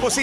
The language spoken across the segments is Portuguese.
Você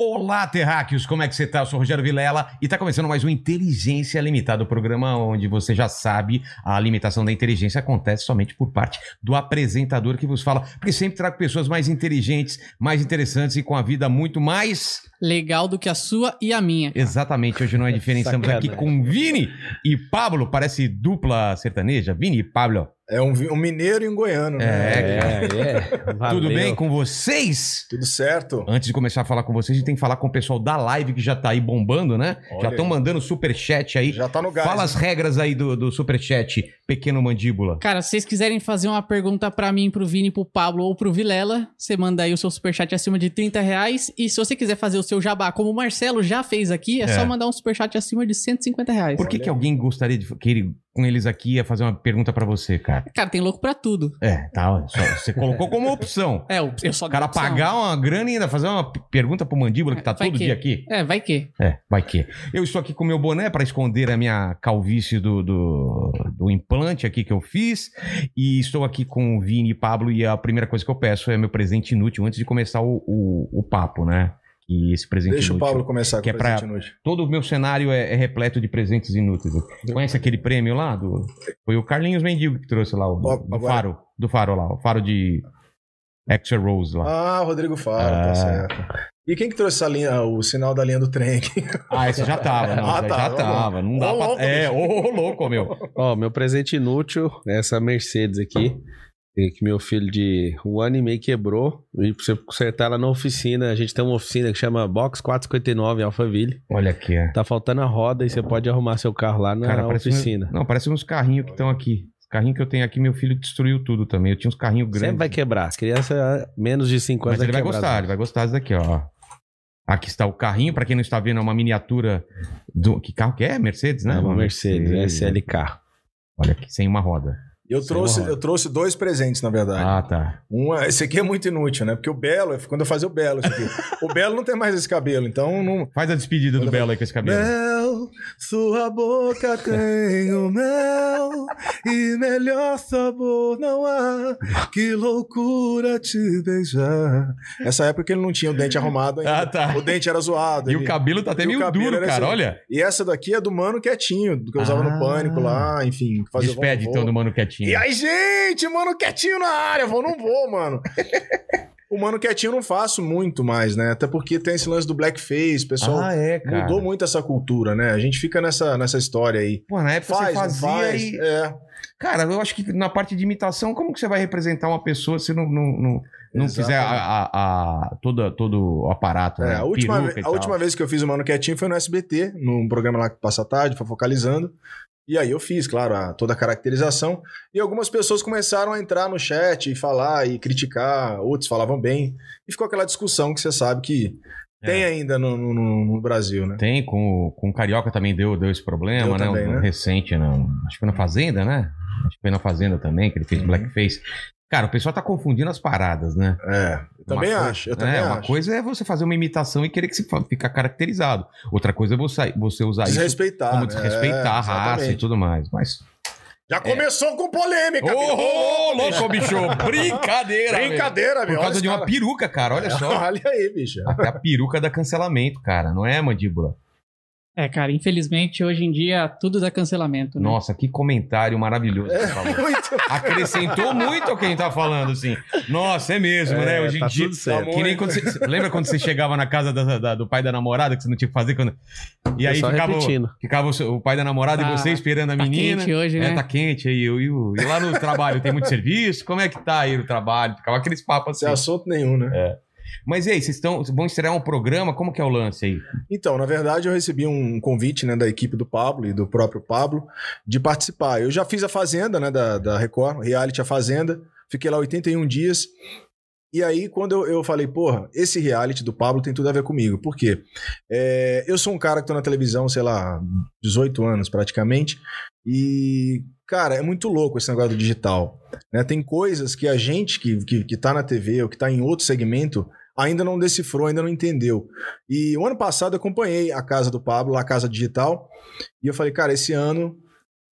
Olá, terráqueos, como é que você tá? Eu sou o Rogério Vilela e tá começando mais um Inteligência Limitada, o programa onde você já sabe a limitação da inteligência acontece somente por parte do apresentador que vos fala, porque sempre trago pessoas mais inteligentes, mais interessantes e com a vida muito mais legal do que a sua e a minha. Exatamente, hoje não é diferente. Estamos né? aqui com Vini e Pablo, parece dupla sertaneja. Vini e Pablo. É um, vi- um mineiro e um goiano, né? É, é. Valeu. Tudo bem com vocês? Tudo certo. Antes de começar a falar com vocês, a gente tem que falar com o pessoal da live que já tá aí bombando, né? Olha já estão aí. mandando superchat aí. Já tá no gás. Fala as regras aí do, do superchat, pequeno mandíbula. Cara, se vocês quiserem fazer uma pergunta pra mim, pro Vini, pro Pablo ou pro Vilela, você manda aí o seu superchat acima de 30 reais. E se você quiser fazer o seu jabá, como o Marcelo já fez aqui, é, É. só mandar um superchat acima de 150 reais. Por que, Olha que aí. alguém gostaria de que ele, com eles aqui ia fazer uma pergunta pra você, cara? Cara, tem louco pra tudo. É, tá. só- você colocou como opção. É, eu, eu só O cara dou opção. pagar uma grana e ainda fazer uma p- pergunta pro mandíbula que tá Vai todo que- dia aqui. É, vai que. É, vai que. Eu estou aqui com meu boné para esconder a minha calvície do, do, do implante aqui que eu fiz. E estou aqui com o Vini e Pablo. E a primeira coisa que eu peço é meu presente inútil antes de começar o, o, o papo, né? E esse presente Deixa o inútil. Pablo começar Que com é o pra- presente inútil. Todo o meu cenário é, é repleto de presentes inúteis. Conhece aquele prêmio lá? Do... Foi o Carlinhos Mendigo que trouxe lá, o, do, Ó, do agora- faro. Do faro lá, o faro de Extra Rose lá. Ah, Rodrigo Faro, Ah. tá certo. E quem que trouxe essa linha, o sinal da linha do trem aqui? Ah, esse já tava, não, Ah, já, tá, já ô, tava. Não dá Ô, pra. louco, é, bicho. ô, ô, louco, meu. Ó, meu presente inútil, é essa Mercedes aqui, eh, que meu filho de um ano e meio quebrou. E pra você consertar ela na oficina, a gente tem uma oficina que chama Box 459 em Alphaville. Olha aqui, é. Tá faltando a roda e você pode arrumar seu carro lá na parece um oficina. uns- não, parece uns carrinhos que estão aqui. Os carrinhos que eu tenho aqui, meu filho destruiu tudo também. Eu tinha uns carrinhos grandes. Sempre vai quebrar. As crianças ah, menos de 5 anos Mas ele vai quebrar as gostar, né? ele rodas. vai gostar disso daqui, ó. Aqui está o carrinho, pra quem não está vendo, é uma miniatura do. Que carro que é? Mercedes, né? É uma Mercedes, SLK. Olha aqui, sem uma roda. Eu trouxe, roda. eu trouxe dois presentes, na verdade. Ah, tá. Um, é- esse aqui é muito inútil, né? Porque o Belo, é quando eu fazia o Belo, isso aqui. o Belo não tem mais esse cabelo, então não. Faz a despedida do Olha, né? Belo aí com esse cabelo. Mel, sua boca tem o mel e melhor sabor não há. Que loucura te beijar. Essa época ele não tinha o dente arrumado ainda. Ah, tá. O dente era zoado. E ele- o cabelo tá até E o meio cabelo duro, era cara. assim. Olha. E essa daqui é do Mano Quietinho, do que eu usava Ah. no Pânico lá, enfim. que fazia Despede vovô. então do mano quietinho. E aí, gente, Mano Quietinho na área, vou, não vou, mano. o Mano Quietinho eu não faço muito mais, né? Até porque tem esse lance do blackface, o pessoal. ah, é, cara. Mudou muito essa cultura, né? A gente fica nessa, nessa história aí. Pô, na época Faz, você não fazia faz. e. É, Cara, eu acho que na parte de imitação, como que você vai representar uma pessoa se não, não, não, não Exatamente. fizer a, a- a- toda, todo o aparato, é, né? a última, Peruca e a tal. última vez que eu fiz o Mano Quietinho foi no SBT, num programa lá que passa a tarde, foi focalizando. E aí eu fiz, claro, a- toda a caracterização. E algumas pessoas começaram a entrar no chat e falar e criticar, outros falavam bem. E ficou aquela discussão que você sabe que É. tem ainda no, no- no- no Brasil, né? Tem, com, o- com o Carioca também deu, deu esse problema, Deu né? também, Um- um né? Recente, né? acho que foi na Fazenda, né? Acho que foi na Fazenda também, que ele fez Uhum. blackface. Cara, o pessoal tá confundindo as paradas, né? É, eu Uma também coisa- acho, eu também é, Uma acho. coisa é você fazer uma imitação e querer que se fa- ficar caracterizado. Outra coisa é você, você usar isso desrespeitar. como né? desrespeitar É, a raça e exatamente. É tudo mais. Mas. Já começou com polêmica, Ô, meu. ô, ô, louco, bicho! Brincadeira! meu. Brincadeira, Por meu. causa Olha de os uma Assim. peruca, cara, olha só. Olha aí, bicho. Até a peruca dá cancelamento, cara, não é, mandíbula? É, cara, infelizmente hoje em dia tudo dá cancelamento. Né? Nossa, que comentário maravilhoso. que você falou. É, Muito. Acrescentou muito ao que a gente tá falando, assim. Nossa, é mesmo, né? É, Hoje em tá dia. tudo certo. Que nem quando você, lembra quando você chegava na casa da- da- do pai da namorada, que você não tinha que fazer? Quando... E aí Só ficava, o- repetindo. ficava o, seu- o pai da namorada Tá- e você esperando a Tá menina. quente hoje, É, né? tá quente aí. E, o- e o- e lá no trabalho tem muito serviço? Como é que tá aí o trabalho? Ficava aqueles papos Sem assim. assunto nenhum, né? Mas e aí, vocês estão, vão estrear um programa? Como que é o lance aí? Então, na verdade, eu recebi um convite né, da equipe do Pablo e do próprio Pablo de participar. Eu já fiz a Fazenda, né, da, da Record, reality A Fazenda. Fiquei lá 81 dias. E aí, quando eu, eu falei, porra, esse reality do Pablo tem tudo a ver comigo. Por quê? É, eu sou um cara que tô na televisão, sei lá, 18 anos praticamente. E, cara, é muito louco esse negócio do digital. né? Tem coisas que a gente que, que, que tá na TV ou que tá em outro segmento ainda não decifrou, ainda não entendeu. E o ano passado eu acompanhei a casa do Pablo, a casa digital, e eu falei, cara, esse ano,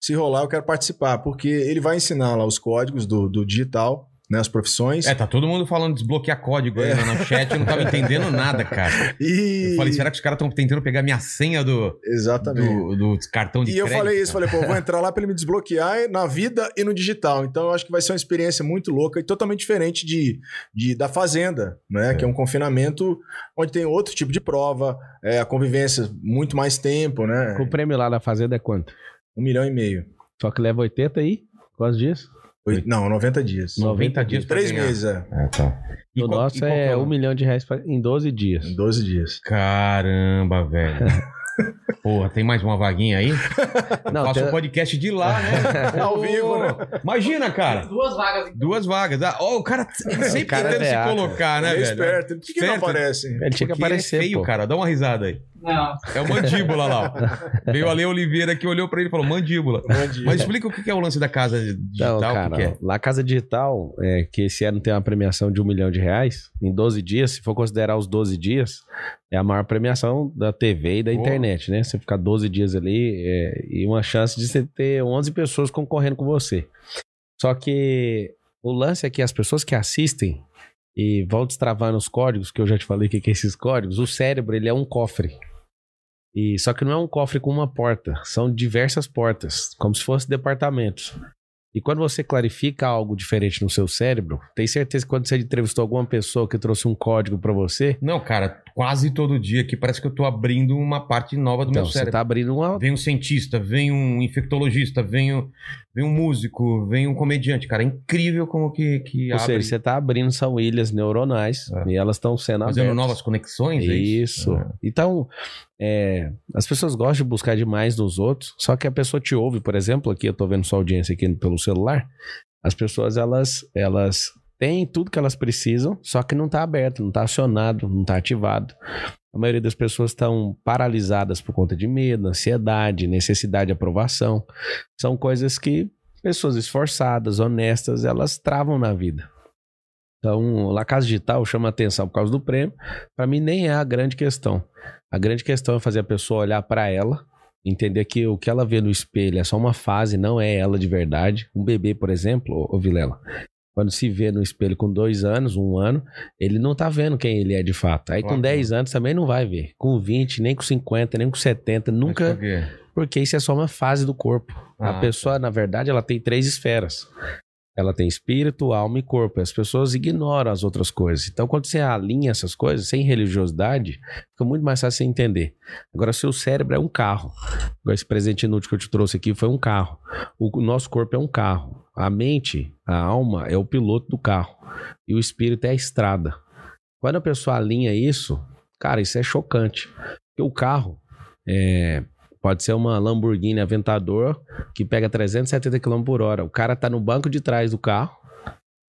se rolar, eu quero participar, porque ele vai ensinar lá os códigos do, do digital, né, as profissões. É, tá todo mundo falando de desbloquear código É. aí no chat, eu não tava entendendo nada, cara. E... Eu falei, será que os caras estão tentando pegar minha senha do, Exatamente. do, do cartão de E eu crédito? falei isso, cara? falei, pô, eu vou entrar lá pra ele me desbloquear na vida e no digital. Então eu acho que vai ser uma experiência muito louca e totalmente diferente de, de- da fazenda, né? É. Que é um confinamento onde tem outro tipo de prova, é, a convivência muito mais tempo, né? O prêmio lá da Fazenda é quanto? Um milhão e meio. Só que leva 80 aí? Quantos dias? Oi- Não, 90 dias. 90 dias pra Três ganhar. meses, é. Ah, tá. E o qual- nosso e qual que é o- 1 milhão de reais pra- em 12 dias. Em 12 dias. Caramba, velho. Porra, tem mais uma vaguinha aí? Não, Faça tem- um podcast de lá, né? Ao Ô, vivo, né? Imagina, cara. Duas vagas. Duas vagas. Ah, ó, o cara ele sempre O cara é tentando se veaco. colocar, né, Ele é velho? esperto. Por que, que não Esperto. aparece? ele tinha que Porque ele é aparecer, feio, pô. cara. Dá uma risada aí. Não. É o mandíbula lá, ó. Veio a Lei Oliveira que olhou pra ele e falou, mandíbula. Bom dia. Mas explica o que que é o lance da casa digital, Não, o que cara, que é. lá a Casa Digital, é, que esse ano tem uma premiação de um milhão de reais, em 12 dias, se for considerar os 12 dias, é a maior premiação da TV e da Boa. internet, né? Você ficar 12 dias ali é, e uma chance de você ter 11 pessoas concorrendo com você. Só que o lance é que as pessoas que assistem e vão destravando os códigos, que eu já te falei o que que é esses códigos, o cérebro ele é um cofre. E só que não é um cofre com uma porta, são diversas portas, como se fossem departamentos. E quando você clarifica algo diferente no seu cérebro, tem certeza que quando você entrevistou alguma pessoa que trouxe um código pra você, Não, cara, quase todo dia aqui parece que eu tô abrindo uma parte nova do então meu você cérebro. tá abrindo uma Vem um cientista, vem um infectologista, vem um, vem um músico, vem um comediante, cara. É incrível como que, que Ou abre. seja, você tá abrindo são ilhas neuronais É. e elas estão sendo fazendo abertas. novas conexões, é Isso. Então, é, as pessoas gostam de buscar demais nos outros, só que a pessoa te ouve, por exemplo, aqui eu tô vendo sua audiência aqui pelo celular, as pessoas, elas, elas têm tudo que elas precisam, só que não tá aberto, não tá acionado, não tá ativado. A maioria das pessoas estão paralisadas por conta de medo, ansiedade, necessidade de aprovação. São coisas que pessoas esforçadas, honestas, elas travam na vida. Então, La Casa Digital chama atenção por causa do prêmio. Para mim, nem é a grande questão. A grande questão é fazer a pessoa olhar para ela, entender que o que ela vê no espelho é só uma fase, não é ela de verdade. Um bebê, por exemplo, ô, ô Vilela, quando se vê no espelho com dois anos, um ano, ele não tá vendo quem ele é de fato. Aí Claro com que não. 10 anos também não vai ver. Com 20, nem com 50, nem com 70, Mas nunca. por quê? Porque isso é só uma fase do corpo. Ah, a pessoa, na verdade, ela tem três esferas. Ela tem espírito, alma e corpo. As pessoas ignoram as outras coisas. Então, quando você alinha essas coisas, sem religiosidade, fica muito mais fácil você entender. Agora, seu cérebro é um carro. Agora, Esse presente inútil que eu te trouxe aqui foi um carro. O nosso corpo é um carro. A mente, a alma, é o piloto do carro. E o espírito é a estrada. Quando a pessoa alinha isso, cara, isso é chocante. Porque o carro é, Pode ser uma Lamborghini Aventador que pega 370 km por hora. O cara tá no banco de trás do carro.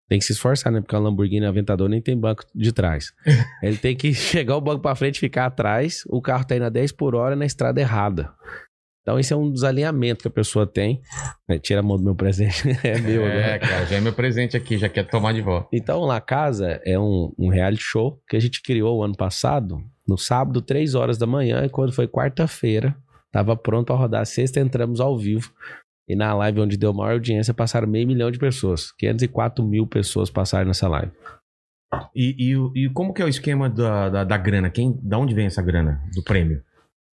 Tem que se esforçar, né? Porque a Lamborghini Aventador nem tem banco de trás. Ele tem que chegar o banco pra frente e ficar atrás. O carro tá indo a 10 por hora na estrada errada. Então, esse é um desalinhamento que a pessoa tem. É, tira a mão do meu presente. É meu agora. É, cara, já é meu presente aqui, já quero tomar de volta. Então, La Casa é um, um reality show que a gente criou o ano passado, no sábado, três horas da manhã, e quando foi quarta-feira, estava pronto a rodar. Sexta, entramos ao vivo. E na live onde deu maior audiência, passaram meio milhão de pessoas. 504 mil pessoas passaram nessa live. E, e, o- e como que é o esquema da, da, da grana? Quem, da onde vem essa grana do prêmio?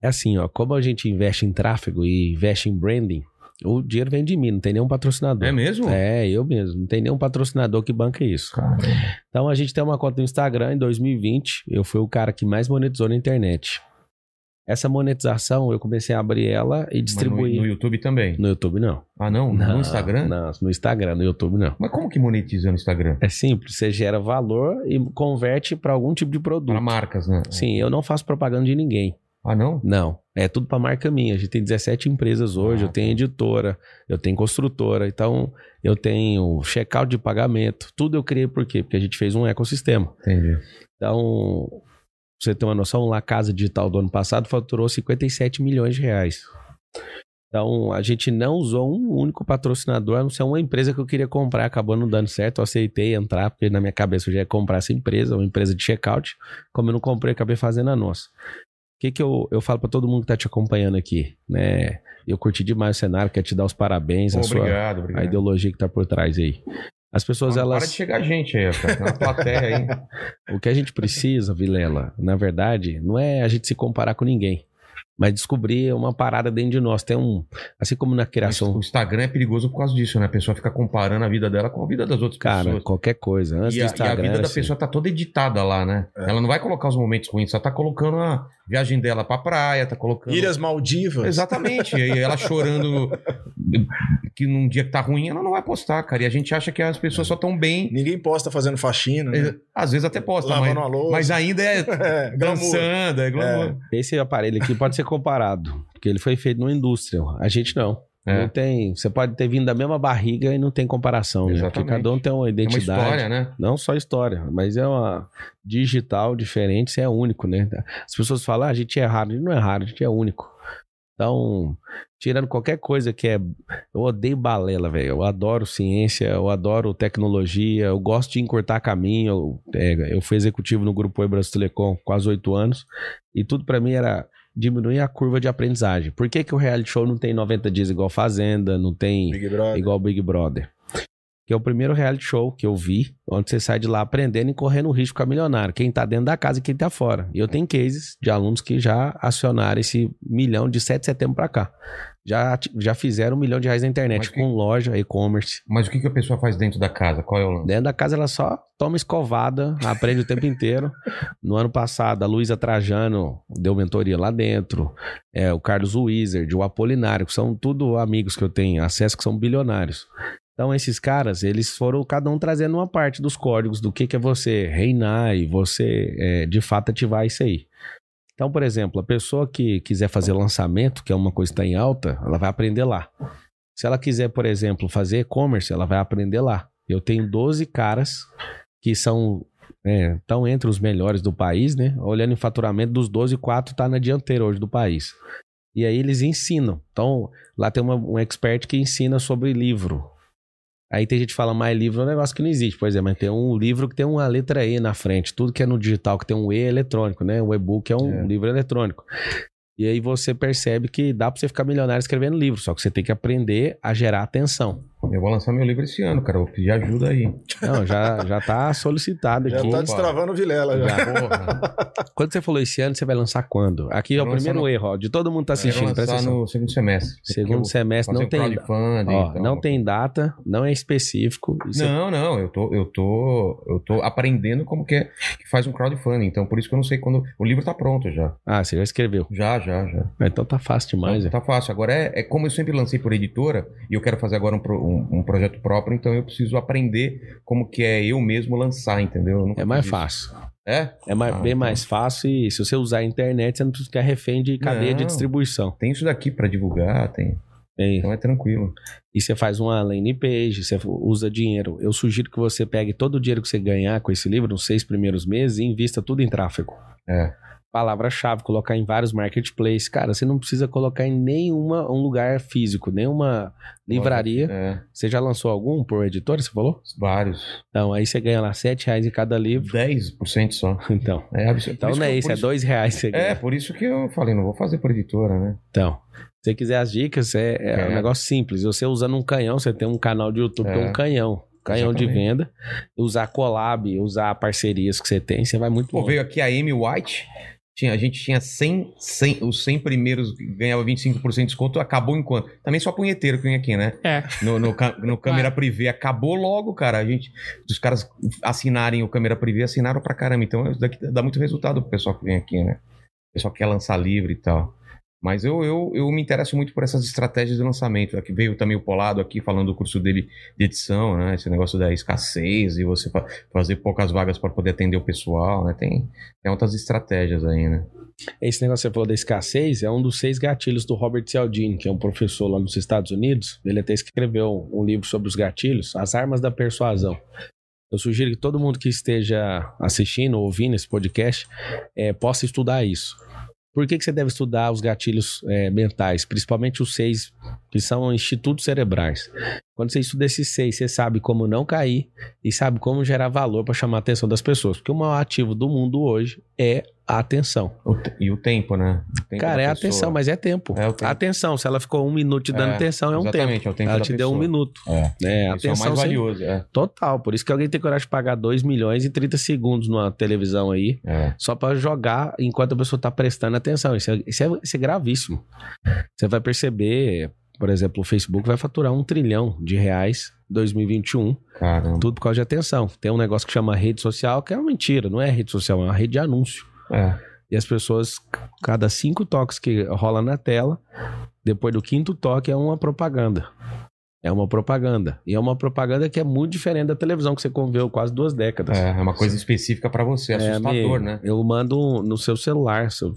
É assim, ó, como a gente investe em tráfego e investe em branding, o dinheiro vem de mim, não tem nenhum patrocinador. É mesmo? É, eu mesmo. Não tem nenhum patrocinador que banca isso. Caramba. Então a gente tem uma conta no Instagram em 2020. Eu fui o cara que mais monetizou na internet. Essa monetização eu comecei a abrir ela e Mas no, distribuir. no YouTube também. No, YouTube não. Ah, não? Não, no Instagram? Não, no Instagram, no YouTube não. Mas como que monetiza no Instagram? É simples, você gera valor e converte para algum tipo de produto. Para marcas, né? Sim, eu não faço propaganda de ninguém. Ah, não? Não, é tudo para marca minha. A gente tem 17 empresas hoje, Ah, eu tenho tá. editora, eu tenho construtora, então eu tenho checkout de pagamento, tudo eu criei por quê? Porque a gente fez um ecossistema. Entendi. Então, pra você ter uma noção, lá a Casa Digital do ano passado faturou 57 milhões de reais. Então, a gente não usou um único patrocinador, a não ser uma empresa que eu queria comprar, acabou não dando certo, eu aceitei entrar, porque na minha cabeça eu já ia comprar essa empresa, uma empresa de checkout. Como eu não comprei, eu acabei fazendo a nossa. O que, que eu, eu falo pra todo mundo que tá te acompanhando aqui, né? Eu curti demais o cenário, quero te dar os parabéns, a sua obrigado, a obrigado. ideologia que tá por trás aí. As pessoas, Agora elas... Para de chegar gente aí, ó, cara. Tem uma plateia aí. O que a gente precisa, Vilela, na verdade, não é a gente se comparar com ninguém, mas descobrir uma parada dentro de nós. Tem um. Assim como na O criação. Instagram é perigoso por causa disso, né? A pessoa fica comparando a vida dela com a vida das outras Cara, pessoas. qualquer coisa. Antes E do a, e a Instagram. vida da assim, pessoa tá toda editada lá, né? É. Ela não vai colocar os momentos ruins, só tá colocando a viagem dela pra praia, tá colocando. Ilhas Maldivas. Exatamente. E ela chorando que num dia que tá ruim, ela não vai postar, cara. E a gente acha que as pessoas só tão bem. é, Ninguém posta fazendo faxina, né? Às vezes até posta, lavando mas, a louça. mas ainda é É, glamour. dançando, é glamour. Esse aparelho aqui pode ser comparado, porque ele foi feito numa indústria. A gente não. É. Não tem. Você pode ter vindo da mesma barriga e não tem comparação, né? Porque Exatamente. cada um tem uma É uma identidade. história, né? Não só história, mas é uma digital diferente, você é único, né? As pessoas falam, ah, a gente é raro, a gente não é raro, a gente é único. Então, tirando qualquer coisa que é. Eu odeio balela, velho. Eu adoro ciência, eu adoro tecnologia, eu gosto de encurtar caminho. Eu, é, eu fui executivo no Grupo Oi Brasil Telecom quase oito anos, e tudo pra mim era diminuir a curva de aprendizagem. Por que, que o reality show não tem 90 dias igual Fazenda, não tem Big Brother. igual Big Brother. Que é o primeiro reality show que eu vi, onde você sai de lá aprendendo e correndo o risco de ficar milionário. Quem tá dentro da casa e quem tá fora. E eu tenho cases de alunos que já acionaram esse milhão de 7 de setembro pra cá. Já, ati- já fizeram um milhão de reais na Mas internet, que- com loja, e-commerce. Mas o que, que a pessoa faz dentro da casa? Qual é o lance? Dentro da casa ela só toma escovada, aprende o tempo inteiro. No ano passado, a Luísa Trajano deu mentoria lá dentro. É, o Carlos Wizard, o Apolinário, que são tudo amigos que eu tenho acesso, que são bilionários. Então, esses caras, eles foram cada um trazendo uma parte dos códigos do que, que é você reinar e você, é, de fato, ativar isso aí. Então, por exemplo, a pessoa que quiser fazer lançamento, que é uma coisa que está em alta, ela vai aprender lá. Se ela quiser, por exemplo, fazer e-commerce, ela vai aprender lá. Eu tenho 12 caras que são né, estão entre os melhores do país, né? Olhando em faturamento dos 12, 4 está na dianteira hoje do país. E aí eles ensinam. Então, lá tem uma- um expert que ensina sobre livro. Aí tem gente que fala, mas livro é um negócio que não existe. Pois é, mas tem um livro que tem uma letra E na frente. Tudo que é no digital, que tem um E é eletrônico, né? O e-book é um É. livro eletrônico. E aí você percebe que dá pra você ficar milionário escrevendo livro, só que você tem que aprender a gerar atenção. Eu vou lançar meu livro esse ano, cara. Vou pedir ajuda aí. Não, já, já tá solicitado Já aqui. tá Opa. destravando o Vilela. Já. Porra. Tá Quando você falou esse ano, você vai lançar quando? Aqui é Vou o lançar primeiro no- erro, ó, de todo mundo que tá Quero assistindo, presta lançar atenção. no segundo semestre. Segundo Porque eu semestre vou não fazer um tem, crowdfunding, ó, então. não tem data, não é específico. Isso é- Não, não, eu tô, eu tô, eu tô aprendendo como que, é, que faz um crowdfunding, então por isso que eu não sei quando. O livro tá pronto já. Ah, você já escreveu. Já, já, já. Então tá fácil demais. Então é. tá fácil. Agora é, é como eu sempre lancei por editora, e eu quero fazer agora um, pro- um, um projeto próprio, então eu preciso aprender como que é eu mesmo lançar, entendeu? Eu nunca É mais fiz fácil. isso. É? É mais- tá Ah, bem então. mais fácil e se você usar a internet, você não precisa ficar refém de cadeia de Não. distribuição. Tem isso daqui pra divulgar, tem. É. Então é tranquilo. E você faz uma landing page, você usa dinheiro. Eu sugiro que você pegue todo o dinheiro que você ganhar com esse livro nos seis primeiros meses e invista tudo em tráfego. É. Palavra-chave, colocar em vários marketplaces. Cara, você não precisa colocar em nenhuma um lugar físico, nenhuma livraria. É, Você já lançou algum por editora, você falou? vários. Então, aí você ganha lá R$ 7 reais em cada livro. 10% só. Então, É absurdo. então Por isso não é que eu- isso, por é dois reais que você ganha. É, por isso que eu falei, não vou fazer por editora, né? Então, se você quiser as dicas, é, é É. um negócio simples. Você usando um canhão, você tem um canal de YouTube que é É. um canhão. Canhão de Exatamente. venda. Usar collab, usar parcerias que você tem, você vai muito Pô, longe. veio aqui a Amy White. Tinha, a gente tinha 100, 100, os 100 primeiros que ganhava 25% de desconto, acabou enquanto. Também só punheteiro que vem aqui, né? É. No, no, ca- no câmera privê. Acabou logo, cara. A gente, os caras assinarem o câmera privê, assinaram pra caramba. Então isso daqui dá muito resultado pro pessoal que vem aqui, né? O pessoal que quer lançar livre e tal. Mas eu, eu, eu me interesso muito por essas estratégias de lançamento. Aqui veio também o Polado aqui falando do curso dele de edição, né? Esse negócio da escassez e você fa- fazer poucas vagas para poder atender o pessoal, né? Tem, tem outras estratégias aí, né? Esse negócio que você falou da escassez é um dos seis gatilhos do Robert Cialdini, que é um professor lá nos Estados Unidos. Ele até escreveu um livro sobre os gatilhos, As Armas da Persuasão. Eu sugiro que todo mundo que esteja assistindo ou ouvindo esse podcast eh, possa estudar isso. Por que, que você deve estudar os gatilhos eh, mentais, principalmente os seis, que são institutos cerebrais? Quando você estuda esses seis, você sabe como não cair e sabe como gerar valor para chamar a atenção das pessoas. Porque o maior ativo do mundo hoje é a atenção. O te- e o tempo, né? O tempo Cara, da é pessoa. atenção, mas é tempo. É o tempo. Atenção, se ela ficou um minuto te dando É, atenção, é um tempo. Exatamente, é o tempo Ela da te deu um pessoa. minuto. É. É, Isso é atenção o mais sem- valioso. É. total. Por isso que alguém tem coragem de pagar 2 milhões em 30 segundos numa televisão aí, É. só pra jogar enquanto a pessoa tá prestando atenção. Isso é, isso é- isso é gravíssimo. Você vai perceber, por exemplo, o Facebook vai faturar um trilhão de reais em 2021 Caramba. tudo por causa de atenção. Tem um negócio que chama rede social, que é uma mentira, não é rede social, é uma rede de anúncio. É. E as pessoas, cada cinco toques que rola na tela, depois do quinto toque é uma propaganda. É uma propaganda. E é uma propaganda que é muito diferente da televisão que você conviveu quase duas décadas. É, é uma coisa específica pra você, é assustador, amigo, né? Eu mando um- no seu celular. Seu,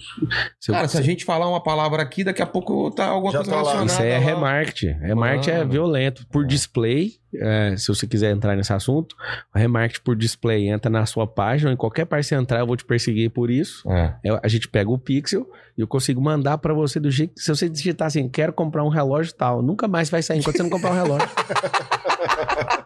seu- Cara, se a gente falar uma palavra aqui, daqui a pouco tá alguma Já coisa tá lá. relacionada. Ah, Isso é lá. remarketing. Remarketing é Mano. violento. Por É. display, é, se você quiser entrar nesse assunto, remarketing por display entra na sua página. Em qualquer parte que você entrar, eu vou te perseguir por isso. É. Eu- a gente pega o pixel e eu consigo mandar pra você do jeito que se você digitar assim, quero comprar um relógio tal, nunca mais vai sair enquanto você não comprar um relógio.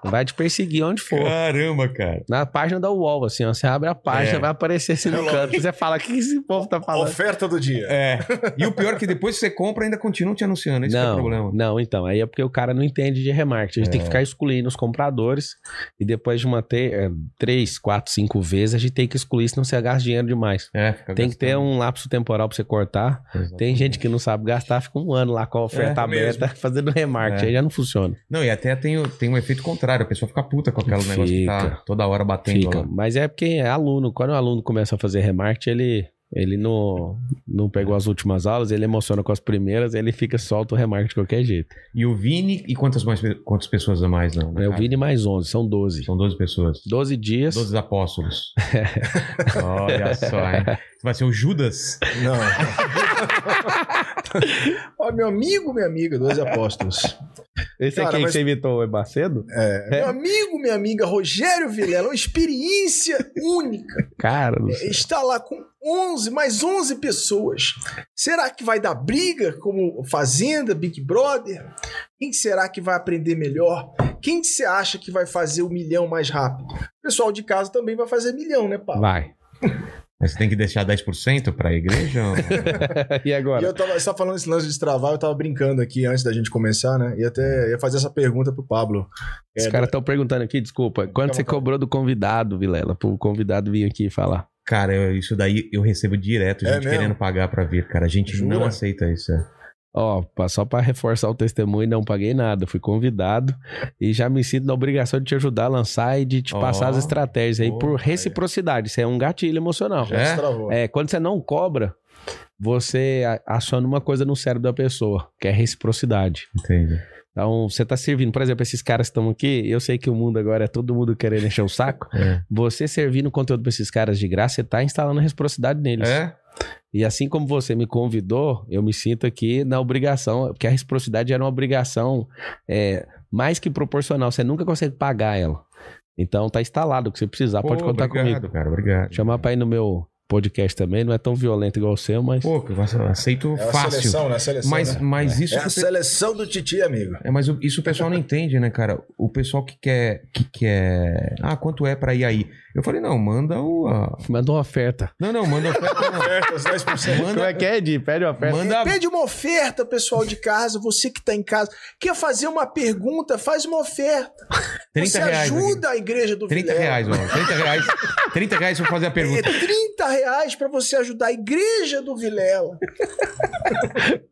vai te perseguir onde for. Caramba, cara. Na página da UOL, assim, ó, você abre a página, É. vai aparecer assim no Relógio. canto. Você fala, o que esse povo tá falando? Oferta do dia. É. E o pior é que depois que você compra, ainda continua te anunciando. Esse que é o Não, problema. É. não, então, aí é porque o cara não entende de remarketing. A gente tem que ficar excluindo os compradores e depois de uma te- é, três, quatro, cinco vezes, a gente tem que excluir, senão você gasta dinheiro demais. É, fica Tem que ter um lapso temporal pra você cortar. um. Tem gente que não sabe gastar, fica um ano lá com a oferta É, aberta, fazendo remarketing, É. aí já não funciona. Não, e até tem, o- tem um efeito contrário. A pessoa fica puta com aquele negócio que tá Fica. toda hora batendo Fica. lá. Mas é porque é aluno, quando o aluno começa a fazer remarketing, ele, ele não, não É. pegou as últimas aulas, ele emociona com as primeiras, ele fica solto o remarketing de qualquer jeito. E o Vini, e quantas, mais, quantas pessoas a mais É não? né, Eu cara? vi de mais 11, são 12. São 12 pessoas. 12 dias. 12 apóstolos. Olha só, hein? Vai ser o Judas. Não. Ó, meu amigo, minha amiga, 12 apóstolos. Esse é Cara, quem mas- você imitou, é Macedo? É, Meu amigo, minha amiga, Rogério Vilela, uma experiência única. Cara, não sei. Está lá com 11, mais 11 pessoas. Será que vai dar briga como Fazenda, Big Brother? Quem será que vai aprender melhor? Quem que você acha que vai fazer o milhão mais rápido? O pessoal de casa também vai fazer milhão, né, Paulo? vai. Mas você tem que deixar 10% pra igreja? e E agora? eu tava, você tava falando esse lance de destravar, eu tava brincando aqui antes da gente começar, né? E até ia fazer essa pergunta pro Pablo. Os caras estão perguntando aqui, desculpa, quanto Fica à você vontade. cobrou do convidado, Vilela, pro convidado vir aqui falar? Cara, eu- isso daí eu recebo direto, É gente mesmo? querendo pagar pra vir, cara. A gente Jura? não aceita isso. é. Ó, pa- só pra reforçar o testemunho, não paguei nada, fui convidado e já me sinto na obrigação de te ajudar a lançar e de te Ó, passar as estratégias aí boa, por cara. reciprocidade. Isso é um gatilho emocional. É? Destravou. É, quando você não cobra, você a- aciona uma coisa no cérebro da pessoa, que é reciprocidade. Entende? Então, você tá servindo, por exemplo, esses caras que estão aqui, eu sei que o mundo agora é todo mundo querendo encher o saco. É. Você servindo conteúdo pra esses caras de graça, você tá instalando reciprocidade neles. É? E assim como você me convidou, eu me sinto aqui na obrigação, porque a reciprocidade era uma obrigação é, mais que proporcional. Você nunca consegue pagar ela. Então tá instalado o que você precisar, pode Pô, contar obrigado, comigo. cara. Obrigado. Chamar pra ir no meu podcast também, não é tão violento igual o seu, mas. Pô, que eu aceito É a fácil. seleção, né? A seleção, mas, né? mas isso É que a o pe- seleção do Titi, amigo. É, mas o- isso o pessoal não entende, né, cara? O pessoal que quer, que quer. Ah, quanto é pra ir aí? Eu falei, não, manda o. a- Manda uma oferta. Não, não, manda a oferta, não. Ofertas, 10%. Como é Manda, que é, Edi? Pede uma oferta. manda Pede uma oferta, pessoal de casa, você que está em casa. Quer fazer uma pergunta? Faz uma oferta. 30 você reais. aqui. ajuda a igreja do 30 Vilela. reais, ó. 30 reais. 30 reais pra eu fazer a É pergunta. 30 reais para você ajudar a igreja do Vilela.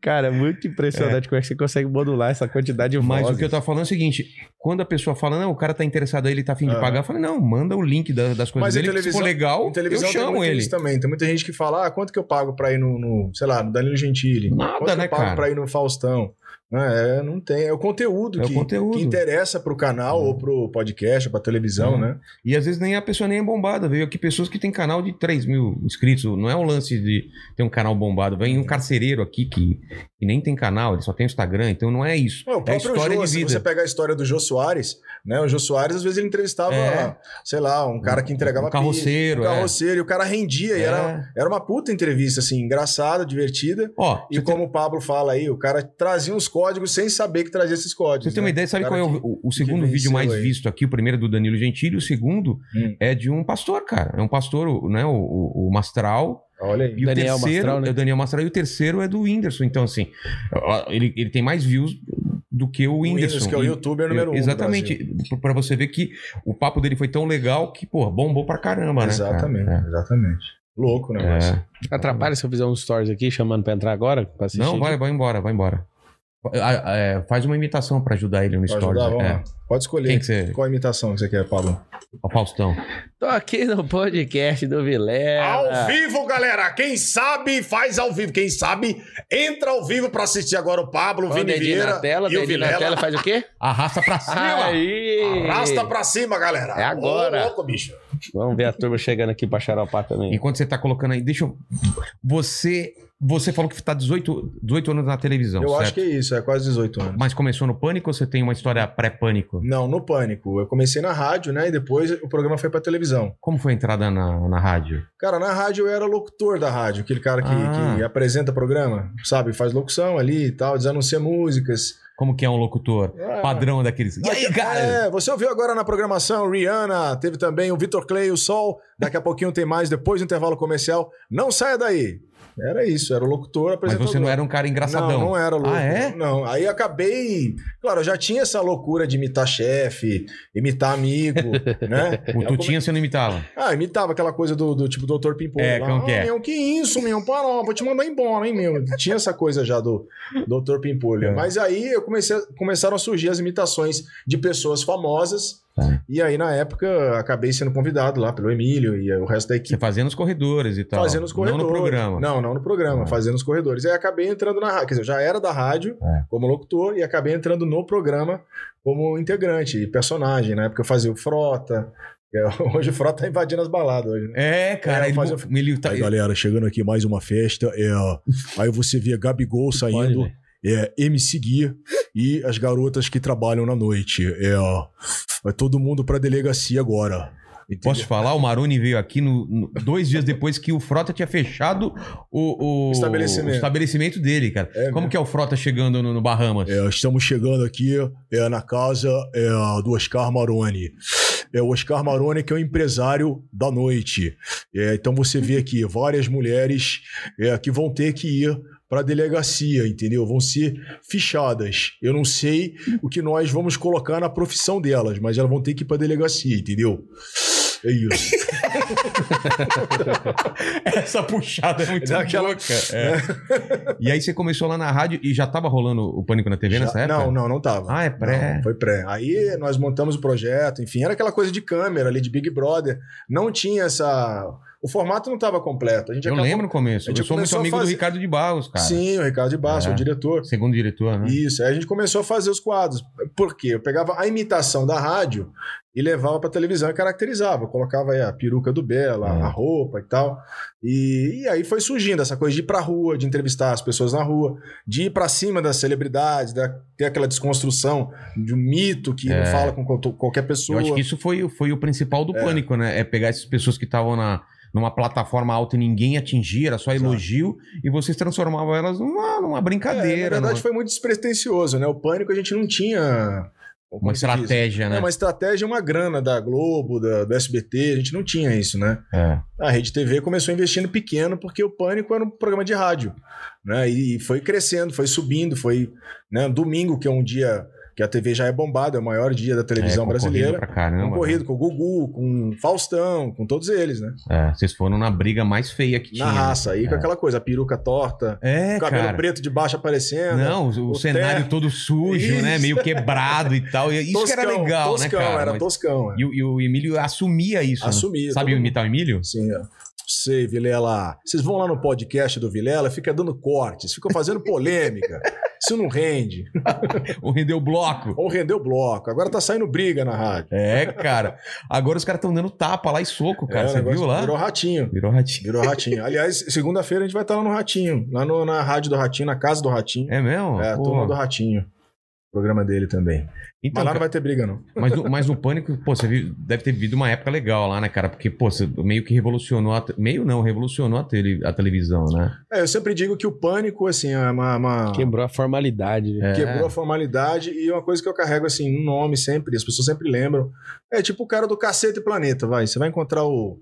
Cara, é muito impressionante como é que você consegue modular essa quantidade de Mas o vozes. que eu tava falando é o seguinte: quando a pessoa fala, não, o cara tá interessado aí, ele tá afim de Ah. pagar, eu falei, não, manda o link da- das coisas Mas em dele. que Se for televisão- legal, Em eu televisão tem chamo muito ele. isso também. Tem muita gente que fala, ah, quanto que eu pago pra ir no, no, sei lá, no Danilo Gentili? Nada, quanto que né, eu pago cara? pra ir no Faustão? né? É, não tem. É o conteúdo, É o que, conteúdo. que interessa pro canal Hum. ou pro podcast, ou pra televisão, Hum. né? E às vezes nem a pessoa nem é bombada. Veio aqui pessoas que tem canal de 3 mil inscritos. Não é um lance de ter um canal bombado. Vem Uhum. um carcereiro aqui que, que nem tem canal, ele só tem o Instagram. Então não é isso. Ué, o é próprio história Jô, de se vida. você pegar a história do Jô Soares, né? O Jô Soares, às vezes, ele entrevistava, É. sei lá, um cara que entregava um carroceiro, pizza, um carroceiro, e o cara rendia, é. e era, É. era uma puta entrevista, assim, engraçada, divertida. Ó, E você tem- como o Pablo fala aí, o cara trazia uns códigos sem saber que trazia esses códigos. Você tem né? uma ideia, sabe Cara qual é o, que- o- o segundo venceu vídeo mais aí. visto aqui? O primeiro é do Danilo Gentili, o segundo Hum. é de um pastor, cara. É um pastor, o- né? O, o- o Mastral. Olha aí. E Daniel o terceiro Mastral, né? é o Daniel Mastral e o terceiro é do Whindersson. Então, assim, ó, ele, ele tem mais views do que o O Whindersson. Whindersson, que é o E- youtuber número um. do Brasil. Exatamente. Pra você ver que o papo dele foi tão legal que, pô, bombou pra caramba, né? cara? Exatamente, exatamente. Louco, né? É. mas- É. Atrapalha se eu fizer uns stories aqui chamando pra entrar agora? Pra assistir? Não, vai, vai embora, vai embora. Ah, é, faz uma imitação pra ajudar ele no Pra Stories. ajudar, vamos é. lá. Pode escolher. Quem que você. Qual a imitação que você quer, Pablo? O Faustão. Tô aqui no podcast do Vilela. Ao vivo, galera. Quem sabe faz ao vivo. Quem sabe entra ao vivo pra assistir agora o Pablo, o Põe o Vini dedinho Vieira na tela, e o dedinho na tela Vilela. faz o quê? Arrasta pra cima! Aí! Arrasta pra cima, galera. É agora. Ô, louco, bicho. Vamos ver a turma chegando aqui pra xaropar também. Enquanto você tá colocando aí, deixa eu. Você, você falou que tá 18, 18 anos na televisão. Eu certo? acho que é isso. É quase 18 anos. Mas começou no pânico ou você tem uma história pré-pânico? Não, no Pânico. Eu comecei na rádio, né? E depois o programa foi pra televisão. Como foi a entrada na, na rádio? Cara, na rádio eu era locutor da rádio. Aquele cara que, Ah. que apresenta programa, sabe? Faz locução ali e tal, desanuncia músicas. Como que é um locutor? É. Padrão daqueles. E aí, cara? É, você ouviu agora na programação Rihanna, teve também o Vitor Clay, o Sol. Daqui a pouquinho tem mais, depois do intervalo comercial. Não saia daí. Era isso, era o locutor Mas apresentador. você não era um cara engraçadão. é, Não, não era louco. Ah, é? Não, aí eu acabei... Claro, eu já tinha essa loucura de imitar chefe, imitar amigo, né? O Tutinha você não imitava. Ah, imitava aquela coisa do, do tipo Dr. Pimpolho. É, lá. como que é? Ah, meu, que isso, meu? Para, ó, vou te mandar embora, hein, meu? Tinha essa coisa já do Dr. Pimpolho. É. Mas aí eu comecei, começaram a surgir as imitações de pessoas famosas. Tá. E aí, na época, acabei sendo convidado lá pelo Emílio e o resto da Você equipe. fazia nos corredores e tal. Fazendo os corredores. Não no programa. Não, não no programa, Ah. fazendo os corredores. Aí acabei entrando na rádio. Quer dizer, eu já era da rádio É. como locutor e acabei entrando no programa como integrante e personagem. Na época eu fazia o Frota. Hoje o Frota tá invadindo as baladas hoje, né? É, cara. É, ele, fazia- ele tá- Aí, galera, chegando aqui mais uma festa. É, aí você vê Gabigol saindo, Pode, é, MC Gui e as garotas que trabalham na noite. É, vai todo mundo pra delegacia agora. Entendeu? Posso te falar? O Maroni veio aqui no, no- dois dias depois que o Frota tinha fechado o, o- Estabelecimento. o estabelecimento dele, cara. É Como mesmo. que é o Frota chegando no, no Bahamas? É, estamos chegando aqui é, na casa é, do Oscar Maroni. É, o Oscar Maroni que é o empresário da noite. É, então você vê aqui várias mulheres é, que vão ter que ir para a delegacia, entendeu? Vão ser fichadas. Eu não sei o que nós vamos colocar na profissão delas, mas elas vão ter que ir para a delegacia, entendeu? É isso. Essa puxada é muito Dá aquela- louca. É. e aí você começou lá na rádio e já tava rolando o Pânico na TV Já- nessa época? Não, não, não tava. Ah, é pré. Uhum. Não, foi um pré. Aí nós montamos o projeto, enfim, era aquela coisa de câmera ali, de Big Brother. Não tinha essa. O formato não estava completo. A gente Eu acabou- lembro no começo. a gente Eu sou muito começou a amigo do fazer- Ricardo de Barros, cara. Sim, o Ricardo de Barros, É. o diretor. Segundo diretor, né? Isso, aí a gente começou a fazer os quadros. Por quê? Eu pegava a imitação da rádio e levava pra televisão e caracterizava. Eu colocava aí a peruca do Bela, É. a roupa e tal. E, e aí foi surgindo essa coisa de ir pra rua, de entrevistar as pessoas na rua, de ir pra cima das celebridades, da, ter aquela desconstrução de um mito que É. não fala com qual- qualquer Eu pessoa. acho que isso foi, foi o principal do pânico, né? É pegar essas pessoas que estavam na numa plataforma alta e ninguém atingia, era só elogio, e vocês transformavam elas numa, numa É, na brincadeira, verdade, numa, foi muito despretensioso, né? O pânico a gente não tinha. como uma se diz? estratégia, né? É, uma estratégia, uma grana da Globo, da, do SBT, a gente não tinha isso, né? É. A Rede TV começou investindo pequeno porque o Pânico era um programa de rádio, né? E, e foi crescendo, foi subindo, foi, né? Domingo que é um dia que a TV já é bombada, é o maior dia da televisão É, concorrido brasileira. Pra caramba, Concorrido com o Gugu, com o Faustão, com todos eles, né? né? É, vocês foram na briga mais feia que tinha. né? Na raça, aí com aquela coisa, a peruca torta, É, o cabelo cara. preto de baixo aparecendo. Não, o, o cenário terra. todo sujo, né? Isso. Meio quebrado e tal. E isso que era legal, toscão, né, cara? era Mas- toscão. é. e, o- e o Emílio assumia isso. né? Assumia. Sabe todo mundo- imitar o Emílio? Sim, ó. Sei, Vilela. Vocês vão lá no podcast do Vilela, fica dando cortes, fica fazendo polêmica. Isso não rende. Ou render o bloco. Ou rendeu bloco. Agora tá saindo briga na rádio. É, cara. Agora os caras estão dando tapa lá e soco, cara. É, o Você negócio viu lá? Virou ratinho. Virou ratinho. Virou ratinho. Aliás, segunda-feira a gente vai estar lá no Ratinho. Lá no- na rádio do Ratinho, na casa do Ratinho. É mesmo? É, a Pô. turma do Ratinho. Programa dele também. Então, Mas lá cara, não vai ter briga, não. Mas, no- mas no Pânico, pô, você viu- deve ter vivido uma época legal lá, né, cara? Porque, pô, você meio que revolucionou a... te- Meio não, revolucionou a, tele- a televisão, né? É, eu sempre digo que o pânico, assim, é uma. uma- Quebrou a formalidade. né? É. Quebrou a formalidade e uma coisa que eu carrego assim, um nome sempre, as pessoas sempre lembram. É tipo o cara do Cacete Planeta, vai. Você vai encontrar o,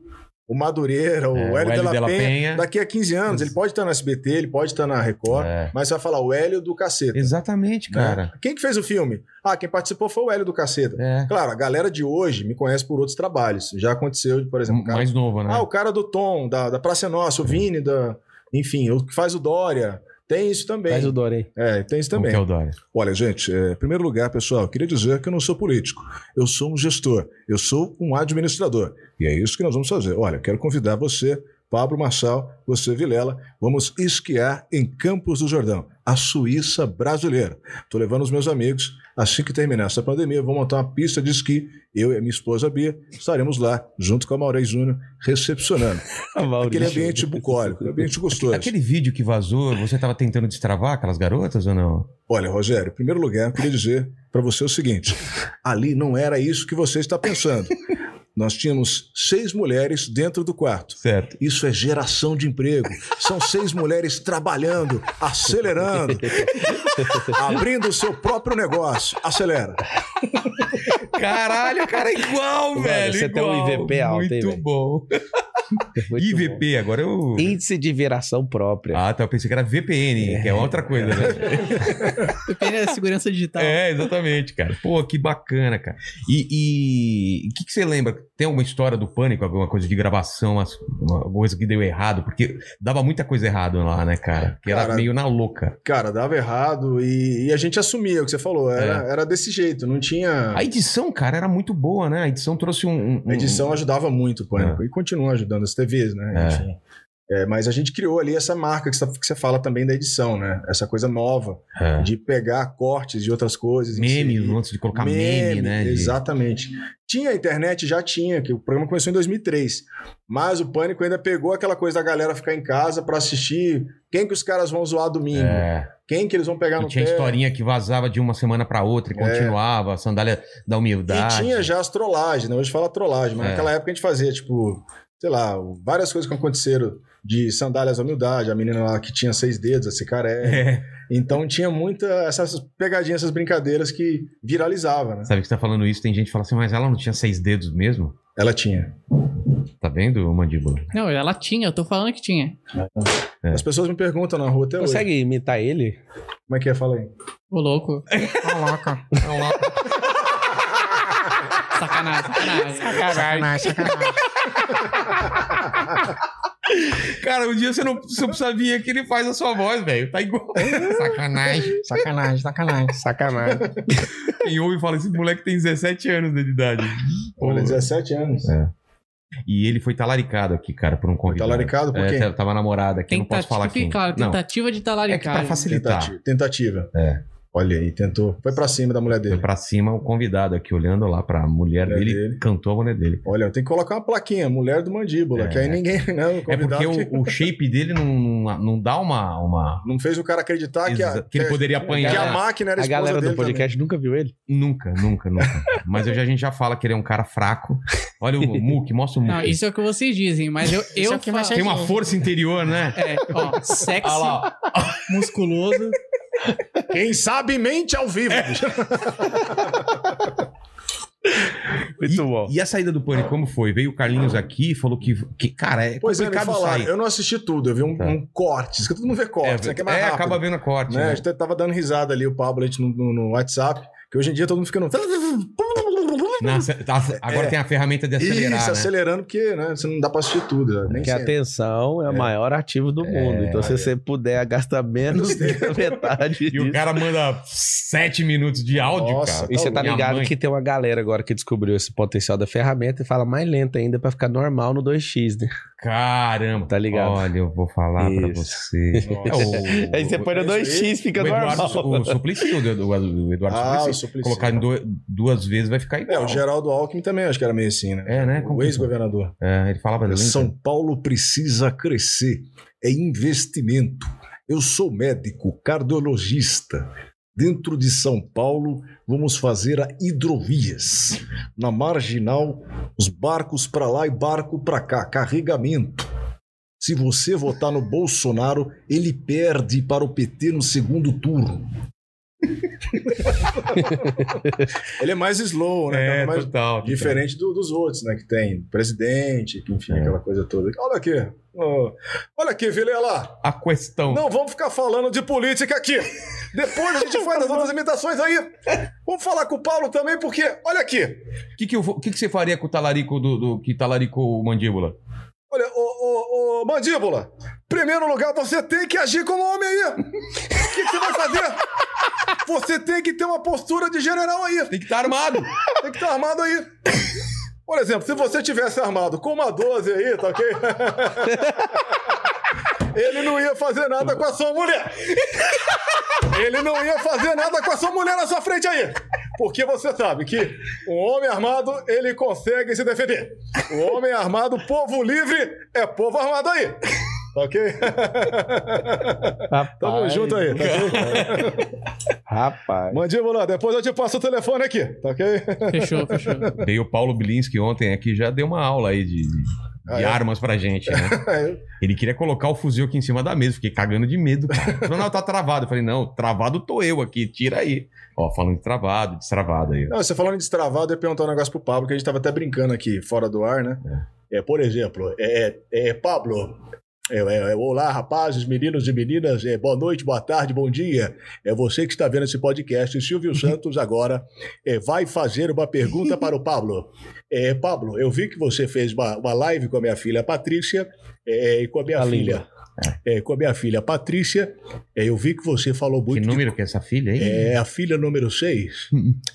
o Madureira, o É, Hélio de la Penha, Penha. daqui a 15 anos. Ele pode tá estar no SBT, ele pode estar na Record, É. mas você vai falar o Hélio do Cacete. Exatamente, né? cara. Quem que fez o filme? Ah, quem participou foi o Hélio do Cacete. É. Claro, a galera de hoje me conhece por outros trabalhos. Já aconteceu, por exemplo, o cara Mais novo, né? ah, o cara do Tom, da, da Praça é Nossa, o Vini, da, enfim, o que faz o Dória. Tem isso também. Mas eu adorei. É, tem isso Como também. que é o Dória? Olha, gente, é, em primeiro lugar, pessoal, eu queria dizer que eu não sou político. Eu sou um gestor. Eu sou um administrador. E é isso que nós vamos fazer. Olha, eu quero convidar você, Pablo Marçal, você, Vilela, vamos esquiar em Campos do Jordão, a Suíça brasileira. Estou levando os meus amigos. Assim que terminar essa pandemia, eu vou montar uma pista de esqui. Eu e a minha esposa Bia estaremos lá, junto com a Maurei Júnior, recepcionando. Aquele ambiente bucólico, ambiente gostoso. Aquele vídeo que vazou, você tava tentando destravar aquelas garotas ou não? Olha, Rogério, em primeiro lugar, eu queria dizer para você o seguinte: ali não era isso que você está pensando. Nós tínhamos seis mulheres dentro do quarto. Certo. Isso é geração de emprego. São seis mulheres trabalhando, acelerando, abrindo o seu próprio negócio. Acelera. Caralho, cara, é igual, Mano, velho. você tem um igual. IVP alto, hein, Muito velho? bom. É Muito bom. IVP, agora eu. Índice de viração própria. Ah, tá. Eu pensei que era VPN, que é outra coisa, né? Depende da segurança digital. É, exatamente, cara. Pô, que bacana, cara. E e- o que, que você lembra? Tem alguma história do pânico, alguma coisa de gravação, umas- uma, coisa que deu errado? Porque dava muita coisa errada lá, né, cara? Porque era Cara, meio na louca. Cara, dava errado e, e a gente assumia o que você falou. Era, É. era desse jeito, não tinha. A edição, cara, era muito boa, né? A edição trouxe um. um- A edição ajudava muito o Pânico e continua ajudando as TVs, né? É. Enfim. É, mas a gente criou ali essa marca que você, tá, que você fala também da edição, né? Essa coisa nova um- é. de pegar cortes de outras coisas. Memes, inserir. antes de colocar meme, né? de- Exatamente. Tinha a internet, já tinha, que o programa começou em 2003. Mas o Pânico ainda pegou aquela coisa da galera ficar em casa pra assistir quem que os caras vão zoar domingo, É. quem que eles vão pegar Não no tinha pé. É. historinha que vazava de uma semana pra outra e continuava, a sandália da humildade. E tinha já as trollagens, né? Hoje fala trollagem, mas É. naquela época a gente fazia, tipo, sei lá, várias coisas que aconteceram de sandálias à humildade, a menina lá que tinha seis dedos, a cicaré. É. Então tinha muita essas pegadinhas, essas brincadeiras que viralizava, né? Sabe que você tá falando isso, tem gente que fala assim, mas ela não tinha seis dedos mesmo? Ela tinha. Tá vendo, mandíbula? Não, ela tinha, eu tô falando que tinha. É. As pessoas me perguntam na rua até hoje. Consegue imitar ele? Como é que é? Fala aí. Ô, louco. Coloca. Sacanagem, sacanagem. Sacanagem. Cara, um dia você não, você não sabia que ele faz a sua voz, velho. Tá igual. Sacanagem. Sacanagem, sacanagem. Sacanagem. Quem ouve fala, esse moleque tem 17 anos de idade. Olha, 17 anos. É, E ele foi talaricado aqui, cara, por um Tá convidado. laricado por É, quem? tá- tava namorada aqui, eu não posso falar porque, quem. Claro, não, tentativa tá de é que talaricar. pra facilitar. Tentativa. Tentativa. É. Olha aí, tentou. Foi pra cima da mulher Foi dele. pra cima o convidado aqui, olhando lá pra mulher Mulher dele, dele. cantou a mulher dele. Olha, tem que colocar uma plaquinha, mulher do mandíbula, É. que aí ninguém, né? O É convidado porque que- o, o shape dele não, não, não dá uma. uma... não fez o cara acreditar que, a, que ele poderia é, que apanhar. a máquina era A esposa galera do dele podcast nunca viu ele? Nunca, nunca, nunca. Mas eu já- a gente já fala que ele é um cara fraco. Olha o Muk, mostra o Muk. Não, isso é o que vocês dizem, mas eu, eu aqui vai falo- Tem uma força interior, né? É, ó, sexy, Olha lá, ó. musculoso. também. Quem sabe mente ao vivo. É, E, e a saída do pânico, como foi? Veio o Carlinhos aqui e falou que, que cara, é Pois é, me complicado falaram. sair. Eu não assisti tudo, eu vi um, Tá. um corte. Isso que todo mundo vê corte, é, né, que é mais é, rápido. acaba vendo a corte. né? né? A gente tava dando risada ali, o Pablo, a gente no, no- no WhatsApp, que hoje em dia todo mundo fica no... Na- tá- agora É. tem a ferramenta de acelerar, Isso, né? acelerando, porque né, você não dá pra assistir tudo. né, Nem Porque a sempre. atenção é o maior ativo do mundo. Então, se você puder gastar menos da metade E o disso. cara manda sete minutos de áudio, Nossa, cara. tá E você tá Minha ligado mãe. que tem uma galera agora que descobriu esse potencial da ferramenta e fala mais lenta ainda pra ficar normal no 2x, né? Caramba. Tá ligado? Olha, eu vou falar pra Isso. você. É Nossa. o- é Aí você põe no Isso aí. 2x, o fica Eduardo, normal. o Suplicy, o Edu- o Eduardo Ah, o Suplicy. Suplicy. Colocar né? em du- duas vezes vai ficar É, igual. o Geraldo Alckmin também, acho que era meio assim, né? É, né? Como O que- ex-governador. É, ele falava assim. São Paulo precisa crescer. É investimento. Eu sou médico, cardiologista. Dentro de São Paulo, vamos fazer a hidrovias. Na marginal, os barcos para lá e barco para cá, carregamento. Se você votar no Bolsonaro, ele perde para o PT no segundo turno. Ele é mais slow, né? É, Tava mais- total. Diferente do- dos outros, né? Que tem presidente, que enfim, É. aquela coisa toda. Olha aqui. ó. Olha aqui, Vilela. A questão. Não vamos ficar falando de política aqui. Depois a gente faz as outras imitações aí. Vamos falar com o Paulo também, porque, olha aqui. O que, que, eu vou- que, que você faria com o talarico do, do- que talaricou o mandíbula? Olha, ô, ô, ô, mandíbula. Primeiro lugar, você tem que agir como homem aí. O que, que você vai fazer? Você tem que ter uma postura de general aí. Tem que estar armado. Tem que estar armado aí. Por exemplo, se você tivesse armado com uma 12 aí, tá ok? Ele não ia fazer nada com a sua mulher. Ele não ia fazer nada com a sua mulher na sua frente aí. Porque você sabe que um homem armado, ele consegue se defender. O homem armado, povo livre, é povo armado aí. Tá ok? Rapaz, Tamo junto aí. Tá ok? Rapaz. Mandíbula, depois eu te passo o telefone aqui, tá ok? Fechou, fechou. Veio o Paulo Bilinski ontem aqui, já deu uma aula aí de, de- de Ah, é? armas pra gente, né? Ele queria colocar o fuzil aqui em cima da mesa, fiquei cagando de medo, cara. Ele Falou, não, tá travado. Eu falei, não, travado tô eu aqui, tira aí. Ó, falando de travado, destravado aí. ó. Não, você falando de destravado, eu ia perguntar um negócio pro Pablo, que a gente tava até brincando aqui, fora do ar, né? É, por exemplo, é, é, é, Pablo. É, é, é, olá, rapazes, meninos e meninas. É, boa noite, boa tarde, bom dia. É você que está vendo esse podcast. O Silvio Santos agora é, vai fazer uma pergunta para o Pablo. É, Pablo, eu vi que você fez uma, uma live com a minha filha Patrícia é, e com a minha A filha. é, com a minha filha Patrícia, é, eu vi que você falou Que muito de número que é essa filha aí? é a filha número 6.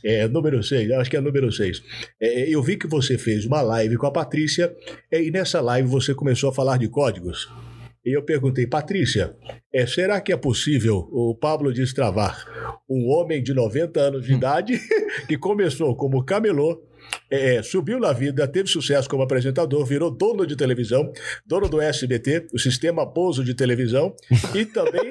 É, número 6, acho que é a número 6. eu vi que você fez uma live com a Patrícia é, e nessa live você começou a falar de códigos. E eu perguntei, Patrícia, é, será que é possível o Pablo destravar um homem de 90 anos de idade que começou como camelô, é, subiu na vida, teve sucesso como apresentador, virou dono de televisão, dono do SBT, o sistema Bozo de televisão, e também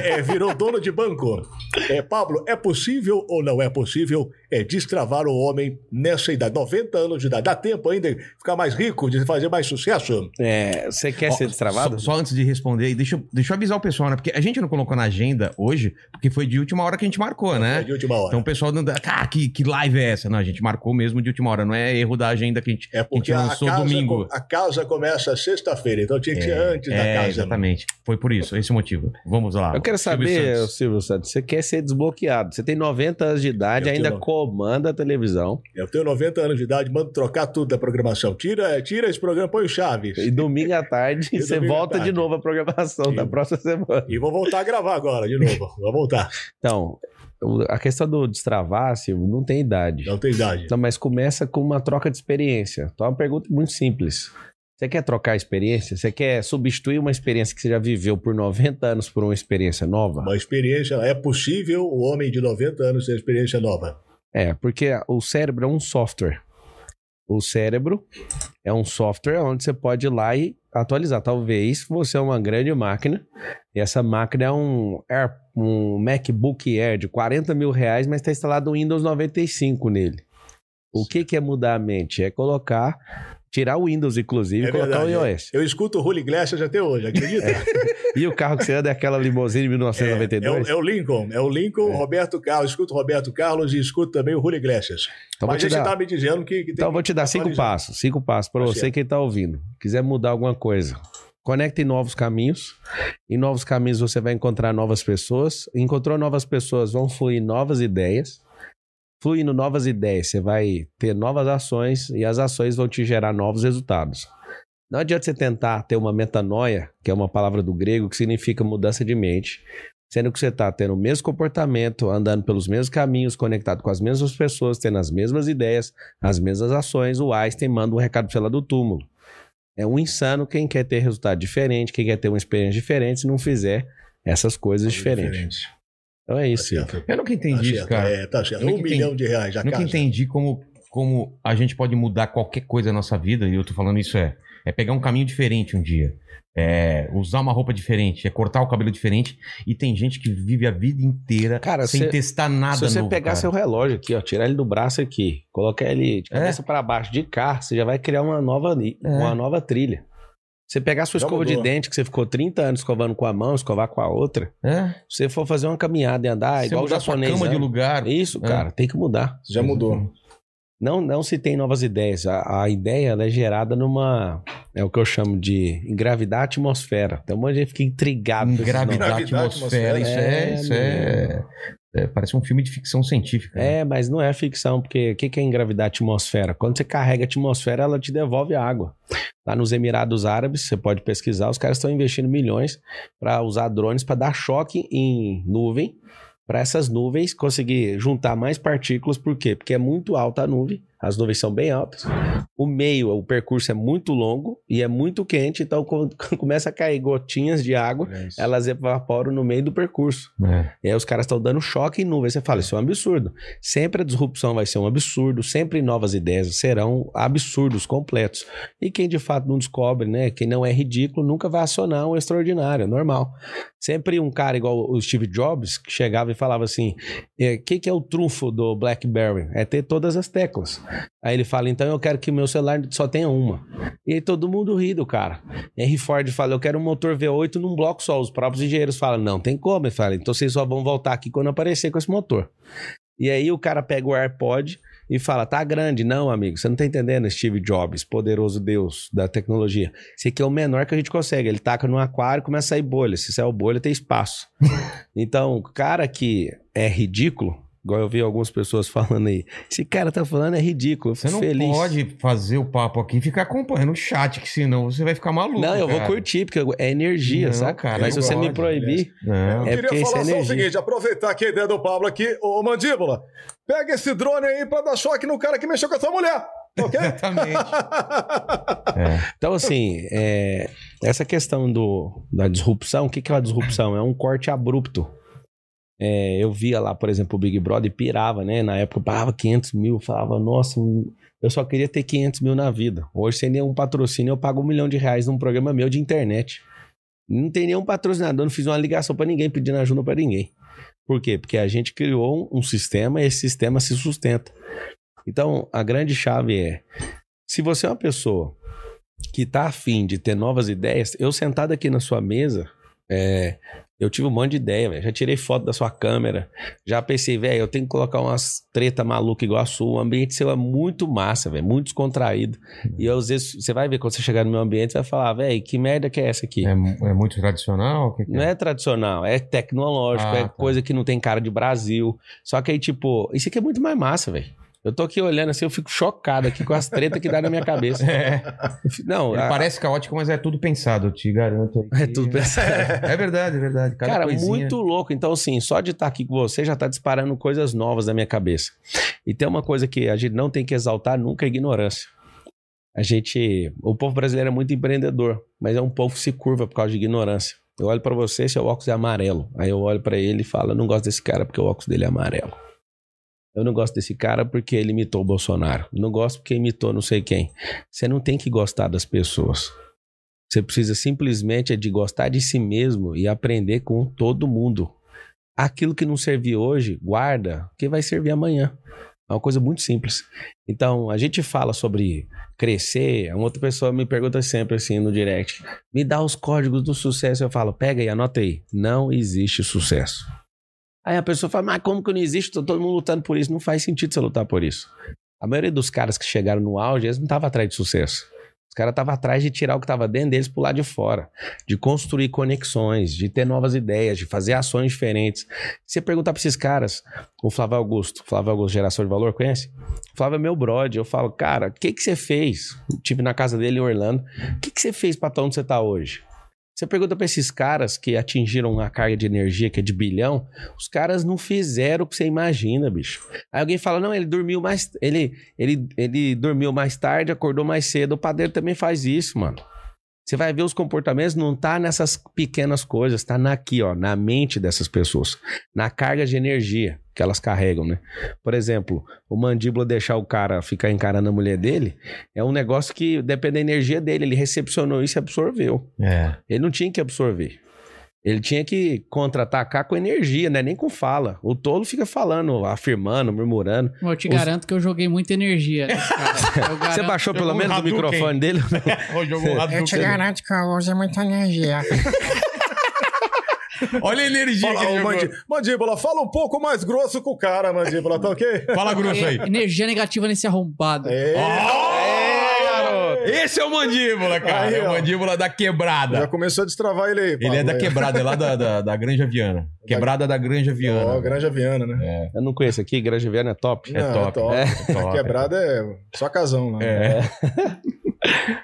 é, é, virou dono de banco. É, Pablo, é possível ou não é possível é, destravar o homem nessa idade? 90 anos de idade. Dá tempo ainda de ficar mais rico, de fazer mais sucesso? É, você quer Ó, ser destravado? Só, só antes de responder aí, deixa, eu- deixa eu avisar o pessoal, né? Porque a gente não colocou na agenda hoje, porque foi de última hora que a gente marcou, né? É de última hora. Então o pessoal não dá. Ah, que, que live é essa? Não, a gente marcou mesmo de última hora. Não é erro da agenda que a gente, é porque a gente a lançou casa, então, domingo. a casa começa sexta-feira, então tinha que ser antes da É, casa. né? exatamente. Foi por isso, esse é o motivo. Vamos lá. Eu quero Silvio saber, Santos. Silvio Santos, você quer ser desbloqueado. Você tem 90 anos de idade, Eu ainda tenho. comanda a televisão. Eu tenho 90 anos de idade, mando trocar tudo da programação. Tira, é, tira esse programa, põe o Chaves. E domingo à tarde, E você domingo à volta tarde. de novo a programação da Sim. próxima semana. E vou voltar a gravar agora, de novo. Vou voltar. Então, o- a questão do destravar, Silvio, não tem idade. Não tem idade. Tá. Então, mas começa com uma troca de experiência. Então, é uma pergunta muito simples. Você quer trocar a experiência? Você quer substituir uma experiência que você já viveu por 90 anos por uma experiência nova? Uma experiência, é possível o homem de 90 anos ter experiência nova. É, porque o cérebro é um software. O cérebro é um software onde você pode ir lá e atualizar. Talvez você é uma grande máquina e essa máquina é um, Air, um MacBook Air de 40 mil reais, mas está instalado o Windows 95 nele. O que, que é mudar a mente? É colocar, tirar o Windows, inclusive, É e colocar verdade, o iOS. Eu escuto o Julio Iglesias até hoje, acredita? É. E o carro que você anda é aquela limousine de É, é, o, 1992? é o Lincoln, é o Lincoln, É. Roberto Carlos, escuto o Roberto Carlos e escuto também o Julio Iglesias. Então, vou Mas te a gente dar- está me dizendo que, que tem Então eu vou te dar cinco atualizar. passos, cinco passos para Tá você certo. que está ouvindo. Quiser mudar alguma coisa, conecte em novos caminhos. Em novos caminhos você vai encontrar novas pessoas. Encontrou novas pessoas, vão fluir novas ideias. Fluindo novas ideias, você vai ter novas ações e as ações vão te gerar novos resultados. Não adianta você tentar ter uma metanoia, que é uma palavra do grego que significa mudança de mente, sendo que você está tendo o mesmo comportamento, andando pelos mesmos caminhos, conectado com as mesmas pessoas, tendo as mesmas ideias, as mesmas ações, o Einstein manda um recado pra você lá do túmulo. É um insano quem quer ter resultado diferente, quem quer ter uma experiência diferente, se não fizer essas coisas diferentes. Tá Então é isso. Tá certo. Eu nunca Tá entendi isso, certo. cara. É, tá certo. Nunca Um entendi. milhão de reais, já Nunca casa. entendi como, como a gente pode mudar qualquer coisa na nossa vida, e eu tô falando isso é, é pegar um caminho diferente um dia. É usar uma roupa diferente, é cortar o cabelo diferente. E tem gente que vive a vida inteira Cara, sem cê- testar nada Se você novo, pegar cara. seu relógio aqui, ó, tirar ele do braço aqui, colocar ele de É. cabeça pra baixo de carro, você já vai criar uma nova, ni- É. uma nova trilha. Você pegar sua Já escova de mudou. dente, que você ficou 30 anos escovando com a mão, escovar com a outra, É? se você for fazer uma caminhada e andar Você Ah, igual o mudar sua japonês. né? cama de anda. lugar. Isso, É. cara, tem que mudar. Já mudou. Não, não se tem novas ideias. A, a ideia ela é gerada numa. É o que eu chamo de engravidar a atmosfera. Então, um monte de gente fica intrigado. com esses nomes. Engravidar a Gravidade, atmosfera, isso é, atmosfera. isso é, é, Parece um filme de ficção científica. né? É, mas não é ficção, porque o que, que é engravidar a atmosfera? Quando você carrega a atmosfera, ela te devolve a água. Lá nos Emirados Árabes, você pode pesquisar, os caras estão investindo milhões para usar drones para dar choque em nuvem, para essas nuvens conseguir juntar mais partículas, por quê? Porque é muito alta a nuvem, as nuvens são bem altas, o meio, o percurso é muito longo e é muito quente, então quando começa a cair gotinhas de água, É isso. elas evaporam no meio do percurso. É. E aí os caras estão dando choque em nuvem. Você fala, isso é um absurdo. Sempre a disrupção vai ser um absurdo, sempre novas ideias serão absurdos completos. E quem de fato não descobre, né? Quem não é ridículo, nunca vai acionar um extraordinário, é normal. Sempre um cara igual o Steve Jobs, que chegava e falava assim: o que, que é o trunfo do BlackBerry? É ter todas as teclas. Aí ele fala, então eu quero que meu celular só tenha uma. E aí todo mundo ri do cara. Henry Ford fala, eu quero um motor V8 num bloco só. Os próprios engenheiros falam, não tem como. Ele fala, então vocês só vão voltar aqui quando aparecer com esse motor. E aí o cara pega o AirPod e fala, tá grande. Não, amigo, você não tá entendendo, Steve Jobs, poderoso deus da tecnologia. Esse aqui é o menor que a gente consegue. Ele taca num aquário e começa a sair bolha. Se sair bolha, tem espaço. então, o cara que é ridículo, igual eu vi algumas pessoas falando aí, esse cara tá falando é ridículo. Eu Você fico não feliz. pode fazer o papo aqui e ficar acompanhando o chat, que senão você vai ficar maluco. Não, eu cara. vou curtir, porque eu- é energia, Não, sabe? cara, Mas se eu você me gosto, proibir, Eu Não. É porque queria isso falar é só o energia. seguinte, aproveitar aqui a ideia do Pablo aqui, ô Mandíbula, pega esse drone aí pra dar choque no cara que mexeu com a sua mulher, ok? É. Exatamente. Então, assim, é, essa questão do, da disrupção, o que, que é uma disrupção? É um corte abrupto. É, eu via lá, por exemplo, o Big Brother e pirava, né? Na época eu pagava 500 mil, falava, nossa, um- eu só queria ter 500 mil na vida. Hoje, sem nenhum patrocínio, eu pago um milhão de reais num programa meu de internet. Não tem nenhum patrocinador, não fiz uma ligação pra ninguém, pedindo ajuda pra ninguém. Por quê? Porque a gente criou um, um sistema e esse sistema se sustenta. Então, a grande chave é: se você é uma pessoa que tá afim de ter novas ideias, eu sentado aqui na sua mesa, é, eu tive um monte de ideia, velho. Já tirei foto da sua câmera, já pensei, velho, eu tenho que colocar umas treta maluca igual a sua. O ambiente seu é muito massa, velho, muito descontraído. E eu, às vezes, você vai ver quando você chegar no meu ambiente, você vai falar, velho, que merda que é essa aqui? É, mu- é muito tradicional? O que que Não é tradicional, é tecnológico, Ah, é tá. coisa que não tem cara de Brasil. Só que aí, tipo, isso aqui é muito mais massa, velho. Eu tô aqui olhando assim, eu fico chocado aqui com as tretas que dá na minha cabeça. É. Não, Ele a- parece caótico, mas é tudo pensado, eu te garanto. aí Ah. é que- tudo pensado. É verdade, é verdade. Cada cara, coisinha- muito louco. Então, assim, só de estar aqui com você já tá disparando coisas novas na minha cabeça. E tem uma coisa que a gente não tem que exaltar nunca, é a ignorância. A gente. O povo brasileiro é muito empreendedor, mas é um povo que se curva por causa de ignorância. Eu olho pra você, seu óculos é amarelo. Aí eu olho pra ele e falo: eu não gosto desse cara porque o óculos dele é amarelo. Eu não gosto desse cara porque ele imitou o Bolsonaro. Eu não gosto porque imitou não sei quem. Você não tem que gostar das pessoas. Você precisa simplesmente é de gostar de si mesmo e aprender com todo mundo. Aquilo que não servir hoje, guarda, que vai servir amanhã. É uma coisa muito simples. Então, a gente fala sobre crescer. Uma outra pessoa me pergunta sempre assim no direct: me dá os códigos do sucesso. Eu falo: pega aí, anota aí. Não existe sucesso. Aí a pessoa fala: mas como que não existe? Tô todo mundo lutando por isso. Não faz sentido você lutar por isso. A maioria dos caras que chegaram no auge, eles não estavam atrás de sucesso. Os caras estavam atrás de tirar o que estava dentro deles pro lado de fora, de construir conexões, de ter novas ideias, de fazer ações diferentes. Se você perguntar para esses caras, o Flávio Augusto, Flávio Augusto, geração de valor, conhece? O Flávio é meu brother. Eu falo, cara, o que, que você fez? Eu Tive na casa dele em Orlando. O que, que você fez para estar onde você está tá hoje? Você pergunta pra esses caras que atingiram uma carga de energia que é de bilhão, os caras não fizeram o que você imagina, bicho. Aí alguém fala: "Não, ele dormiu mais ele ele ele dormiu mais tarde, acordou mais cedo". O padeiro também faz isso, mano. Você vai ver os comportamentos, não tá nessas pequenas coisas, tá naqui, ó, na mente dessas pessoas, na carga de energia que elas carregam, né? Por exemplo, o mandíbula deixar o cara ficar encarando a mulher dele é um negócio que depende da energia dele, ele recepcionou isso e absorveu. É. Ele não tinha que absorver. Ele tinha que contra-atacar com energia, né? Nem com fala. O tolo fica falando, afirmando, murmurando. Mas Eu te Os- garanto que eu joguei muita energia. nesse cara. Eu Você garanto- baixou pelo jogou um menos o Hadouken. microfone dele? Jogou Eu te garanto que eu uso muita energia. Olha a energia Fala, que ele ô, jogou. Mandi- mandíbula, fala um pouco mais grosso com o cara, mandíbula, tá ok? Fala grosso aí. Energia negativa nesse arrombado. É, Ó! É, garoto. Esse é o mandíbula, cara. Aí, é o ó. mandíbula da já quebrada. começou a destravar ele aí. Ele Pablo, é da aí. quebrada, é lá da, da, da Granja Viana. Quebrada da Granja Ó, Viana. Granja Viana, né? Eu não conheço aqui, Granja Viana é top. É Não, top. É É top. Quebrada é só casão, né? É.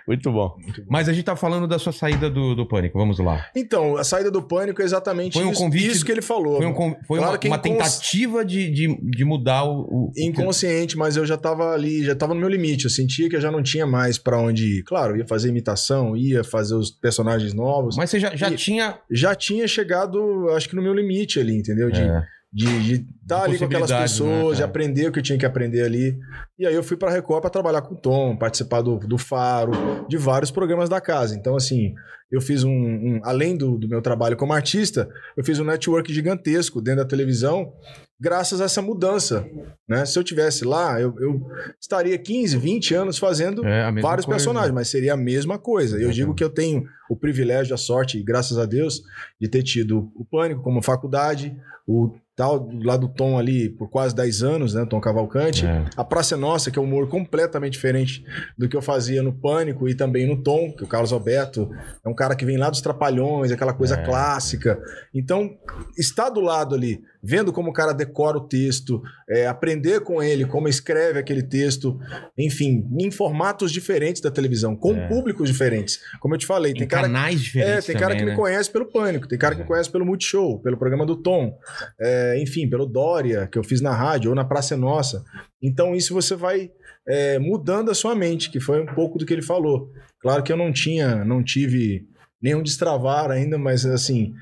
Muito bom. Mas a gente tá falando da sua saída do, do pânico, vamos lá. Então, a saída do pânico é exatamente Foi um isso, convite- isso que ele falou. Foi, um con- foi Claro uma- que uma, incons- tentativa de, de, de mudar o. o- Inconsciente, mas eu já tava ali, já tava no meu limite. Eu sentia que eu já não tinha mais pra onde ir. Claro, eu ia fazer imitação, ia fazer os personagens novos. Mas você já, já E- tinha. Já tinha chegado, acho que no meu limite ali, entendeu? De É. de estar Tá ali com aquelas possibilidades, né, pessoas, de cara? aprender o que eu tinha que aprender ali. E aí eu fui para a Record para trabalhar com o Tom, participar do, do Faro, de vários programas da casa. Então, assim, eu fiz um. um- além do, do meu trabalho como artista, eu fiz um network gigantesco dentro da televisão, graças a essa mudança. Né? Se eu tivesse lá, eu, eu estaria 15, 20 anos fazendo É, a mesma vários coisa. personagens, mas seria a mesma coisa. Eu Exatamente. digo que eu tenho o privilégio, a sorte, e graças a Deus, de ter tido o Pânico como faculdade, o tal lá do Tom ali por quase 10 anos, né, Tom Cavalcante. É. A Praça é Nossa, que é um humor completamente diferente do que eu fazia no Pânico e também no Tom, que o Carlos Alberto é um cara que vem lá dos Trapalhões, aquela coisa É. clássica. Então, estar do lado ali, vendo como o cara decora o texto, é, aprender com ele como escreve aquele texto, enfim, em formatos diferentes da televisão, com É. públicos diferentes. Como eu te falei, Em tem cara canais é, diferentes. tem cara também, que né? É. me conhece pelo Pânico, tem cara que me conhece pelo Multishow, pelo programa do Tom, é, enfim, pelo Dória, que eu fiz na rádio, ou na Praça é Nossa. Então, isso você vai é, mudando a sua mente, que foi um pouco do que ele falou. Claro que eu não tinha, não tive nenhum destravar ainda, mas assim,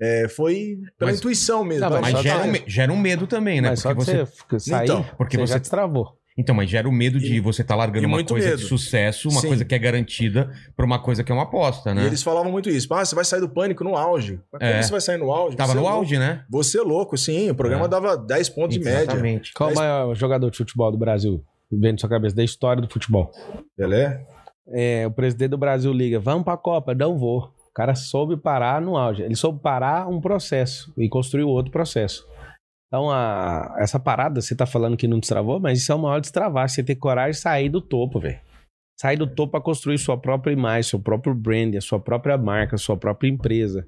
é, foi pela Mas- intuição mesmo. Tá, tava Mas Só gera que- um, me- gera um medo também, né? Mas só Porque que você... você, f- sair, Então, porque você já você- destravou. Então, mas gera o medo de E- você estar largando e uma muito coisa de medo. sucesso, uma Sim. coisa que é garantida, pra uma coisa que é uma aposta, né? E eles falavam muito isso. Ah, você vai sair do pânico no auge. Mas É. como você vai sair no auge? Tava Você é no louco. auge, né? Você é louco, sim. O programa É. dava 10 pontos de média. Exatamente. Qual o Mas- maior jogador de futebol do Brasil? Vem na sua cabeça, da história do futebol. Pelé? É, o presidente do Brasil liga, vamos pra Copa, não vou. O cara soube parar no auge. Ele soube parar um processo e construiu outro processo. Então, a- essa parada, você tá falando que não destravou, mas isso é o maior destravar. Você ter coragem de sair do topo, velho. Sair do topo pra construir sua própria imagem, seu próprio brand, a sua própria marca, sua própria empresa.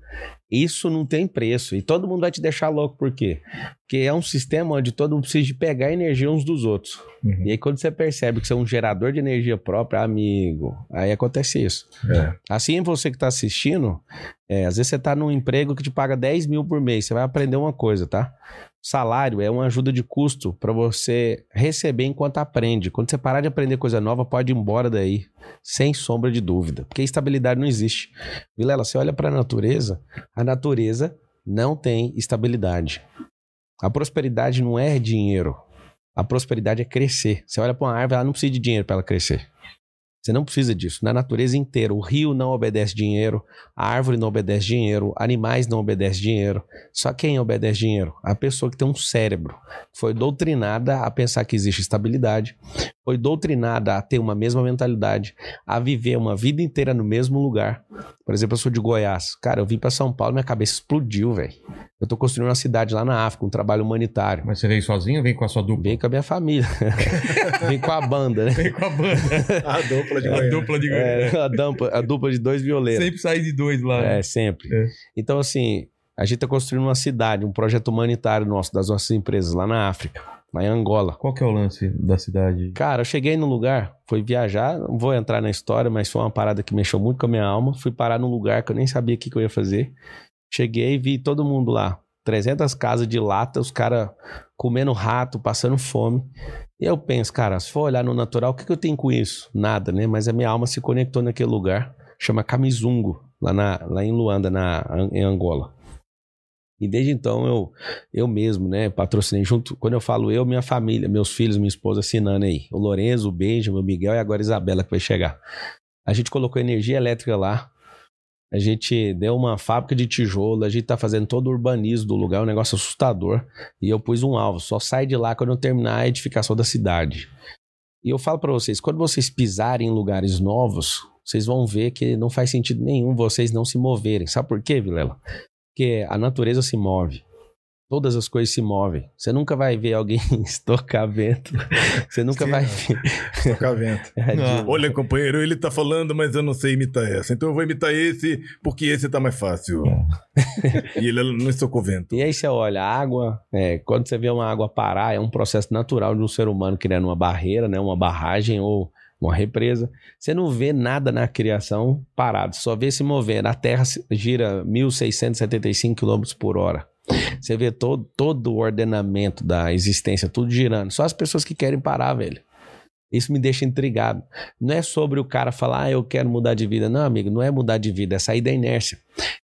Isso não tem preço. E todo mundo vai te deixar louco, por quê? Porque é um sistema onde todo mundo precisa de pegar a energia uns dos outros. Uhum. E aí, quando você percebe que você é um gerador de energia própria, amigo, aí acontece isso. É. Assim, você que está assistindo, é, às vezes você está num emprego que te paga 10 mil por mês. Você vai aprender uma coisa, tá? Salário é uma ajuda de custo para você receber enquanto aprende. Quando você parar de aprender coisa nova, pode ir embora daí, sem sombra de dúvida, porque estabilidade não existe. Vilela, você olha para a natureza, a natureza não tem estabilidade. A prosperidade não é dinheiro. A prosperidade é crescer. Você olha para uma árvore, ela não precisa de dinheiro para ela crescer. Você não precisa disso. Na natureza inteira, o rio não obedece dinheiro, a árvore não obedece dinheiro, animais não obedecem dinheiro. Só quem obedece dinheiro? A pessoa que tem um cérebro. Foi doutrinada a pensar que existe estabilidade, foi doutrinada a ter uma mesma mentalidade, a viver uma vida inteira no mesmo lugar. Por exemplo, eu sou de Goiás. Cara, eu vim para São Paulo, minha cabeça explodiu, velho. Eu tô construindo uma cidade lá na África, um trabalho humanitário. Mas você veio sozinho ou vem com a sua dupla? Vim com a minha família. Vim com a banda, né? Vem com a banda. A dupla de a Goiânia. dupla de É, Goiânia. a, dampa- a dupla de dois violeiros. Sempre sai de dois lá. né? É, sempre. É. tá Então, assim, a gente está construindo uma cidade, um projeto humanitário nosso, das nossas empresas lá na África. lá em Angola. Qual que é o lance da cidade? Cara, eu cheguei num lugar, fui viajar, não vou entrar na história, mas foi uma parada que mexeu muito com a minha alma. Fui parar num lugar que eu nem sabia o que, que eu ia fazer. Cheguei e vi todo mundo lá. 300 casas de lata, os caras comendo rato, passando fome. E eu penso, cara, se for olhar no natural, o que, que eu tenho com isso? Nada, né? Mas a minha alma se conectou naquele lugar, chama Camizungo, lá, na, lá em Luanda, na, em Angola. E desde então eu, eu mesmo, né, patrocinei junto, quando eu falo eu, minha família, meus filhos, minha esposa assinando aí. O Lorenzo, o Benjamin, o Miguel e agora a Isabela que vai chegar. A gente colocou energia elétrica lá. A gente deu uma fábrica de tijolo, a gente tá fazendo todo o urbanismo do lugar, um negócio assustador. E eu pus um alvo, só sai de lá quando eu terminar a edificação da cidade. E eu falo para vocês, quando vocês pisarem em lugares novos, vocês vão ver que não faz sentido nenhum vocês não se moverem. Sabe por quê, Vilela? porque a natureza se move. Todas as coisas se movem. Você nunca vai ver alguém estocar vento. Você nunca Sim, vai é. ver. Tocar vento. É, de- Não. Olha, companheiro, ele tá falando, mas eu não sei imitar essa. Então eu vou imitar esse, porque esse tá mais fácil. e ele não estocou vento. E aí você olha, a água, é, quando você vê uma água parar, é um processo natural de um ser humano criando uma barreira, né, uma barragem ou uma represa. Você não vê nada na criação parado, só vê se movendo. A Terra se- gira 1.675 km por hora. Você vê todo, todo o ordenamento da existência, tudo girando. Só as pessoas que querem parar, velho. Isso me deixa intrigado. Não é sobre o cara falar, ah, eu quero mudar de vida. Não, amigo, não é mudar de vida, é sair da inércia.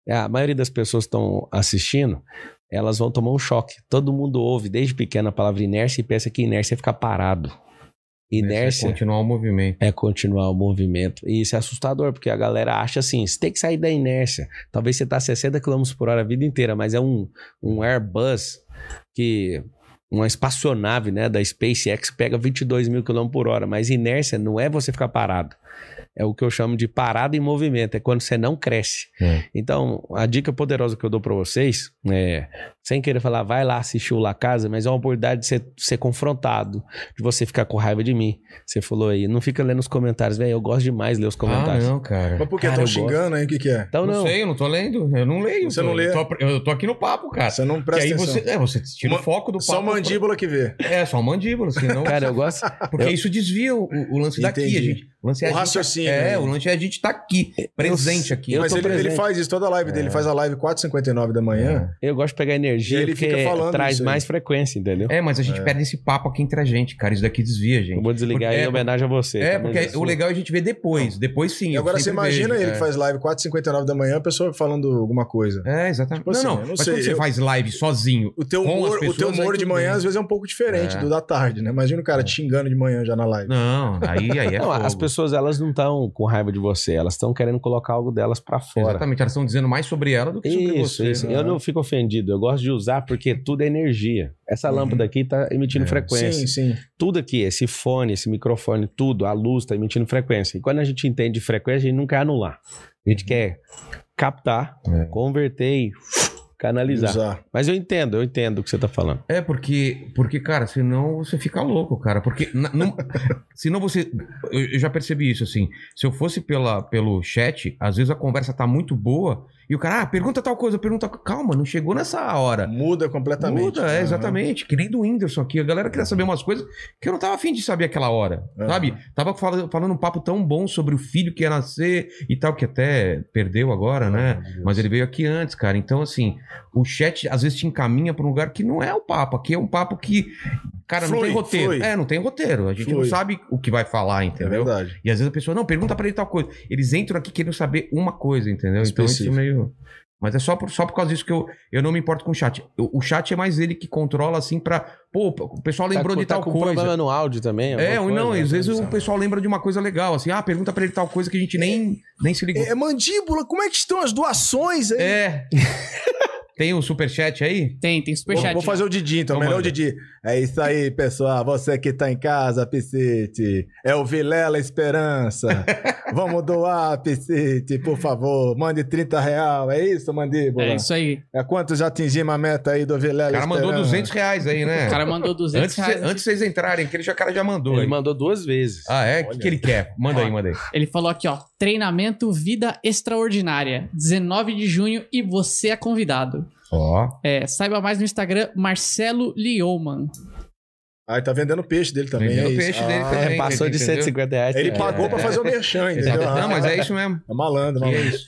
É, A maioria das pessoas que estão assistindo, elas vão tomar um choque. Todo mundo ouve desde pequena a palavra inércia e pensa que inércia é ficar parado. Nessa é Inércia Continuar o movimento. é continuar o movimento. E isso é assustador, porque a galera acha assim, você tem que sair da inércia. Talvez você tá a 60 km por hora a vida inteira, mas é um, um Airbus que... Uma espaçonave né, da SpaceX pega 22 mil km por hora, mas inércia não é você ficar parado. É o que eu chamo de parado em movimento, é quando você não cresce. É. Então, a dica poderosa que eu dou para vocês é, sem querer falar, vai lá assistir o La Casa, mas é uma oportunidade de ser, ser confrontado, de você ficar com raiva de mim. Você falou aí, não fica lendo os comentários, velho, eu gosto demais de ler os comentários. Ah, não, cara. Mas por que Cara, tão eu gosto. xingando aí? O que, que é? Então não, não, sei, eu não tô lendo. Eu não leio. Você não eu lê? Tô, apre- eu tô aqui no papo, cara. Você não Que presta aí atenção. você, é, você tira Ma- o foco do papo. Só mandíbula que vê. É, só mandíbula, senão. cara, eu gosto. porque eu- isso desvia o, o lance daqui, Entendi. a gente. O lance é O a gente- raciocínio. É, né? o lance é a gente tá aqui, presente É. aqui. eu Mas tô ele, ele presente. faz isso toda a live dele. Ele faz a live 4h59 da manhã. Eu gosto de pegar energia E ele porque fica falando traz isso aí. mais frequência, entendeu? É, mas a gente perde esse papo aqui entre a gente, cara. Isso daqui desvia, a Eu gente. vou desligar É. Porque- aí em homenagem a você. É, também, porque desse- o legal é a gente ver depois. Depois sim. E eu agora você sempre imagina vejo, ele é. que faz live 4h59 da manhã, a pessoa falando alguma coisa. É, exatamente. Tipo assim, não, eu não, não mas sei, quando você eu- faz live sozinho, O teu Com as humor, o pessoas, teu aí humor de tudo manhã bem. às vezes é um pouco diferente É. do da tarde, né? Imagina o cara te xingando de manhã já na live. não, aí, aí é Não, fogo. as pessoas elas não estão com raiva de você, elas estão querendo colocar algo delas pra fora. Exatamente, elas estão dizendo mais sobre ela do que sobre Isso, você. isso. né? Eu não fico ofendido. Eu gosto de usar porque tudo é energia. Essa Uhum. lâmpada aqui tá emitindo É. frequência. Sim, sim. Tudo aqui, esse fone, esse microfone, tudo, a luz tá emitindo frequência. E quando a gente entende de frequência, a gente não quer anular. A gente quer captar, É. converter e canalizar. Usar. Mas eu entendo, eu entendo o que você tá falando. É, porque, porque, cara, senão você fica louco, cara. Porque na, não- senão você. Eu, eu já percebi isso, assim. Se eu fosse pela, pelo chat, às vezes a conversa tá muito boa e o cara, ah, pergunta tal coisa, pergunta. Calma, não chegou nessa hora. Muda completamente. Muda, é, Aham. exatamente. Que nem do Whindersson aqui. A galera queria saber umas coisas que eu não tava afim de saber aquela hora, Aham. sabe? Tava fal- falando um papo tão bom sobre o filho que ia nascer e tal, que até perdeu agora, né? É Mas ele veio aqui antes, cara. Então, assim, o chat às vezes te encaminha para um lugar que não é o papo. Aqui é um papo que, cara, não Flui, tem roteiro. flui. É, não tem roteiro. A gente não Flui. sabe o que vai falar, É entendeu? verdade. e às vezes a pessoa, não, pergunta para ele tal coisa. Eles entram aqui querendo saber uma coisa, entendeu? Específico. Então, isso é meio. Mas é só por, só por causa disso que eu, eu não me importo com o chat. Eu- o chat é mais ele que controla, assim, pra. Pô, o pessoal lembrou tá, de tal um tá com coisa. problema no áudio também. É, ou alguma não, coisa, às né? vezes o pessoal lembra de uma coisa legal, assim, ah, pergunta pra ele tal coisa que a gente nem, nem se ligou. É, mandíbula, como é que estão as doações aí? É. Tem um superchat aí? Tem, tem Vou, superchat. né? vou fazer o Didi, então. Então Melhor o manda. Didi. É isso aí, pessoal. Você que tá em casa, Piscite. É o Vilela Esperança. Vamos doar, Piscite, por favor. Mande 30 real. É isso, mandíbula? É isso aí. É quanto já atingimos a meta aí do Vilela O cara mandou Esperança? 200 reais aí, né? O cara mandou 200 antes, reais. antes de vocês entrarem, aquele já, o cara já mandou Ele aí. mandou duas vezes. Ah, é? O que, que ele quer? Manda aí, manda aí. Ele falou aqui, ó. Treinamento Vida Extraordinária. 19 de junho e você é convidado. Ó. É, saiba mais no Instagram Marcelo Lioman. Aí tá vendendo peixe dele também. Vendendo é isso. peixe dele Ah, também. É, passou de entendeu? 150 reais. Ele É. pagou pra fazer o merchan, entendeu? Exato. Não, mas é isso mesmo. É malandro, E malandro. é isso.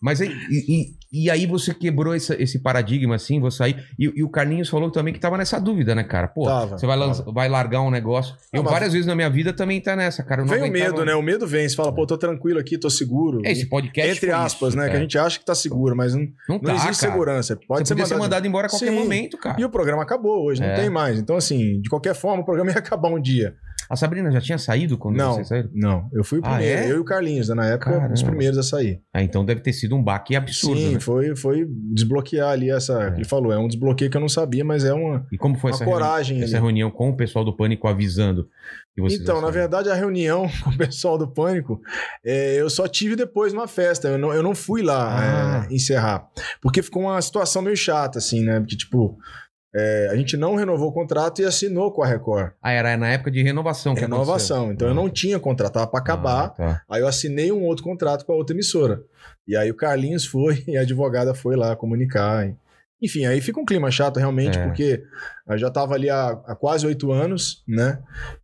Mas aí, e, e- e aí você quebrou essa- esse paradigma, assim, você aí. E, e o Carlinhos falou também que tava nessa dúvida, né, cara? Pô, Tava, você vai, lan- tava. vai largar um negócio. Não, Eu mas- várias vezes na minha vida também tá nessa, cara. Eu não Vem o aguentava- medo, né? O medo vem. Você fala, pô, tô tranquilo aqui, tô seguro. É, Esse podcast. Entre foi aspas, isso, né? cara. Que a gente acha que tá seguro, mas não, Não, não tá, existe cara. segurança. Pode você ser podia ser mandado. mandado embora a qualquer Sim. momento, cara. E o programa acabou hoje, não É. tem mais. Então, assim, de qualquer forma, o programa ia acabar um dia. A Sabrina já tinha saído quando Não. você saiu? Não, eu fui o Ah, primeiro. é? Eu e o Carlinhos, né? na época, Caramba. os primeiros a sair. Ah, então deve ter sido um baque absurdo. Sim, né? foi, foi desbloquear ali essa. Ele falou, é um desbloqueio que eu não sabia, mas é uma, E como foi uma essa reunião, coragem. essa ali. reunião com o pessoal do Pânico avisando que vocês Então, na assumiram? verdade, a reunião com o pessoal do Pânico, é, eu só tive depois numa festa. Eu não, eu não fui lá Ah. é, encerrar. Porque ficou uma situação meio chata, assim, né? Porque, tipo, é, a gente não renovou o contrato e assinou com a Record. Ah, era na época de renovação. que Renovação. aconteceu. Então, eu não tinha contrato, tava pra Ah, acabar. tá. Aí eu assinei um outro contrato com a outra emissora. E aí o Carlinhos foi e a advogada foi lá comunicar. e- Enfim, aí fica um clima chato realmente, É. porque eu já estava ali há, há quase oito anos, né?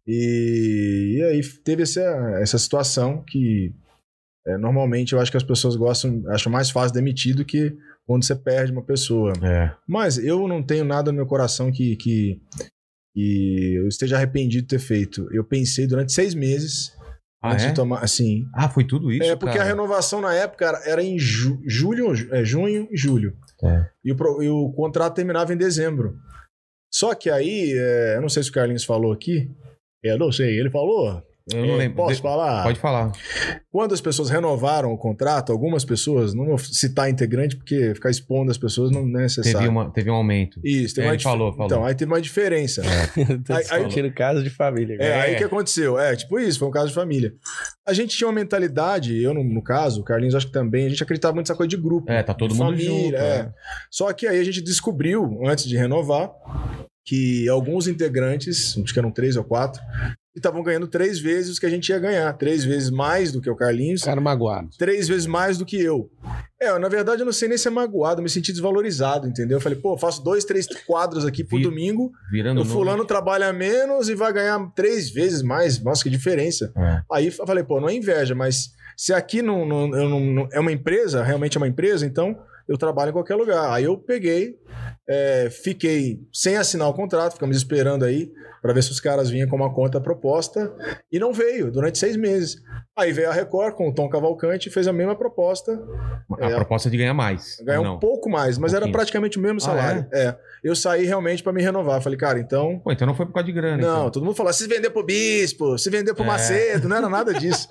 E, e aí teve essa, essa situação que é, normalmente eu acho que as pessoas gostam, acham mais fácil demitir do que quando você perde uma pessoa. É. Mas eu não tenho nada no meu coração que, que, que eu esteja arrependido de ter feito. Eu pensei durante seis meses Ah, antes é? de tomar. Assim, Ah, foi tudo isso? é, porque cara? a renovação na época era, era em ju- julho, ju- é, junho e julho. Tá. E, o, pro- e o contrato terminava em dezembro. Só que aí, é, eu não sei se o Carlinhos falou aqui. Eu não sei, ele falou? Eu não É, lembro. Posso De- falar? Pode falar. Quando as pessoas renovaram o contrato, algumas pessoas, não vou citar integrante, porque ficar expondo as pessoas não é necessário. Teve, uma, teve um aumento. Isso, teve É, uma ele dif- falou, É. falou. Então, aí teve uma diferença. Tô Aí- aí- discutindo casa de família. né? É, cara. aí o que aconteceu? É, tipo isso, foi um caso de família. A gente tinha uma mentalidade, eu no, no caso, o Carlinhos acho que também, a gente acreditava muito nessa coisa de grupo. É, tá todo de mundo família, junto. é. né? Só que aí a gente descobriu, antes de renovar, que alguns integrantes, acho que eram três ou quatro, estavam ganhando três vezes o que a gente ia ganhar. Três vezes mais do que o Carlinhos, Cara magoado. três vezes mais do que eu. É, eu, na verdade, eu não sei nem se é magoado, eu me senti desvalorizado, entendeu? Eu falei, pô, eu faço dois, três quadros aqui por Vi- domingo, Virando o fulano trabalha menos e vai ganhar três vezes mais. Nossa, que diferença. É. Aí eu falei, pô, não é inveja, mas se aqui não, não- eu não- não- é uma empresa, realmente é uma empresa, então eu trabalho em qualquer lugar. Aí eu peguei, é, fiquei sem assinar o contrato, ficamos esperando aí para ver se os caras vinham com uma conta proposta e não veio durante seis meses. Aí veio a Record com o Tom Cavalcante e fez a mesma proposta. A É. proposta de ganhar mais. Ganhar Não. um pouco mais, mas Um era pouquinho. praticamente o mesmo Ah, salário. é. Eu saí realmente para me renovar. Falei, cara, então Pô, então não foi por causa de grana. não, então. todo mundo falava, se vender pro bispo, se vender pro É. Macedo, não era nada disso.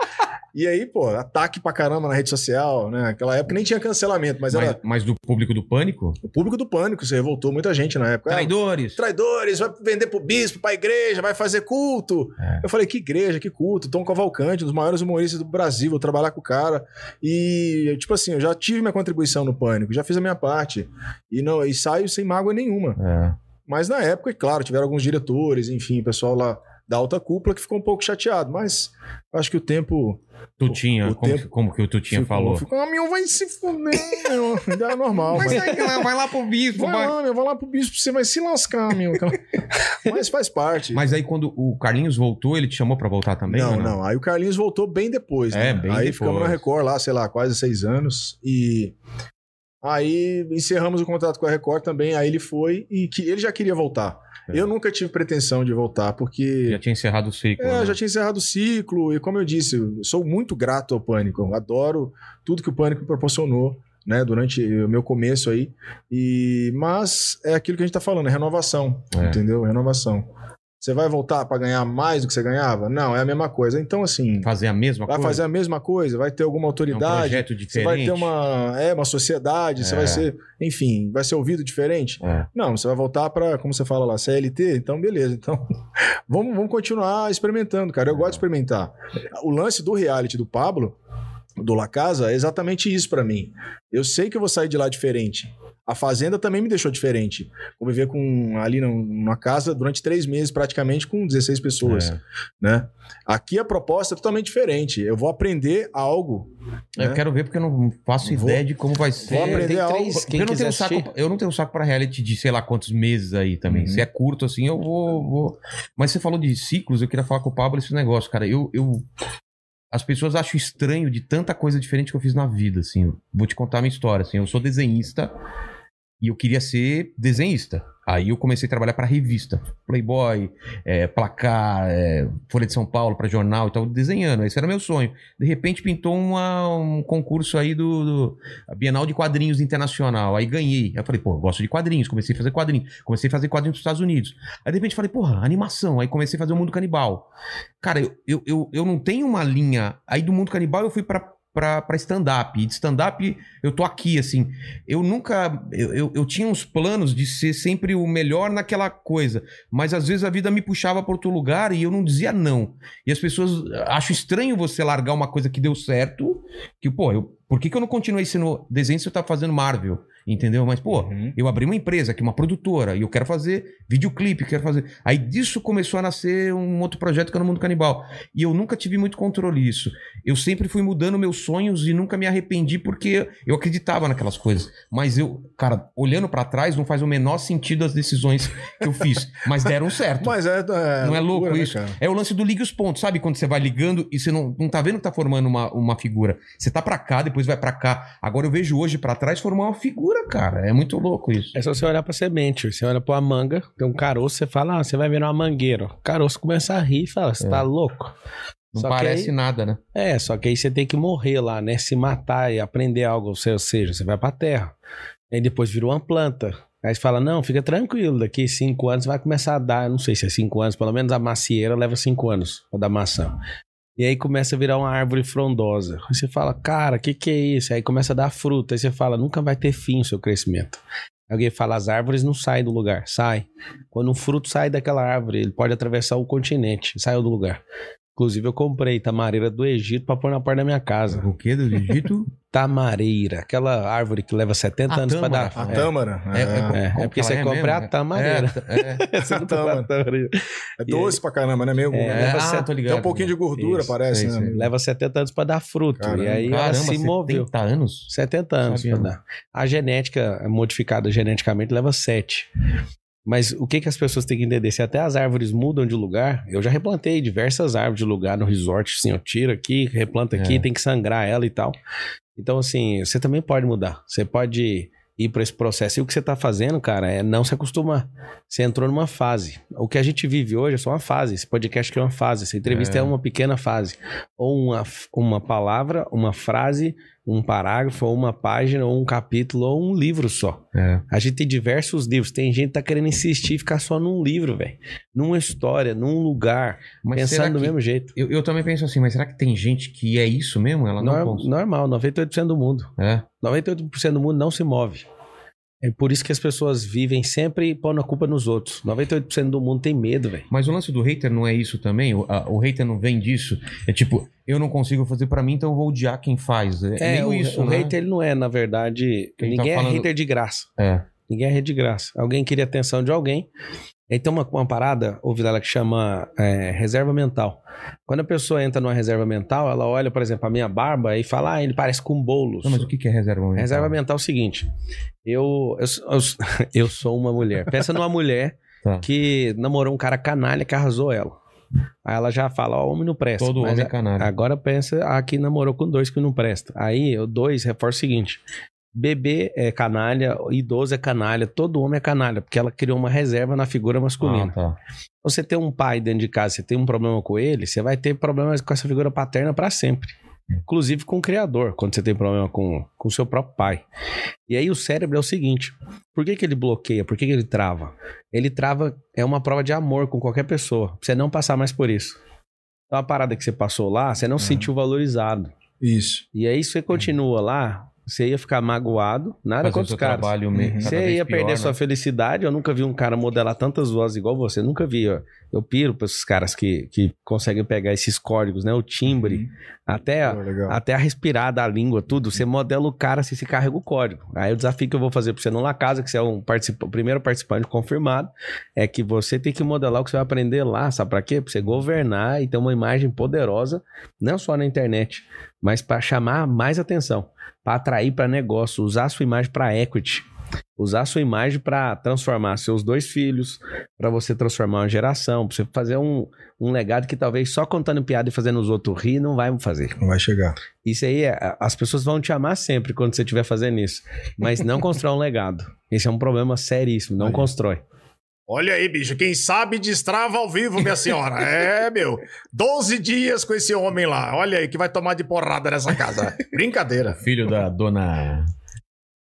e aí, pô, ataque pra caramba na rede social, né? Aquela época nem tinha cancelamento, mas, Mas, era mas do público do pânico? o público do pânico, se revoltou muita gente na época. Ah, Traidores! Traidores, vai vender pro bispo, pra igreja, vai fazer culto. É. Eu falei, que igreja, que culto. Tom Cavalcante, um dos maiores humoristas do Brasil, vou trabalhar com o cara. E, tipo assim, eu já tive minha contribuição no pânico, já fiz a minha parte. E, não, e saio sem mágoa nenhuma. É. Mas na época, claro, tiveram alguns diretores, enfim, o pessoal lá da alta cúpula que ficou um pouco chateado, mas acho que o tempo. Tutinha, O como, tempo- que- como que o Tutinha ficou, falou? Ficou, ah, meu, vai se fuder, meu. Já é normal. Mas, é que lá- vai lá pro bispo, vai lá, meu, vai lá pro bispo, você vai se lascar, meu. mas faz parte. Mas aí quando o Carlinhos voltou, ele te chamou pra voltar também? não, ou não, Aí o Carlinhos voltou bem depois. É, né? bem aí depois. ficamos na Record lá, sei lá, quase seis anos. E aí encerramos o contrato com a Record também. Aí ele foi e que ele já queria voltar. É. Eu nunca tive pretensão de voltar, porque. Já tinha encerrado o ciclo. É, né? eu já tinha encerrado o ciclo, e como eu disse, eu sou muito grato ao Pânico. Eu adoro tudo que o Pânico proporcionou, né, durante o meu começo aí. E, mas é aquilo que a gente tá falando, é renovação, É. entendeu? Renovação. Você vai voltar para ganhar mais do que você ganhava? Não, é a mesma coisa. Então, assim, Fazer a mesma vai coisa? fazer a mesma coisa, vai ter É alguma um autoridade, projeto diferente? você vai ter uma, é, uma sociedade, você É. vai ser, enfim, vai ser ouvido diferente. É. Não, você vai voltar para, como você fala lá, CLT? Então, beleza. Então, vamos, vamos continuar experimentando, cara. Eu gosto de experimentar. O lance do reality do Pablo do La Casa é exatamente isso pra mim. Eu sei que eu vou sair de lá diferente. A Fazenda também me deixou diferente. Conviver com ali num- numa casa durante três meses, praticamente, com 16 pessoas. É. Né? Aqui a proposta é totalmente diferente. Eu vou aprender algo. Eu É. quero ver porque eu não faço Vou- ideia de como vai ser. Vou aprender tem é algo. três, Porque quem eu não, quiser tenho saco, assistir. eu não tenho saco pra reality de sei lá quantos meses aí também. Uhum. Se é curto assim, eu vou, vou- Mas você falou de ciclos, eu queria falar com o Pablo esse negócio, cara. Eu. eu... As pessoas acham estranho de tanta coisa diferente que eu fiz na vida, assim. Eu Vou te contar a minha história, assim. Eu sou desenhista e eu queria ser desenhista. Aí eu comecei a trabalhar pra revista, Playboy, eh, Placar, eh, Folha de São Paulo, pra jornal e tal, desenhando. Esse era meu sonho. De repente pintou uma- um concurso aí do- do, a Bienal de Quadrinhos Internacional. Aí ganhei. Aí eu falei, pô, eu gosto de quadrinhos. Comecei a fazer quadrinhos. Comecei a fazer quadrinhos nos Estados Unidos. Aí de repente falei, porra, animação. Aí comecei a fazer o Mundo Canibal. Cara, eu, eu, eu, eu não tenho uma linha. Aí do Mundo Canibal eu fui pra. Pra, pra stand-up. E de stand-up, eu tô aqui, assim. Eu nunca. Eu, eu, eu tinha uns planos de ser sempre o melhor naquela coisa. Mas às vezes a vida me puxava pra outro lugar e eu não dizia não. E as pessoas. Acho estranho você largar uma coisa que deu certo que, pô, eu, por que, que eu não continuei sendo desenho se eu tava fazendo Marvel? Entendeu? Mas, pô, eu abri uma empresa aqui, uma produtora, e eu quero fazer videoclipe, quero fazer. Aí disso começou a nascer um outro projeto que é no Mundo Canibal. E eu nunca tive muito controle disso. Eu sempre fui mudando meus sonhos e nunca me arrependi porque eu acreditava naquelas coisas. Mas eu, cara, olhando pra trás, não faz o menor sentido as decisões que eu fiz. Mas deram certo. Mas é. Não é louco né, isso? cara? É o lance do ligue os pontos, sabe? Quando você vai ligando e você não, não tá vendo que tá formando uma, uma figura. Você tá pra cá, depois vai pra cá. Agora eu vejo hoje pra trás formar uma figura, cara. É muito louco isso. É só você olhar pra semente. Você olha pra uma manga, tem um caroço, você fala, ah, você vai virar uma mangueira. O caroço começa a rir e fala, você tá louco? É. Não Só que parece aí- nada, né? É, só que aí você tem que morrer lá, né? Se matar e aprender algo, ou se- ou seja, você vai pra terra. Aí depois virou uma planta. Aí você fala, não, fica tranquilo, daqui cinco anos vai começar a dar, não sei se é cinco anos, pelo menos a macieira leva cinco anos pra dar maçã. E aí começa a virar uma árvore frondosa. Aí você fala, cara, o que que é isso? Aí começa a dar fruta. Aí você fala, nunca vai ter fim o seu crescimento. Alguém fala, as árvores não saem do lugar, sai. Quando um fruto sai daquela árvore, ele pode atravessar o continente, saiu do lugar. Inclusive, eu comprei tamareira do Egito pra pôr na porta da minha casa. O quê do Egito? Tamareira, aquela árvore que leva 70 A anos pra tâmara. dar. A é. Tâmara. É, é, É, É, como é porque que você ela é compra mesmo? a tamareira. É, é. Você não compra a Tâmara. tamareira. É doce pra caramba, né? Meio. É, né? leva ah, set- tô ligado. Tem um pouquinho de gordura, Isso, parece, é isso né? aí. Leva 70 anos pra dar fruto. Caramba, e aí ela Caramba, se moveu. 70 anos? 70 anos Sabia, pra não. dar. A genética modificada geneticamente leva 7. Mas o que, que as pessoas têm que entender? Se até as árvores mudam de lugar, eu já replantei diversas árvores de lugar no resort, assim, eu tiro aqui, replanta aqui, É. tem que sangrar ela e tal. Então, assim, você também pode mudar. Você pode ir para esse processo. E o que você tá fazendo, cara, é não se acostumar. Você entrou numa fase. O que a gente vive hoje é só uma fase. Esse podcast que é uma fase. Essa entrevista É. é, uma pequena fase. Ou uma, f- uma palavra, uma frase, um parágrafo, ou uma página, ou um capítulo, ou um livro só. É. A gente tem diversos livros. Tem gente que tá querendo insistir e ficar só num livro, velho. Numa história, num lugar, Mas será pensando do que- mesmo jeito. Eu, eu também penso assim, mas será que tem gente que é isso mesmo? Ela não, Nor- cons- normal, 98% do mundo. É. 98% do mundo não se move. É por isso que as pessoas vivem sempre pondo a culpa nos outros. 98% do mundo tem medo, velho. Mas o lance do hater não é isso também? O, a- o hater não vem disso? É tipo, eu não consigo fazer pra mim, então eu vou odiar quem faz. É, É, meio o, isso, o né? hater ele não é, na verdade. Ele tá ninguém falando- é hater de graça. É. Ninguém é hater de graça. Alguém queria atenção de alguém. Aí tem uma, uma parada, ou Vilela, que chama é, reserva mental. Quando a pessoa entra numa reserva mental, ela olha, por exemplo, a minha barba e fala, ah, ele parece com bolos. Não, mas o que que é reserva mental? Reserva mental é o seguinte: eu, eu, sou- eu sou- eu sou uma mulher. Pensa numa mulher Tá. que namorou um cara canalha que arrasou ela. Aí ela já fala: Ó, homem não presta. Todo Mas homem é a- canalha. Agora pensa a que namorou com dois que não presta. Aí o dois reforça o seguinte: bebê é canalha, idoso é canalha, todo homem é canalha, porque ela criou uma reserva na figura masculina. Ah, tá. Você tem um pai dentro de casa, você tem um problema com ele, você vai ter problemas com essa figura paterna pra sempre. Inclusive com o criador, quando você tem problema com com o seu próprio pai. E aí o cérebro é o seguinte: por que, que ele bloqueia? Por que, que ele trava? Ele trava, é uma prova de amor com qualquer pessoa, pra você não passar mais por isso. Então a parada que você passou lá, É. você não se sentiu valorizado. Isso. E aí você continua lá, você ia ficar magoado, nada Fazer o contra seu os caras. trabalho mesmo. Uhum. cada Você vez ia pior, perder né? sua felicidade. Eu nunca vi um cara modelar tantas vozes igual você. Nunca vi. ó. Eu piro pra esses caras que, que conseguem pegar esses códigos, né? O Uhum. timbre, É. até, Pô, legal. até a respirar da língua, tudo. Você modela o cara se você carrega o código. Aí o desafio que eu vou fazer pra você no La Casa, que você é um participa- o primeiro participante confirmado, é que você tem que modelar o que você vai aprender lá. Sabe pra quê? Pra você governar e ter uma imagem poderosa, não só na internet, mas pra chamar mais atenção, pra atrair pra negócio, usar a sua imagem pra equity. Usar a sua imagem pra transformar seus dois filhos, pra você transformar uma geração, pra você fazer um, um legado que talvez só contando piada e fazendo os outros rir não vai fazer. Não vai chegar. Isso aí, é- as pessoas vão te amar sempre quando você estiver fazendo isso. Mas não constrói um legado. Esse é um problema seríssimo. Não constrói. Olha aí, bicho, quem sabe destrava ao vivo, minha senhora. É, meu. 12 dias com esse homem lá. Olha aí, que vai tomar de porrada nessa casa. Brincadeira. Filho da dona.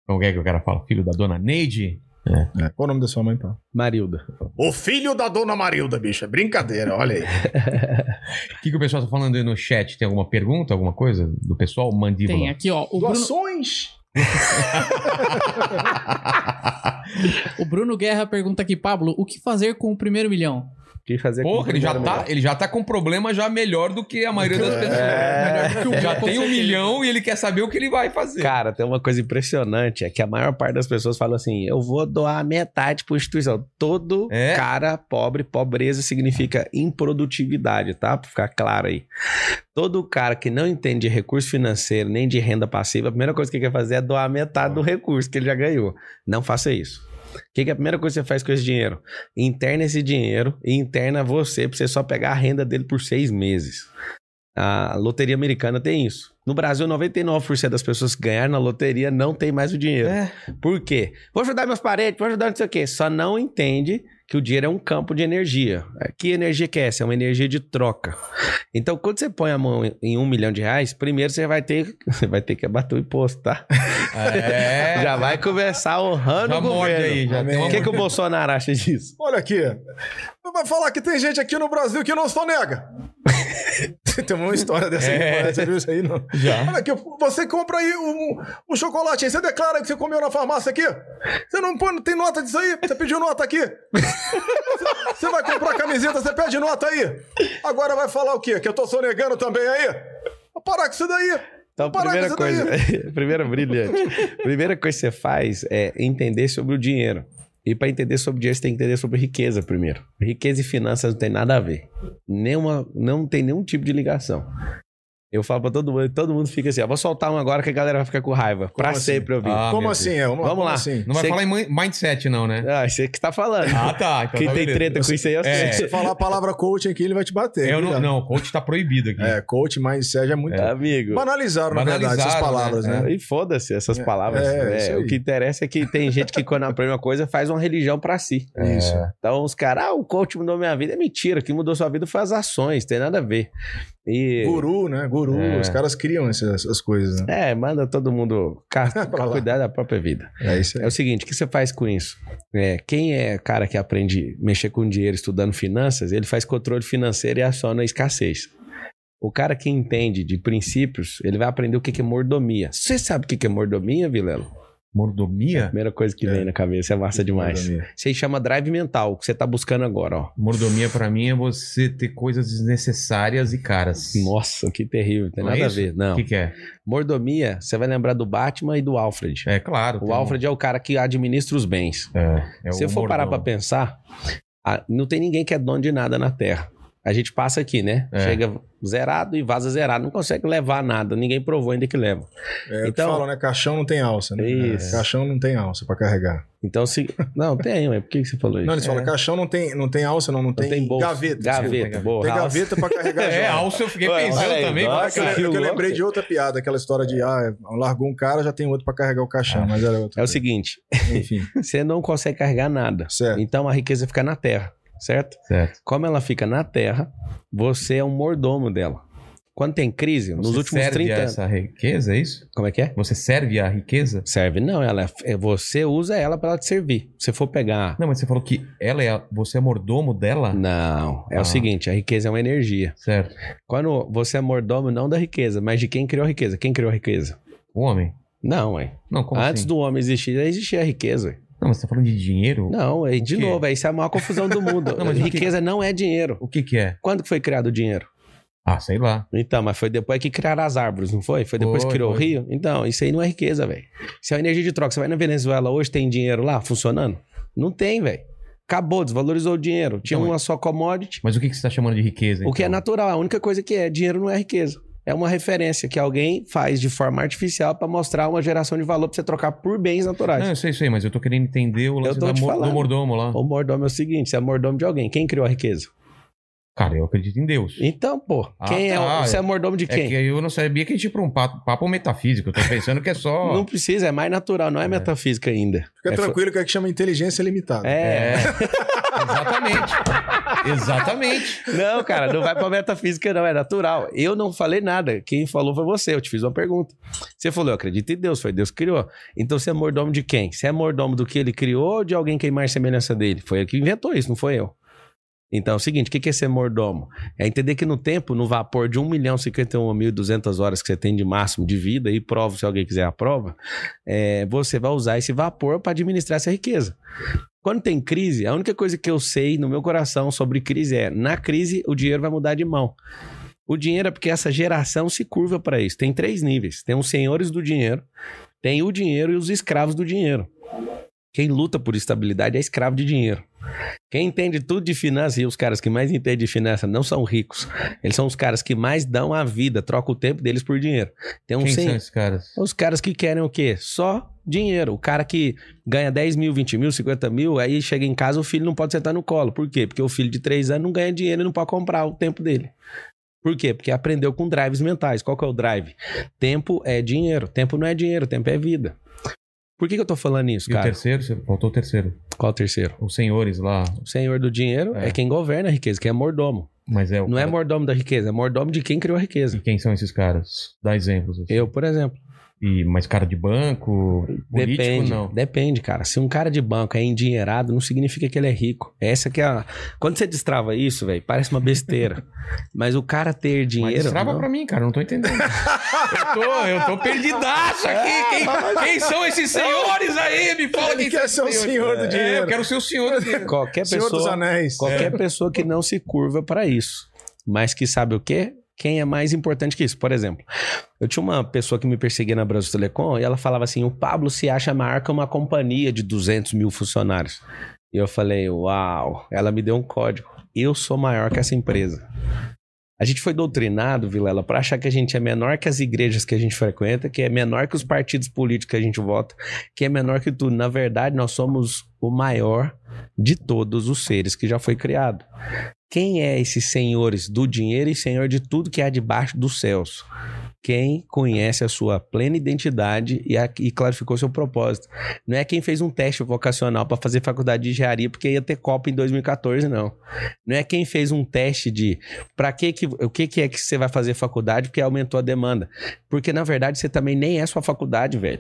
Como é que o cara fala? Filho da dona Neide? É. Qual o nome da sua mãe, então? Marilda. O filho da dona Marilda, bicho. É Brincadeira, olha aí. O que, que o pessoal tá falando aí no chat? Tem alguma pergunta, alguma coisa do pessoal? Mandíbula. Tem aqui, ó. O Bruno, Doações? o Bruno Guerra pergunta aqui, Pablo, o que fazer com o primeiro milhão? Que fazer Porra, ele já, tá, ele já tá com um problema já melhor do que a maioria É. das pessoas. Melhor do que o- já tem um milhão e ele quer saber o que ele vai fazer. Cara, tem uma coisa impressionante, é que a maior parte das pessoas fala assim, eu vou doar metade para instituição. Todo É? cara pobre, pobreza significa improdutividade, tá? Pra ficar claro aí. Todo cara que não entende de recurso financeiro, nem de renda passiva, a primeira coisa que ele quer fazer é doar metade do recurso que ele já ganhou. Não faça isso. O que, que é a primeira coisa que você faz com esse dinheiro? Interna esse dinheiro e interna você pra você só pegar a renda dele por seis meses. A loteria americana tem isso. No Brasil, 99% das pessoas que ganharam na loteria não tem mais o dinheiro. Por quê? Vou ajudar meus parentes, vou ajudar não sei o quê. Só não entende que o dinheiro é um campo de energia. Que energia que é essa? É uma energia de troca. Então, quando você põe a mão em- em um milhão de reais, primeiro você vai ter, você vai ter que abater o imposto, tá? É. já vai começar honrando já o morde governo. aí. Já tem O uma que, que o Bolsonaro acha disso? Olha aqui. Não vai falar que tem gente aqui no Brasil que não só nega. tem uma história dessa que É. parece, viu isso aí, não? Já. Olha aqui, você compra aí um, um chocolate aí, você declara que você comeu na farmácia aqui? Você não, põe, não tem nota disso aí? Você pediu nota aqui? Você- Você vai comprar camiseta, você pede nota aí? Agora vai falar o quê? Que eu tô sonegando também aí? Vou parar com isso daí. Então, Parar com primeira isso coisa, primeira brilhante. primeira coisa que você faz é entender sobre o dinheiro. E para entender sobre dinheiro, você tem que entender sobre riqueza primeiro. Riqueza e finanças não tem nada a ver. Nenhuma, não tem nenhum tipo de ligação. Eu falo para todo mundo, todo mundo fica assim: ó, vou soltar um agora que a galera vai ficar com raiva. Pra assim? sempre ouvir. Ah, como meu assim? É, vamos lá. Vamos como lá. Assim? Não vai Sei- falar em min- mindset, não, né? Ah, você que tá falando. Ah, tá. Então Quem tá tem beleza. treta com isso aí, eu É. sei. Se falar a palavra coaching aqui, ele vai te bater. Eu viu, não, Leandro? não, o coach tá proibido aqui. É, coach mais Sérgio é muito. Amigo. Ah, Banalizaram, na verdade, essas Banalizaram, palavras, né? né? E foda-se essas palavras. é, né? isso aí. o que interessa é que tem gente que, quando aprende uma coisa, faz uma religião pra si. Isso. Então os caras, ah, o coach mudou minha vida. É mentira, quem mudou sua vida foi as ações, tem nada a ver. E. Guru, né? Guru. É. Os caras criam essas, essas coisas, né? É, manda todo mundo ca- Pra lá. cuidar da própria vida. É isso É aí. o seguinte, o que você faz com isso? É, quem é cara que aprende mexer com dinheiro estudando finanças, ele faz controle financeiro e aciona a escassez. O cara que entende de princípios, ele vai aprender o que que é mordomia. Você sabe o que que é mordomia, Vilelo? Mordomia? Primeira coisa que É. vem na cabeça, é massa demais. Você chama drive mental, o que você tá buscando agora, ó. Mordomia pra mim é você ter coisas desnecessárias e caras. Nossa, que terrível, tem Não é nada a isso? ver. Não. O que, que é? Mordomia, você vai lembrar do Batman e do Alfred. É claro. O tem um- Alfred é o cara que administra os bens. É, é Se o eu for parar pra mordomo. pensar, a- não tem ninguém que é dono de nada na Terra. A gente passa aqui, né? É. Chega zerado e vaza zerado. Não consegue levar nada. Ninguém provou ainda que leva. É, então, Então- falam, né? Caixão não tem alça, né? Isso. É, Caixão não tem alça pra carregar. Então se... Não, tem, mas por que que você falou isso? Não, eles falam, É. caixão não tem, não tem alça, não, não, Não tem, bolsa. gaveta. desculpa. Gaveta, desculpa. boa. Tem House. gaveta pra carregar É, joia. alça eu fiquei Ué, pensando olha aí, também. nossa. É que eu- é que eu, Louco. lembrei de outra piada, aquela história de ah, largou um cara, já tem outro pra carregar o caixão, mas era outro. É o seguinte, Enfim, você não consegue carregar nada. É. certo. Então a riqueza fica na Terra, certo? Certo. Como ela fica na terra, você é um mordomo dela. Quando tem crise, nos Você últimos serve 30 a anos. essa riqueza, é isso? Como é que é? Você serve a riqueza? Serve não, ela é- é, você usa ela para ela te servir. Se for pegar. Não, mas você falou que ela é. a- Você é mordomo dela? Não, é Ah. o seguinte, a riqueza é uma energia. Certo. Quando você é mordomo não da riqueza, mas de quem criou a riqueza. Quem criou a riqueza? O homem? Não, ué. Não, como Antes assim? do homem existir, já existia a riqueza. ué. Não, mas você tá falando de dinheiro? Não, é, O de quê? novo, é, isso é a maior confusão do mundo. Não, mas o quê? riqueza não é dinheiro. O que que é? Quando que foi criado o dinheiro? Ah, sei lá. Então, mas foi depois que criaram as árvores, não foi? Foi depois Foi, que criou foi. o rio? Então, isso aí não é riqueza, velho. Isso é uma energia de troca. Você vai na Venezuela hoje, tem dinheiro lá funcionando? Não tem, velho. Acabou, desvalorizou o dinheiro. Tinha Então, uma só commodity. Mas o que que você tá chamando de riqueza, O que é então? natural, a única coisa que é, dinheiro não é riqueza. É uma referência que alguém faz de forma artificial pra mostrar uma geração de valor pra você trocar por bens naturais. Não, eu sei, sei, mas eu tô querendo entender o lance tô da te mor- do falando. mordomo lá. O mordomo é o seguinte, você é mordomo de alguém. Quem criou a riqueza? Cara, eu acredito em Deus. Então, pô, Ah, quem é, tá. o- você é mordomo de É quem? que eu não sabia que a gente ia pra um papo, papo metafísico. Eu tô pensando que é só. Não precisa, é mais natural, não é, metafísica ainda. Fica é, tranquilo que é que chama inteligência limitada. É. É, Exatamente. Exatamente. não, cara, não vai pra metafísica, não, é natural. Eu não falei nada, quem falou foi você, eu te fiz uma pergunta. Você falou, eu acredito em Deus, foi Deus que criou. Então você é mordomo de quem? Você é mordomo do que ele criou ou de alguém que é mais semelhança dele? Foi ele que inventou isso, não foi eu. Então é o seguinte, o que que é ser mordomo? É entender que no tempo, no vapor de 1 milhão e 51.200 horas que você tem de máximo de vida, e prova se alguém quiser a prova, é, você vai usar esse vapor para administrar essa riqueza. Quando tem crise, a única coisa que eu sei no meu coração sobre crise é: na crise, o dinheiro vai mudar de mão. O dinheiro é porque essa geração se curva para isso. Tem três níveis: tem os senhores do dinheiro, tem o dinheiro e os escravos do dinheiro. Quem luta por estabilidade é escravo de dinheiro. Quem entende tudo de finanças, e os caras que mais entendem de finanças não são ricos. Eles são os caras que mais dão a vida, trocam o tempo deles por dinheiro. Tem um Quem sen- são esses caras? os caras que querem o quê? Só dinheiro. O cara que ganha 10 mil, 20 mil, 50 mil, aí chega em casa, o filho não pode sentar no colo. Por quê? Porque o filho de 3 anos não ganha dinheiro e não pode comprar o tempo dele. Por quê? Porque aprendeu com drives mentais. Qual que é o drive? Tempo é dinheiro. Tempo não é dinheiro, tempo é vida. Por que, que eu tô falando isso, E o cara? terceiro? Você- Faltou o terceiro. Qual o terceiro? Os senhores lá. O senhor do dinheiro é, É. quem governa a riqueza, que é mordomo. Mas é o. Não é mordomo da riqueza, é mordomo de quem criou a riqueza. E quem são esses caras? Dá exemplos. assim. Eu, por exemplo. E, mas cara de banco? Político? Depende, Não. depende, cara. Se um cara de banco é endinheirado, não significa que ele é rico. Essa que é a... Quando você destrava isso, velho, parece uma besteira. Mas o cara ter Mas dinheiro... destrava não. pra mim, cara. eu Não tô entendendo. eu, tô, eu tô perdidaço aqui. Quem, quem são esses senhores aí? Me fala quem Ele quer ser o senhor do É, eu dinheiro. quero ser o senhor do dinheiro. Qualquer Senhor dos pessoa... Anéis. É. Qualquer pessoa que não se curva pra isso. Mas que sabe o quê? Quem é mais importante que isso? Por exemplo, eu tinha uma pessoa que me perseguia na Brasil Telecom e ela falava assim: o Pablo se acha maior que uma companhia de 200 mil funcionários. E eu falei: uau, ela me deu um código. Eu sou maior que essa empresa. A gente foi doutrinado, Vilela, pra achar que a gente é menor que as igrejas que a gente frequenta, que é menor que os partidos políticos que a gente vota, que é menor que tudo. Na verdade, nós somos o maior de todos os seres que já foi criado. Quem é esses senhores do dinheiro e senhor de tudo que há debaixo dos céus? Quem conhece a sua plena identidade e, a- e clarificou seu propósito. Não é quem fez um teste vocacional para fazer faculdade de engenharia porque ia ter Copa em 2014, não. Não é quem fez um teste de para que, que o que, que é que você vai fazer faculdade porque aumentou a demanda. Porque na verdade você também nem é sua faculdade, velho.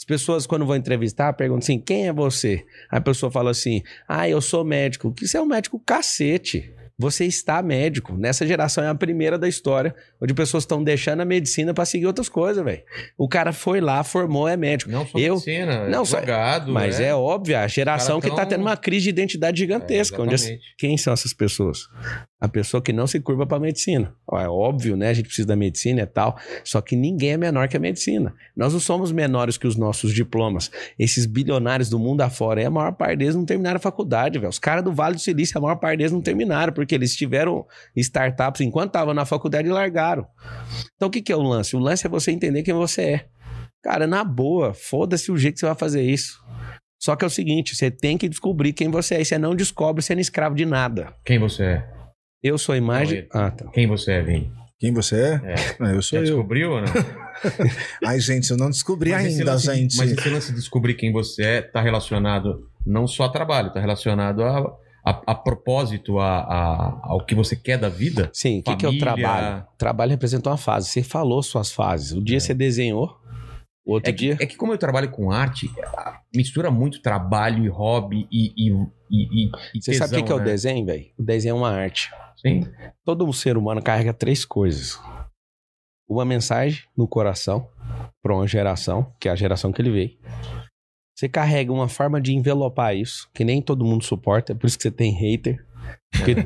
As pessoas quando vão entrevistar perguntam assim: "Quem é você?" A pessoa fala assim: ah, eu sou médico. Que você é um médico cacete. Você está médico. Nessa geração é a primeira da história, onde pessoas estão deixando a medicina para seguir outras coisas, velho. O cara foi lá, formou, é médico. Não só Eu- medicina, Não, só- advogado. né? Mas é, óbvio, a Cara, geração que está tão- tendo uma crise de identidade gigantesca. onde as- É, exatamente. Quem são essas pessoas? A pessoa que não se curva para a medicina. Ó, É óbvio, né? A gente precisa da medicina e tal. Só que ninguém é menor que a medicina. Nós não somos menores que os nossos diplomas. Esses bilionários do mundo afora, é a maior parte deles não terminaram a faculdade, velho. Os caras do Vale do Silício, a maior parte deles não terminaram, porque eles tiveram startups enquanto estavam na faculdade e largaram. Então o que, que é o lance? O lance é você entender quem você é. Cara, na boa, foda-se o jeito que você vai fazer isso. Só que é o seguinte, você tem que descobrir quem você é. E você não descobre sendo escravo de nada. Quem você é? Eu sou a Não, imagem. ele. Ah, tá. Quem você é, Vini? Quem você é? É. Ah, eu Já sou eu. descobriu ou não? Ai, gente, eu não descobri Mas esse ainda, lance de- gente. Mas esse lance de descobrir quem você é tá relacionado não só a trabalho, tá relacionado a, a, a propósito, a, a- ao que você quer da vida. Sim, o que, que é Família. o trabalho? Trabalho representa uma fase. Você falou suas fases. O dia você desenhou, o outro É que, dia. é que como eu trabalho com arte, mistura muito trabalho e hobby e, e, e, e- e Você sabe o que, que é tesão, o né? desenho, velho? O desenho é uma arte. Sim. Todo um ser humano carrega três coisas: uma mensagem no coração, para uma geração, que é a geração que ele veio. Você carrega uma forma de envelopar isso, que nem todo mundo suporta, é por isso que você tem hater. Porque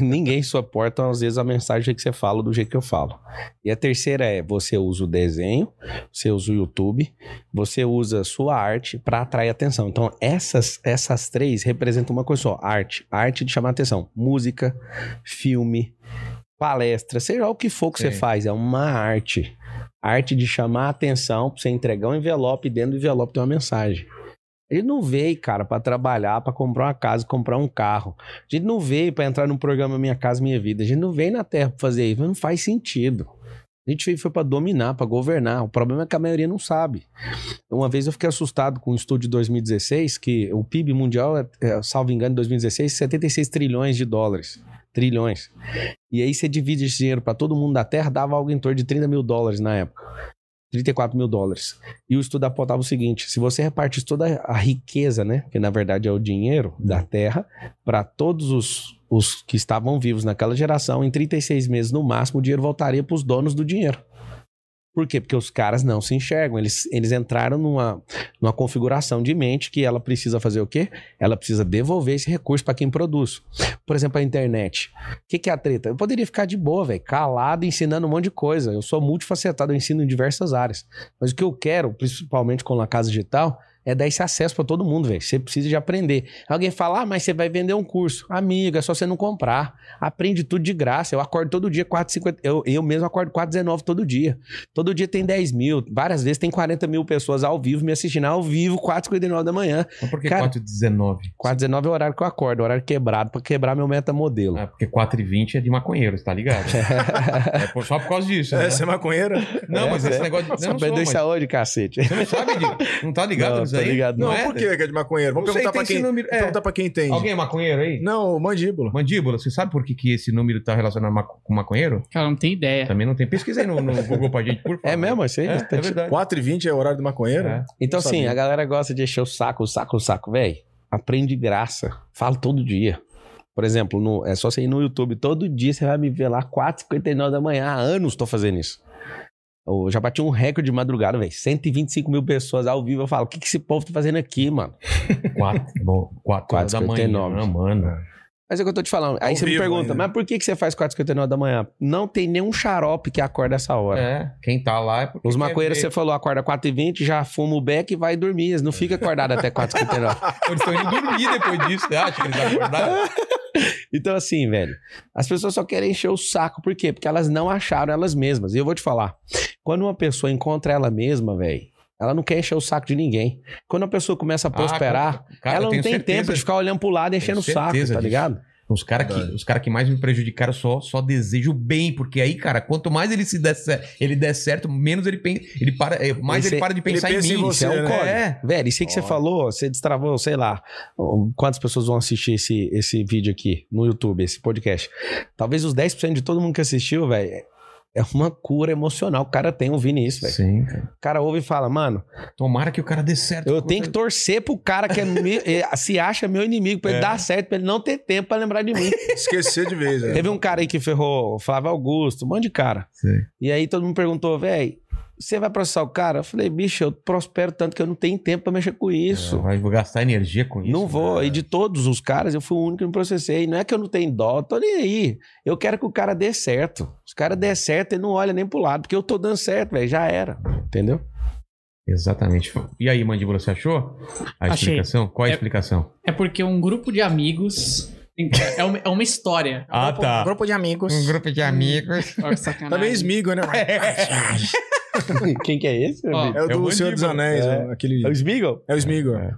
ninguém suporta, às vezes, a mensagem que você fala do jeito que eu falo. E a terceira é: você usa o desenho, você usa o YouTube, você usa a sua arte para atrair atenção. Então, essas, essas três representam uma coisa só: arte. Arte de chamar atenção. Música, filme, palestra, seja o que for que você Sim. faz, é uma arte. Arte de chamar atenção pra você entregar um envelope e dentro do envelope tem uma mensagem. A gente não veio, cara, pra trabalhar, pra comprar uma casa, comprar um carro. A gente não veio pra entrar num programa Minha Casa Minha Vida. A gente não veio na Terra pra fazer isso. Não faz sentido. A gente veio- foi pra dominar, pra governar. O problema é que a maioria não sabe. Uma vez eu fiquei assustado com o estudo de 2016, que o PIB mundial, é, é, salvo engano, em 2016, 76 trilhões de dólares. Trilhões. E aí você divide esse dinheiro pra todo mundo da Terra, dava algo em torno de 30 mil dólares na época. 34 mil dólares. E o estudo apontava o seguinte: se você repartisse toda a riqueza, né? Que na verdade é o dinheiro da Terra, para todos os, os que estavam vivos naquela geração, em 36 meses no máximo, o dinheiro voltaria para os donos do dinheiro. Por quê? Porque os caras não se enxergam. Eles, eles entraram numa, numa configuração de mente que ela precisa fazer o quê? Ela precisa devolver esse recurso para quem produz. Por exemplo, a internet. O que, que é a treta? Eu poderia ficar de boa, velho, calado, ensinando um monte de coisa. Eu sou multifacetado, eu ensino em diversas áreas. Mas o que eu quero, principalmente com a Casa Digital, é dar esse acesso para todo mundo, velho. Você precisa de aprender. Alguém fala, ah, mas você vai vender um curso. Amigo, é só você não comprar. Aprende tudo de graça. Eu acordo todo dia 4,50. Eu, eu mesmo acordo 4,19 todo dia. Todo dia tem 10 mil. Várias vezes tem 40 mil pessoas ao vivo me assistindo ao vivo, 4,59 da manhã. Mas por que Cara- 4,19? 4,19 é o horário que eu acordo, horário quebrado, para quebrar meu metamodelo. Ah, porque 4,20 é de maconheiro, você tá ligado? é por- só por causa disso. né? É, você é maconheira? Não, mas é, esse é. negócio de. Eu não sou, Saber mas... da saúde, cacete. Você não sabe disso? Não tá ligado Não, nisso tô aí? ligado, Não, não é? por que que é de maconheiro? Vamos Não sei, perguntar tem pra esse quem. número- é. Perguntar pra quem entende. Alguém é maconheiro aí? Não, mandíbula. Mandíbula, você sabe por que, que esse número tá relacionado ma- com maconheiro? Cara, não tem ideia. Também não tem. Pesquisa aí no, no Google pra gente, por favor. É mesmo, achei. É, é verdade. 4h20 é o horário do maconheiro? É. Então, Não assim, sabia. a galera gosta de encher o saco, o saco, o saco, velho. Aprende de graça. Falo todo dia. Por exemplo, no- é só você ir no YouTube. Todo dia você vai me ver lá, 4h59 da manhã. Há anos tô fazendo isso. Eu já bati um recorde de madrugada, velho. 125 mil pessoas ao vivo. Eu falo, o que, que esse povo tá fazendo aqui, mano? 4, bom, 4 horas da manhã. 4,59. Não, mano. Mas é o que eu tô te falando. Aí Ao você me vivo pergunta, ainda. mas por que, que você faz 4h59 da manhã? Não tem nenhum xarope que acorda essa hora. É, quem tá lá é porque. Os quer maconheiros, ver. você falou, acorda 4h20, já fuma o beck e vai dormir. Eles não ficam acordados até 4h59. Eles estão indo dormir depois disso, você acha que eles acordaram? Então, assim, velho, as pessoas só querem encher o saco. Por quê? Porque elas não acharam elas mesmas. E eu vou te falar: quando uma pessoa encontra ela mesma, velho, ela não quer encher o saco de ninguém. Quando a pessoa começa a prosperar, Ah, Cara, eu ela não tenho tem certeza tempo de ficar olhando pro lado e Tenho enchendo o saco, tá certeza disso. ligado? Os caras que, os cara que mais me prejudicaram só, só desejo bem, porque aí, cara, quanto mais ele se der, cer- ele der certo, menos ele pensa, ele para, é, mais Ele ele, se- para de ele pensar em pensa mim. em Isso você, é um né? código. É. Velho, isso aí que você Ó. falou, você destravou, sei lá, um, quantas pessoas vão assistir esse, esse vídeo aqui no YouTube, esse podcast. Talvez os 10% de todo mundo que assistiu, velho, é uma cura emocional. O cara tem ouvindo isso, velho. Sim, cara. O cara ouve e fala, mano. Tomara que o cara dê certo. Eu tenho que torcer pro cara que é me- eh, se acha meu inimigo, pra ele É. dar certo, pra ele não ter tempo pra lembrar de mim. Esquecer de vez, né? É Teve um cara aí que ferrou o Flávio Augusto, um monte de cara. Sim. E aí todo mundo perguntou, velho, você vai processar o cara? Eu falei, bicho, eu prospero tanto que eu não tenho tempo pra mexer com isso. É, Vai vou gastar energia com isso. né? Não vou. E de todos os caras, eu fui o único que me processei. Não é que eu não tenho dó, eu tô nem aí. Eu quero que o cara dê certo. Se o cara der certo, ele não olha nem pro lado, porque eu tô dando certo, velho. Já era. Entendeu? Exatamente. E aí, Mandíbula, você achou a Achei. explicação? Qual a É- explicação? É porque um grupo de amigos. É uma, é uma história. Ah, tá. Grupo de amigos. Um grupo de amigos. Olha que sacanagem. Tá meio esmigo, né? Quem que é esse? Ó, amigo? É o É o do Mandíbula. Senhor dos Anéis, É. né? aquele... É o Smiggle? É o Smigo. É.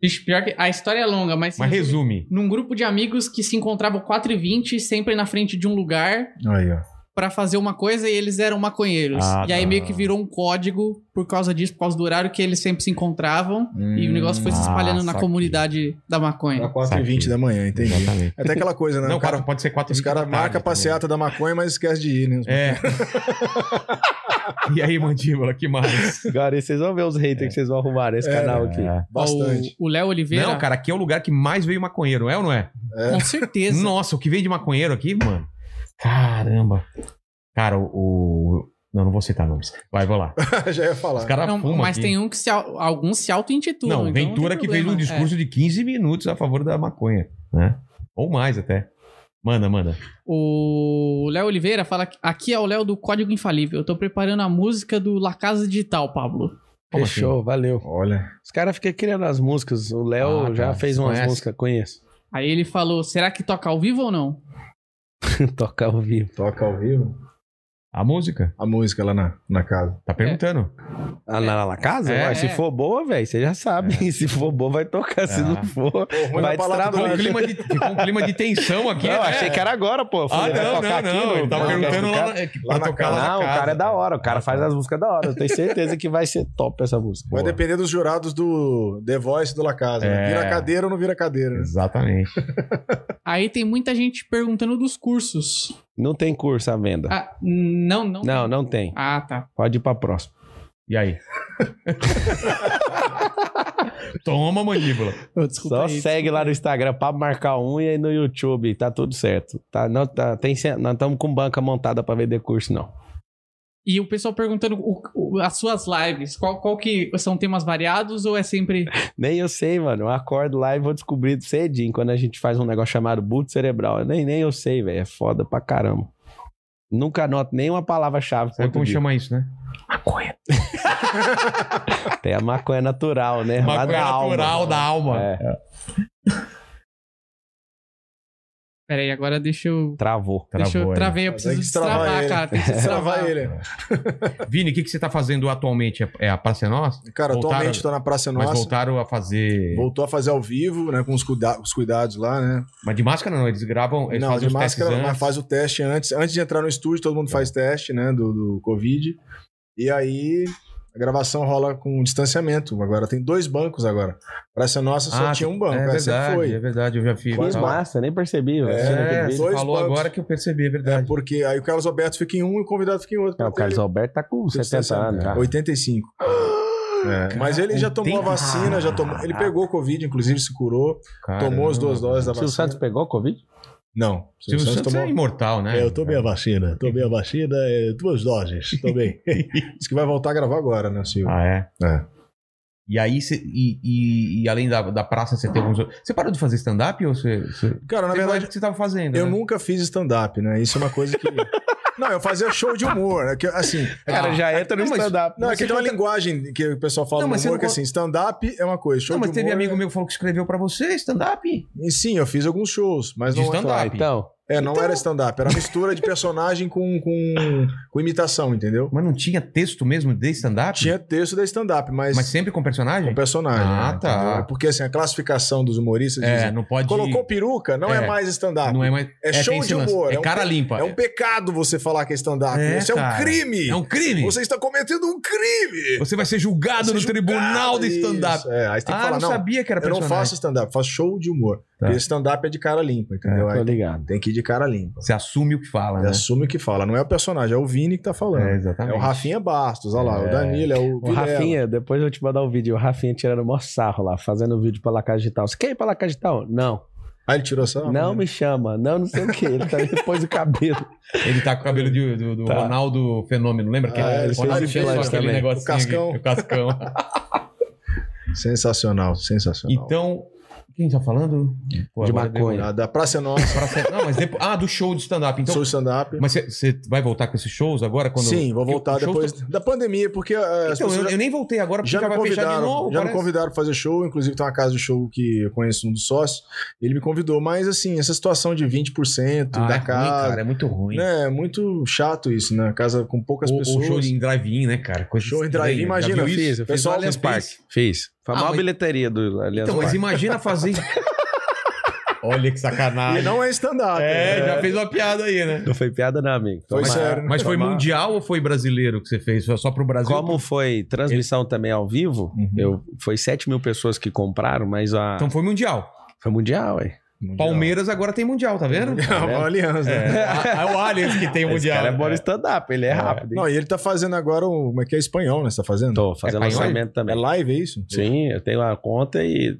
Bicho, pior que a história é longa, mas. Mas resume. Num grupo de amigos que se encontravam 4 e 20 sempre na frente de um lugar Aí, ó. pra fazer uma coisa e eles eram maconheiros. Ah, e aí tá. meio que virou um código por causa disso, por causa do horário que eles sempre se encontravam. e o Hum, negócio foi se espalhando ah, na saquei. comunidade da maconha. Era 4h20 Saquei. da manhã, entendi. Exatamente. É até aquela coisa, né? é- Não, o cara, quatro- pode ser quatro os e vinte da caras tarde marcam a também. passeata da maconha, mas esquece de ir, né? tá É. e aí, Mandíbula, que mais? Cara, e vocês vão ver os haters que vocês vão arrumar nesse É. canal aqui. Ó, o- Bastante. O Léo Oliveira. Não, cara, aqui é o lugar que mais veio maconheiro, é ou não é? Com certeza. Nossa, o que vem de maconheiro aqui, mano? Caramba. Cara, o, o, Não, não vou citar nomes. Vai, vou lá. Já ia Os falar. caras Não, fumam mas aqui. tem um que se, au- alguns se auto-intitulam. Não, então tem Ventura que fez um problema. É. discurso de 15 minutos a favor da maconha, né? Ou mais até. Manda, manda. É. O Léo Oliveira fala que aqui é o Léo do Código Infalível. Eu tô preparando a música do La Casa Digital, Pablo. Como assim? Fechou, valeu. Olha. Os caras ficam criando as músicas. O Léo Ah, já tá. fez Você umas conhece? músicas, conheço. Aí ele falou: será que toca ao vivo ou não? Tocar ao vivo. Toca ao vivo. A música? A música lá na, na casa. Tá perguntando. Ah, na, na casa? É. Ué, Se for boa, velho, você já sabe. Se for boa, vai tocar. Se Ah. não for. Pô, ruim Vai na palavra Ficou um destravar. do- clima de, ficou um clima de tensão aqui. Não, né? achei que era agora, pô. Eu Ah, falei, vai não, tocar não, aqui não. no- Ele tava no perguntando podcast lá, na- do pra Lá na tocar lá Não, na o casa. Ah, tá. cara é da hora, o cara faz as músicas da hora. Eu tenho certeza que vai ser top essa música. Vai Boa. depender dos jurados do The Voice do La Casa. né? É. Vira cadeira ou não vira cadeira? né? Exatamente. Aí tem muita gente perguntando dos cursos. Não tem curso à venda. Ah, não, não. Não, não tem. Ah, tá. Pode ir pra próxima. E aí? Toma, mandíbula. Eu, desculpa Só aí. segue lá no Instagram para marcar unha e no YouTube, tá tudo certo. Tá, não tá, tem, ce- não estamos com banca montada para vender curso não. E o pessoal perguntando o- o- as suas lives, qual, qual que são temas variados ou é sempre Nem eu sei, mano. Eu acordo lá e vou descobrir cedinho quando a gente faz um negócio chamado boot cerebral. Eu nem nem eu sei, velho. É foda pra caramba. Nunca anoto nenhuma palavra-chave. pro Sabe outro como dia. chama isso, né? Tem a maconha natural, né? Lá Maconha da alma. natural da alma. É, Peraí, agora deixa eu. travou. deixa eu Travou, né? travei, eu Mas preciso tem que destravar, destravar ele. cara. Tem que É. Destravar destravar ele. Vini, o que, que você tá fazendo atualmente? É- É a Praça é Nossa? Cara, Voltaram- atualmente tô na Praça Mas Nossa. voltaram a fazer. Voltou a fazer ao vivo, né? Com os, cuida- os cuidados lá, né? Mas de máscara não, eles gravam. Eles não, fazem de os testes máscara, antes. mas faz o teste antes. Antes de entrar no estúdio, todo mundo faz teste, né? Do, do Covid. E aí a gravação rola com distanciamento. Agora tem dois bancos agora. Praça Nossa só Ah, tinha um banco, é é, sempre verdade, foi. é verdade, eu já fiz. Que Quase tal. massa, nem percebi. velho. Assistindo É, aquele você vídeo. dois falou bancos. agora que eu percebi, é É, verdade. porque aí o Carlos Alberto fica em um e o convidado fica em outro. Ah, o Carlos Alberto tá com 70 anos né? já. 85. É, mas ele já tomou a 80. vacina, já tomou, Ah. ele pegou o Covid, inclusive se curou, Cara, tomou as não. duas doses da O Silvio vacina. Santos pegou Covid? Não, Silvio Santos, é imortal, né? É, eu tomei a vacina. Tomei a vacina, é, duas doses. Tomei. Diz que vai voltar a gravar agora, né, Silvio? Ah, é? É. E aí, cê, e, e- e além da, da praça, você tem alguns. outros- Você parou de fazer stand-up ou você. você... Cara, você faz na o verdade, que você tava fazendo? eu né? nunca fiz stand-up, né? Isso é uma coisa que. Não, eu fazia show de humor, né? Que, assim. Cara, já entra no Ah, é não, mas- stand-up. Não, é que você tem uma conta- linguagem que o pessoal fala Não, no mas você humor, não que con- assim, stand-up é uma coisa, show Não, mas de teve humor. amigo meu que falou que escreveu pra você stand-up. E sim, eu fiz alguns shows, mas De não. stand-up. Ah, então. É, não era stand-up, era mistura de personagem com, com, com imitação, entendeu? Mas não tinha texto mesmo de stand-up? Tinha texto da stand-up, mas, Mas sempre com personagem? com personagem. Ah, né, tá. entendeu? É Porque assim, a classificação dos humoristas É, dizem, não pode. colocou peruca, não é, É. mais stand-up. Não é mais. É show tem esse de lance. humor, É, é um cara limpa. É um pecado você falar que é stand-up. É, Isso é um cara. crime. É um crime. Você, Você está cometendo um crime. vai ser julgado Você no é julgado, tribunal do isso. stand-up. É, aí você tem que Ah, não, falar, não, sabia que era eu não personagem. faço stand-up, faço show de humor. Tá. Porque stand-up é de cara limpa, entendeu? É, Tô Aí ligado. tem que ir de cara limpa. Você assume o que fala, E né? assume o que fala, não é o personagem, é o Vini que tá falando. É, É, exatamente. o Rafinha Bastos, olha lá, É. o Danilo, é o, O Rafinha, depois eu te mandar o vídeo. O Rafinha tirando o maior sarro lá, fazendo o vídeo pra Lacaz Digital. Você quer ir pra Lacaz Digital? Não. Aí Ah, ele tirou essa. não né? me chama. Não, não sei o que. Ele tá depois do cabelo. Ele tá com o cabelo de- do, do Tá. Ronaldo Fenômeno, lembra? Que Ah, era- ele o fez Ronaldo isso fez lá só aquele também. negocinho. né? O cascão. aqui, o cascão. Sensacional, sensacional. então, quem tá falando? Pô, De agora deu- maconha. Ah, da Praça é Nossa, Pra ser- Não, mas depois... Ah, do show de stand-up. Então, sou stand-up. mas você- você vai voltar com esses shows agora? Quando... Sim, vou Porque voltar o show tá- depois da pandemia, porque ah, as Então, pessoas eu, eu nem voltei agora porque já já, me vai fechar de convidaram, novo. já me parece. convidaram pra fazer show, inclusive tem uma casa de show que eu conheço um dos sócios, ele me convidou, mas assim, essa situação de 20% Ah, da é ruim, casa, cara, é muito ruim. né, é muito chato isso, né, casa com poucas ou, pessoas. show em drive-in, né, cara? Coisa Show em estranha. drive-in, Já imagina, viu eu isso? fiz, eu fiz Pessoal no Allianz fez. Parque. Fiz. Foi a Ah, maior mas- bilheteria do Aliança. Então, mas imagina fazer. Olha que E sacanagem. não é stand-up. É, né? já fez uma piada aí, né? Não foi piada, não, amigo. Foi Mas- sério. Mas foi Tomar- mundial ou foi brasileiro que você fez? Foi só pro Brasil? Como foi transmissão também ao vivo, Uhum. eu, foi 7 mil pessoas que compraram, mas a. Então foi mundial. foi mundial, ué. Mundial. Palmeiras agora tem mundial, tá vendo? É uma aliança, né? É, a- é o Allianz que tem o Esse mundial. né? cara é bom no stand-up, ele é, rápido. hein? Não, e ele tá fazendo agora um, como é que é espanhol, né, você tá fazendo? Tô fazendo É lançamento É também. live, é isso? Sim, eu tenho uma conta e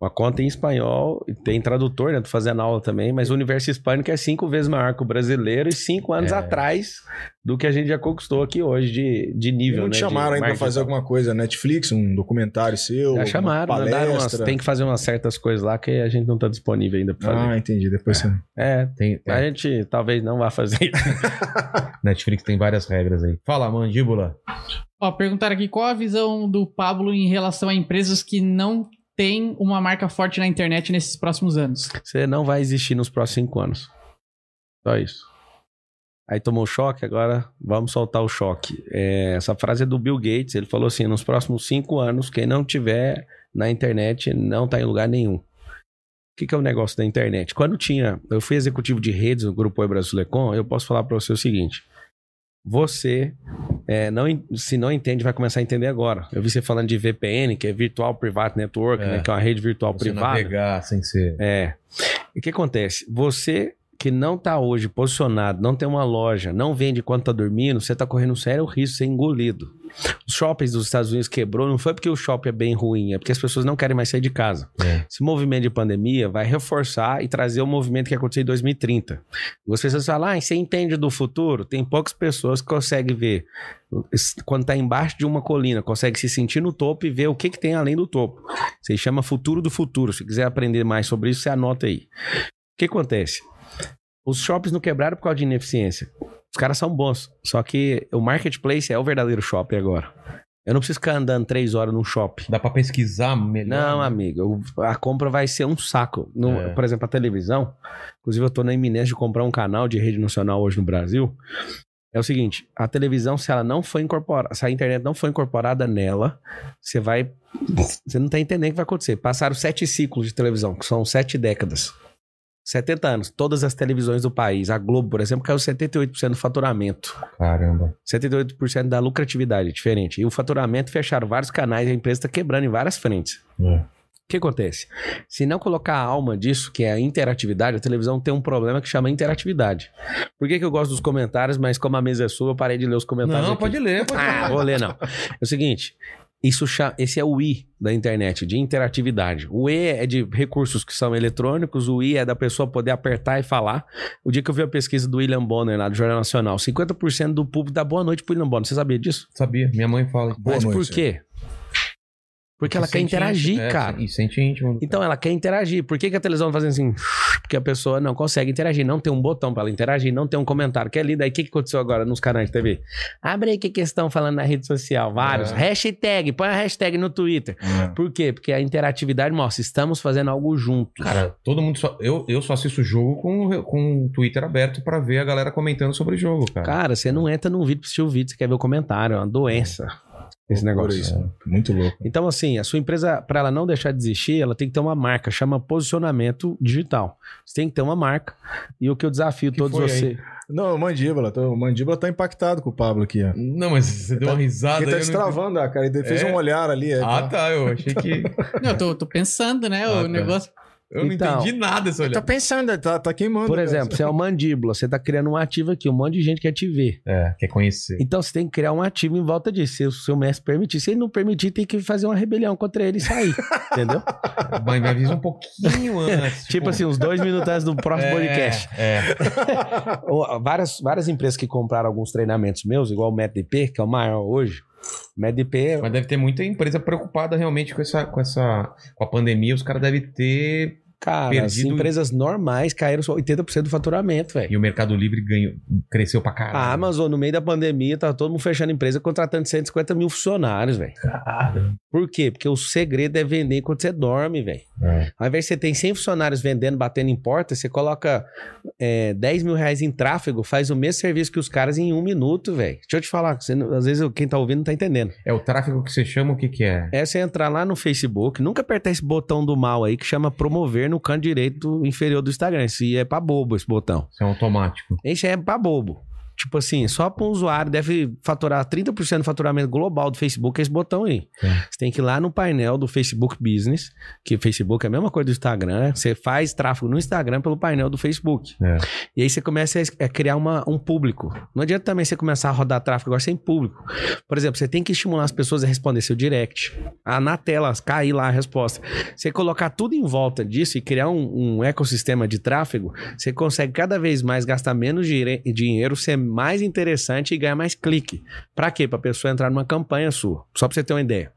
uma conta em espanhol, e tem tradutor, né? Tô É. fazendo aula também, mas o universo hispânico é cinco vezes maior que o brasileiro e cinco anos atrás do que a gente já conquistou aqui hoje de, de nível. Não né, te de chamaram ainda pra marketing. fazer alguma coisa, Netflix, um documentário seu? Já alguma chamaram, mandaram umas, tem que fazer umas certas coisas lá que a gente não tá disponível ainda pra fazer. Ah, entendi. Depois você... é, Tem, é, a gente talvez não vá fazer. Netflix tem várias regras aí. Fala, mandíbula. Ó, perguntaram aqui qual a visão do Pablo em relação a empresas que não têm uma marca forte na internet nesses próximos anos. Você não vai existir nos próximos cinco anos. Só isso. Aí tomou choque, agora vamos soltar o choque. É, essa frase é do Bill Gates. Ele falou assim: nos próximos cinco anos, quem não tiver na internet não está em lugar nenhum. O que, que é o negócio da internet? Quando tinha, eu fui executivo de redes no Grupo Oi Brasil Econ, eu posso falar para você o seguinte: você é, não, en- se não entende, vai começar a entender agora. Eu vi você falando de VPN, que é Virtual Private Network, É. né, que é uma rede virtual Você privada. navegar sem ser. É. E O que acontece? Você que não tá hoje posicionado, não tem uma loja, não vende quando tá dormindo, você tá correndo um sério risco de ser engolido. Os shoppings dos Estados Unidos quebrou, não foi porque o shopping é bem ruim, é porque as pessoas não querem mais sair de casa. É. Esse movimento de pandemia vai reforçar e trazer o movimento que aconteceu em 2030. As pessoas falam, ah, você entende do futuro? Tem poucas pessoas que conseguem ver quando tá embaixo de uma colina, consegue se sentir no topo e ver o que, que tem além do topo. Você chama Futuro do Futuro. Se quiser aprender mais sobre isso, você anota aí. O que acontece? Os shoppings não quebraram por causa de ineficiência. Os caras são bons. Só que o marketplace é o verdadeiro shopping agora. Eu não preciso ficar andando três horas num shopping. Dá pra pesquisar melhor. Não, né? amigo, eu- a compra vai ser um saco. No- É. Por exemplo, a televisão. Inclusive, eu tô na iminência de comprar um canal de rede nacional hoje no Brasil. É o seguinte: a televisão, se ela não foi incorporada, se a internet não foi incorporada nela, você vai. Você não tá entendendo o que vai acontecer. Passaram sete ciclos de televisão, que são sete décadas. 70 anos, todas as televisões do país. A Globo, por exemplo, caiu 78% do faturamento. Caramba. 78% da lucratividade, diferente. E o faturamento fecharam vários canais, a empresa está quebrando em várias frentes. É. O que acontece? Se não colocar a alma disso, que é a interatividade, a televisão tem um problema que chama interatividade. Por que, que eu gosto dos comentários, mas como a mesa é sua, eu parei de ler os comentários. Não, aqui. pode ler, pode ler. Ah, vou ler não. É o seguinte, isso cha- esse é o I da internet, de interatividade. O E é de recursos que são eletrônicos, o I é da pessoa poder apertar e falar. O dia que eu vi a pesquisa do William Bonner lá do Jornal Nacional, 50% do público dá boa noite pro William Bonner. Você sabia disso? Sabia, minha mãe fala. Boa Mas noite. por quê? Porque ela quer Sente interagir, íntimo, é, cara. E sente íntimo. Então ela quer interagir. Por que, que a televisão tá fazendo assim? Porque a pessoa não consegue interagir, não tem um botão pra ela interagir, não tem um comentário que é lido. Aí o que, que aconteceu agora nos canais de TV? Abre aí o que que eles estão falando na rede social, vários. É. Hashtag, põe a hashtag no Twitter. Por quê? Porque a interatividade mostra, estamos fazendo algo junto. Cara, todo mundo só. Eu, eu só assisto o jogo com, com o Twitter aberto pra ver a galera comentando sobre o jogo, cara. Cara, você não entra num vídeo pra assistir o vídeo, você quer ver o comentário, é uma doença. Esse É. Loucura negócio. isso. né? Muito louco. Então, assim, a sua empresa, para ela não deixar de existir, ela tem que ter uma marca, chama posicionamento digital. Você tem que ter uma marca. E o que eu desafio Que todos foi aí? vocês. Não, o Mandíbula. tô- o Mandíbula tá impactado com o Pablo aqui, ó. Não, mas você deu tá- uma risada. Ele tá aí, eu não- destravando, ah, cara. Ele fez É? um olhar ali. é, Ah, tá. Eu achei que. Não, eu tô, tô pensando, né? Ah, o tá. negócio. Eu não Então, entendi nada esse Tá olhar. pensando, tá, tá queimando. Por cara. exemplo, você é um mandíbula, você tá criando um ativo aqui, um monte de gente quer te ver. É, quer conhecer. Então você tem que criar um ativo em volta disso. Se o seu mestre permitir, se ele não permitir, tem que fazer uma rebelião contra ele e sair. entendeu? Mas me avisa um pouquinho antes. Tipo assim, uns dois minutos antes do próximo é, podcast. É. Ou, Várias, várias empresas que compraram alguns treinamentos meus, igual o MedDP, que é o maior hoje. O MedDP Mas deve ter muita empresa preocupada realmente com essa, com essa, com a pandemia. Os caras devem ter Cara, Perdido- as empresas normais caíram só 80% do faturamento, velho. e o Mercado Livre ganhou, cresceu pra caralho. A Amazon, no meio da pandemia, tá todo mundo fechando empresa, contratando 150 mil funcionários, velho. Por quê? Porque o segredo é vender enquanto você dorme, velho. É. Ao invés de você ter 100 funcionários vendendo, batendo em porta, você coloca é, 10 mil reais em tráfego, faz o mesmo serviço que os caras em um minuto, velho. Deixa eu te falar, você não- às vezes quem tá ouvindo não tá entendendo. É o tráfego que você chama, o que que é? É você entrar lá no Facebook, nunca apertar esse botão do mal aí que chama promover no canto direito inferior do Instagram. Isso aí é pra bobo esse botão. Isso é automático. Isso é pra bobo. Tipo assim, só para um usuário deve faturar 30% do faturamento global do Facebook é esse botão aí. É. Você tem que ir lá no painel do Facebook Business, que o Facebook é a mesma coisa do Instagram, né? Você faz tráfego no Instagram pelo painel do Facebook. É. E aí você começa a- a criar uma- um público. Não adianta também você começar a rodar tráfego agora sem público. Por exemplo, você tem que estimular as pessoas a responder seu direct. Ah, na tela, cair lá a resposta. Você colocar tudo em volta disso e criar um, um ecossistema de tráfego, você consegue cada vez mais gastar menos dire- dinheiro, ser mais interessante e ganhar mais clique. Pra quê? Pra pessoa entrar numa campanha sua. Só pra você ter uma ideia.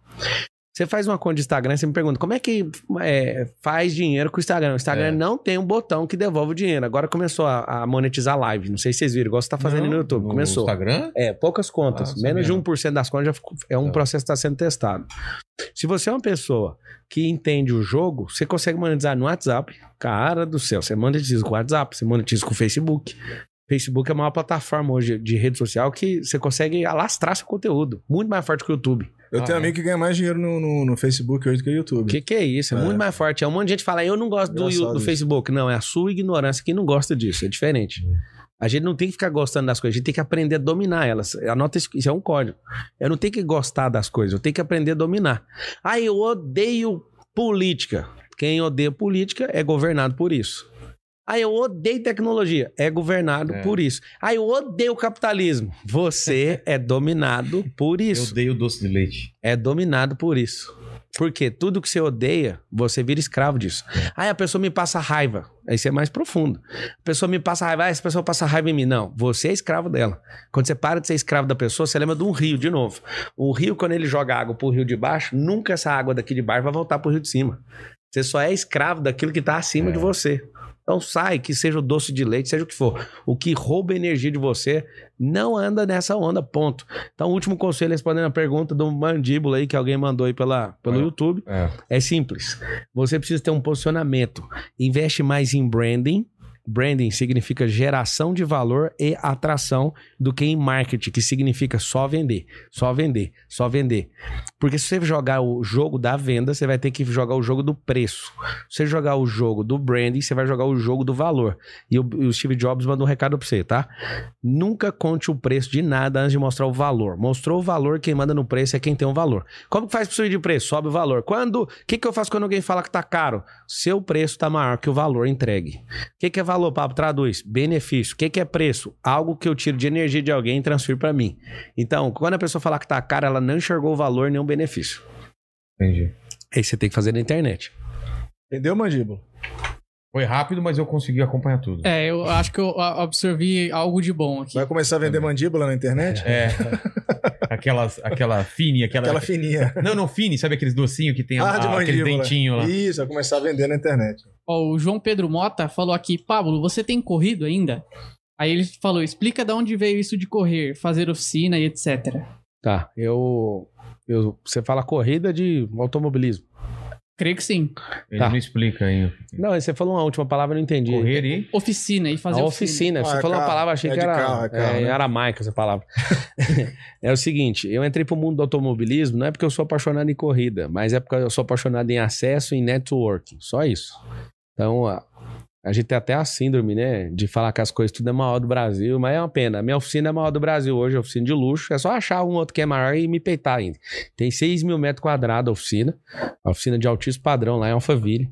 Você faz uma conta de Instagram, você me pergunta como é que é, faz dinheiro com o Instagram. O Instagram É. não tem um botão que devolve o dinheiro. Agora começou a, a monetizar live. Não sei se vocês viram, igual você tá fazendo no YouTube. Começou. Instagram? É, poucas contas. Ah, sabia Menos de não. 1% das contas já ficou- é um Tá. processo que está sendo testado. Se você é uma pessoa que entende o jogo, você consegue monetizar no WhatsApp. Cara do céu, você monetiza com o WhatsApp, você monetiza com o Facebook. Facebook é a maior plataforma hoje de rede social que você consegue alastrar seu conteúdo. Muito mais forte que o YouTube. Eu Ah, tenho é. amigo que ganha mais dinheiro no, no, no Facebook hoje do que no O YouTube. que, que é isso? É, É. muito mais forte. É um monte de gente que fala, eu não gosto do, Engraçado do isso. Facebook. Não, é a sua ignorância que não gosta disso. É diferente. A gente não tem que ficar gostando das coisas, a gente tem que aprender a dominar elas. Anota isso, isso é um código. Eu não tenho que gostar das coisas, eu tenho que aprender a dominar. Ah, eu odeio política. Quem odeia política é governado por isso. Ah, eu odeio tecnologia. É governado É. por isso. Ah, eu odeio capitalismo. Você é dominado por isso Eu odeio doce de leite. é dominado por isso. Porque tudo que você odeia, você vira escravo disso. Aí a pessoa me passa raiva. Aí Isso é mais profundo. A pessoa me passa raiva, ah, essa pessoa passa raiva em mim. Não, você é escravo dela. Quando você para de ser escravo da pessoa, você lembra de um rio de novo. O rio, quando ele joga água pro rio de baixo, nunca essa água daqui de baixo vai voltar pro rio de cima. Você só é escravo daquilo que tá acima É. de você. Então sai, que seja o doce de leite, seja o que for. O que rouba energia de você não anda nessa onda, ponto. Então, o último conselho respondendo a pergunta do mandíbula aí que alguém mandou aí pela, pelo É. YouTube. É. É simples. Você precisa ter um posicionamento. Investe mais em branding. Branding significa geração de valor e atração do que em marketing, que significa só vender, só vender, só vender. Porque se você jogar o jogo da venda, você vai ter que jogar o jogo do preço. Se você jogar o jogo do branding, você vai jogar o jogo do valor. E o, e o Steve Jobs mandou um recado pra você, tá? Nunca conte o preço de nada antes de mostrar o valor. Mostrou o valor, quem manda no preço é quem tem o valor. Como que faz pra subir de preço? Sobe o valor. Quando? O que, que eu faço quando alguém fala que tá caro? Seu preço tá maior que o valor entregue. O que, que é valor, Pablo? Traduz. Benefício. O que, que é preço? Algo que eu tiro de energia de alguém e transfiro pra mim. Então, quando a pessoa falar que tá caro, ela não enxergou o valor nem o benefício. Entendi. Aí você tem que fazer na internet. Entendeu, mandíbula? Foi rápido, mas eu consegui acompanhar tudo. É, eu acho que eu a- absorvi algo de bom aqui. Vai começar a vender mandíbula na internet? É. Aquelas, aquela fine, aquela. Aquela fininha. Não, não, fine, sabe aqueles docinhos que tem a, Ah, de aquele mandíbula. dentinho lá? Isso, vai começar a vender na internet. Ó, o João Pedro Mota falou aqui, Pablo, você tem corrido ainda? Aí ele falou, explica de onde veio isso de correr, fazer oficina e etc. Tá, eu. eu você fala corrida de automobilismo. Creio que sim. Ele Tá. não explica ainda. Não, você falou uma última palavra, eu não entendi. Correr e. Oficina e fazer a oficina. oficina. Você Ah, é falou uma carro. palavra, achei É que de era, carro, é carro, é, né? aramaica essa palavra. é o seguinte, eu entrei pro mundo do automobilismo, não é porque eu sou apaixonado em corrida, mas é porque eu sou apaixonado em acesso e em networking, só isso. Então, a, a gente tem até a síndrome, né, de falar que as coisas tudo é maior do Brasil, mas é uma pena. A minha oficina é maior do Brasil hoje, é oficina de luxo, é só achar um outro que é maior e me peitar ainda. Tem 6 mil metros quadrados a oficina, a oficina de altíssimo padrão lá em Alphaville.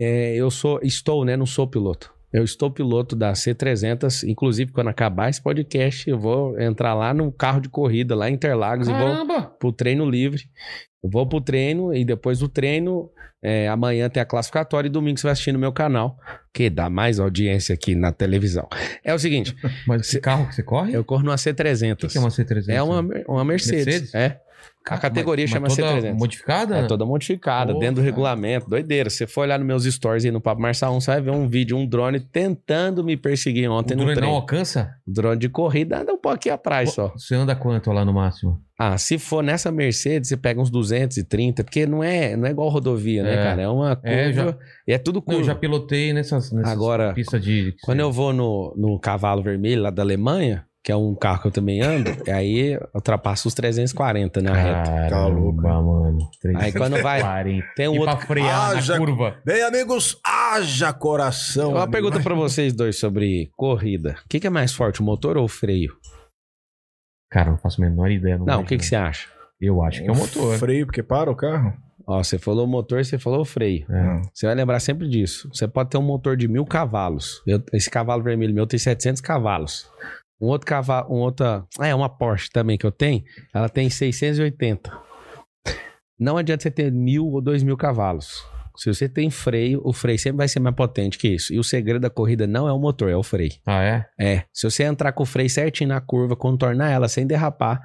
É, eu sou, estou, né? Não sou piloto. Eu estou piloto da C300. Inclusive, quando acabar esse podcast, eu vou entrar lá no carro de corrida, lá em Interlagos, e vou pro treino livre. Eu vou pro treino e depois do treino, é, amanhã tem a classificatória e domingo você vai assistir no meu canal, que dá mais audiência aqui na televisão. É o seguinte, Mas esse carro que você corre? eu corro numa O que, C300. que é uma C300? É uma, uma Mercedes. Mercedes? É. A categoria Mas- chama mas toda C300. Modificada? É toda modificada, Porra. dentro do regulamento. Doideira. Se você for olhar nos meus stories aí no Papo Marçal 1, você vai ver um vídeo, um drone tentando me perseguir O ontem no Um drone não um trem. alcança? Drone de corrida anda um pouquinho atrás só. Você anda quanto lá no máximo? Ah, se for nessa Mercedes, você pega uns 230, porque não é, não é igual rodovia, né, É. cara? É uma É, curva. E é tudo Não, eu curva. já pilotei nessas, nessas Agora, pistas de. Quando eu vou no, no cavalo vermelho lá da Alemanha, que é um carro que eu também ando, e aí eu ultrapasso os 340 na reta. Caramba, Tá louco. mano. Aí quando vai- 40. Tem um e outro pra frear Ah, na já- curva. Bem, amigos, haja coração. Uma amigo. pergunta pra vocês dois sobre corrida. O que, que é mais forte, o motor ou o freio? Cara, não faço a menor ideia. Não, o vejo, que, que você acha? Eu acho que é o motor. Um Freio, porque para o carro? Ó, você falou motor, você falou freio. Não. Você vai lembrar sempre disso. Você pode ter um motor de mil cavalos. Eu- esse cavalo vermelho meu tem 700 cavalos. Um outro cavalo, um outra, é uma Porsche também que eu tenho, ela tem 680. Não adianta você ter mil ou dois mil cavalos. Se você tem freio, o freio sempre vai ser mais potente que isso. E o segredo da corrida não é o motor, é o freio. Ah, é? É, se você entrar com o freio certinho na curva, contornar ela sem derrapar,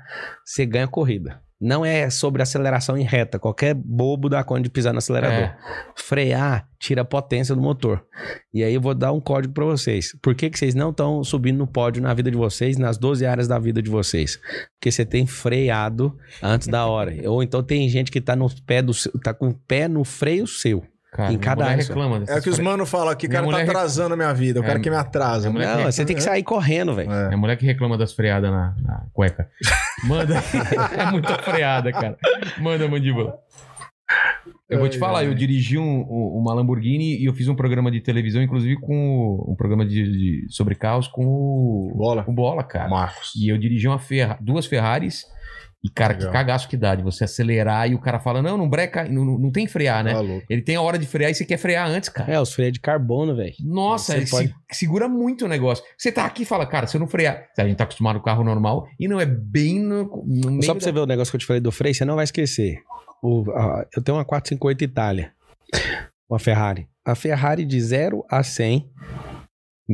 você ganha a corrida. Não é sobre aceleração em reta. Qualquer bobo dá conta de pisar no acelerador. É. Frear tira a potência do motor. E aí eu vou dar um código pra vocês. Por que, que vocês não estão subindo no pódio na vida de vocês, nas 12 áreas da vida de vocês? Porque você tem freado antes da hora. Ou então tem gente que tá no pé do seu, tá com o pé no freio seu. Cara, Em minha cada mulher área só. reclama É o que os fre- manos falam aqui, o Minha cara tá mulher- atrasando a minha vida, o cara É, que me atrasa. minha né? mulher- Não, você tem que sair correndo, velho. É. É mulher que reclama das freadas na, na cueca. Manda. é muita freada, cara. Manda, mandíbula. Eu vou te Ai, falar, ai. eu dirigi um- um- uma Lamborghini e eu fiz um programa de televisão, inclusive com o- um programa de, de- sobre carros com o, Bola. com o Bola, cara. Marcos. E eu dirigi uma Ferra- duas Ferraris. E, cara, Legal. que cagaço que dá de você acelerar e o cara fala: não, não breca, não, não- não tem frear, né? Tá louco. Ele tem a hora de frear e você quer frear antes, cara. É, os freios de carbono, velho. Nossa, Você ele se- pode- segura muito o negócio. Você tá aqui e fala, cara, se eu não frear. A gente tá acostumado com carro normal e não é bem no, no meio. Só pra você ver o negócio que eu te falei do freio, você não vai esquecer. O- a- eu tenho uma 458 Itália, uma Ferrari. A Ferrari de 0 a 100,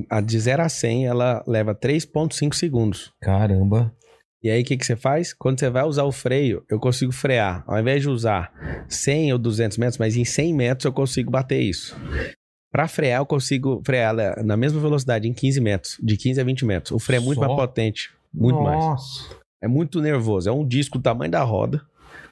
a de 0 a 100, ela leva 3,5 segundos. Caramba. E aí, o que, que você faz? Quando você vai usar o freio, eu consigo frear. Ao invés de usar 100 ou 200 metros, mas em 100 metros eu consigo bater isso. Pra frear, eu consigo frear ela na mesma velocidade, em 15 metros. De 15 a 20 metros. O freio é muito Só? mais potente. Muito mais. Nossa. É muito nervoso. É um disco do tamanho da roda,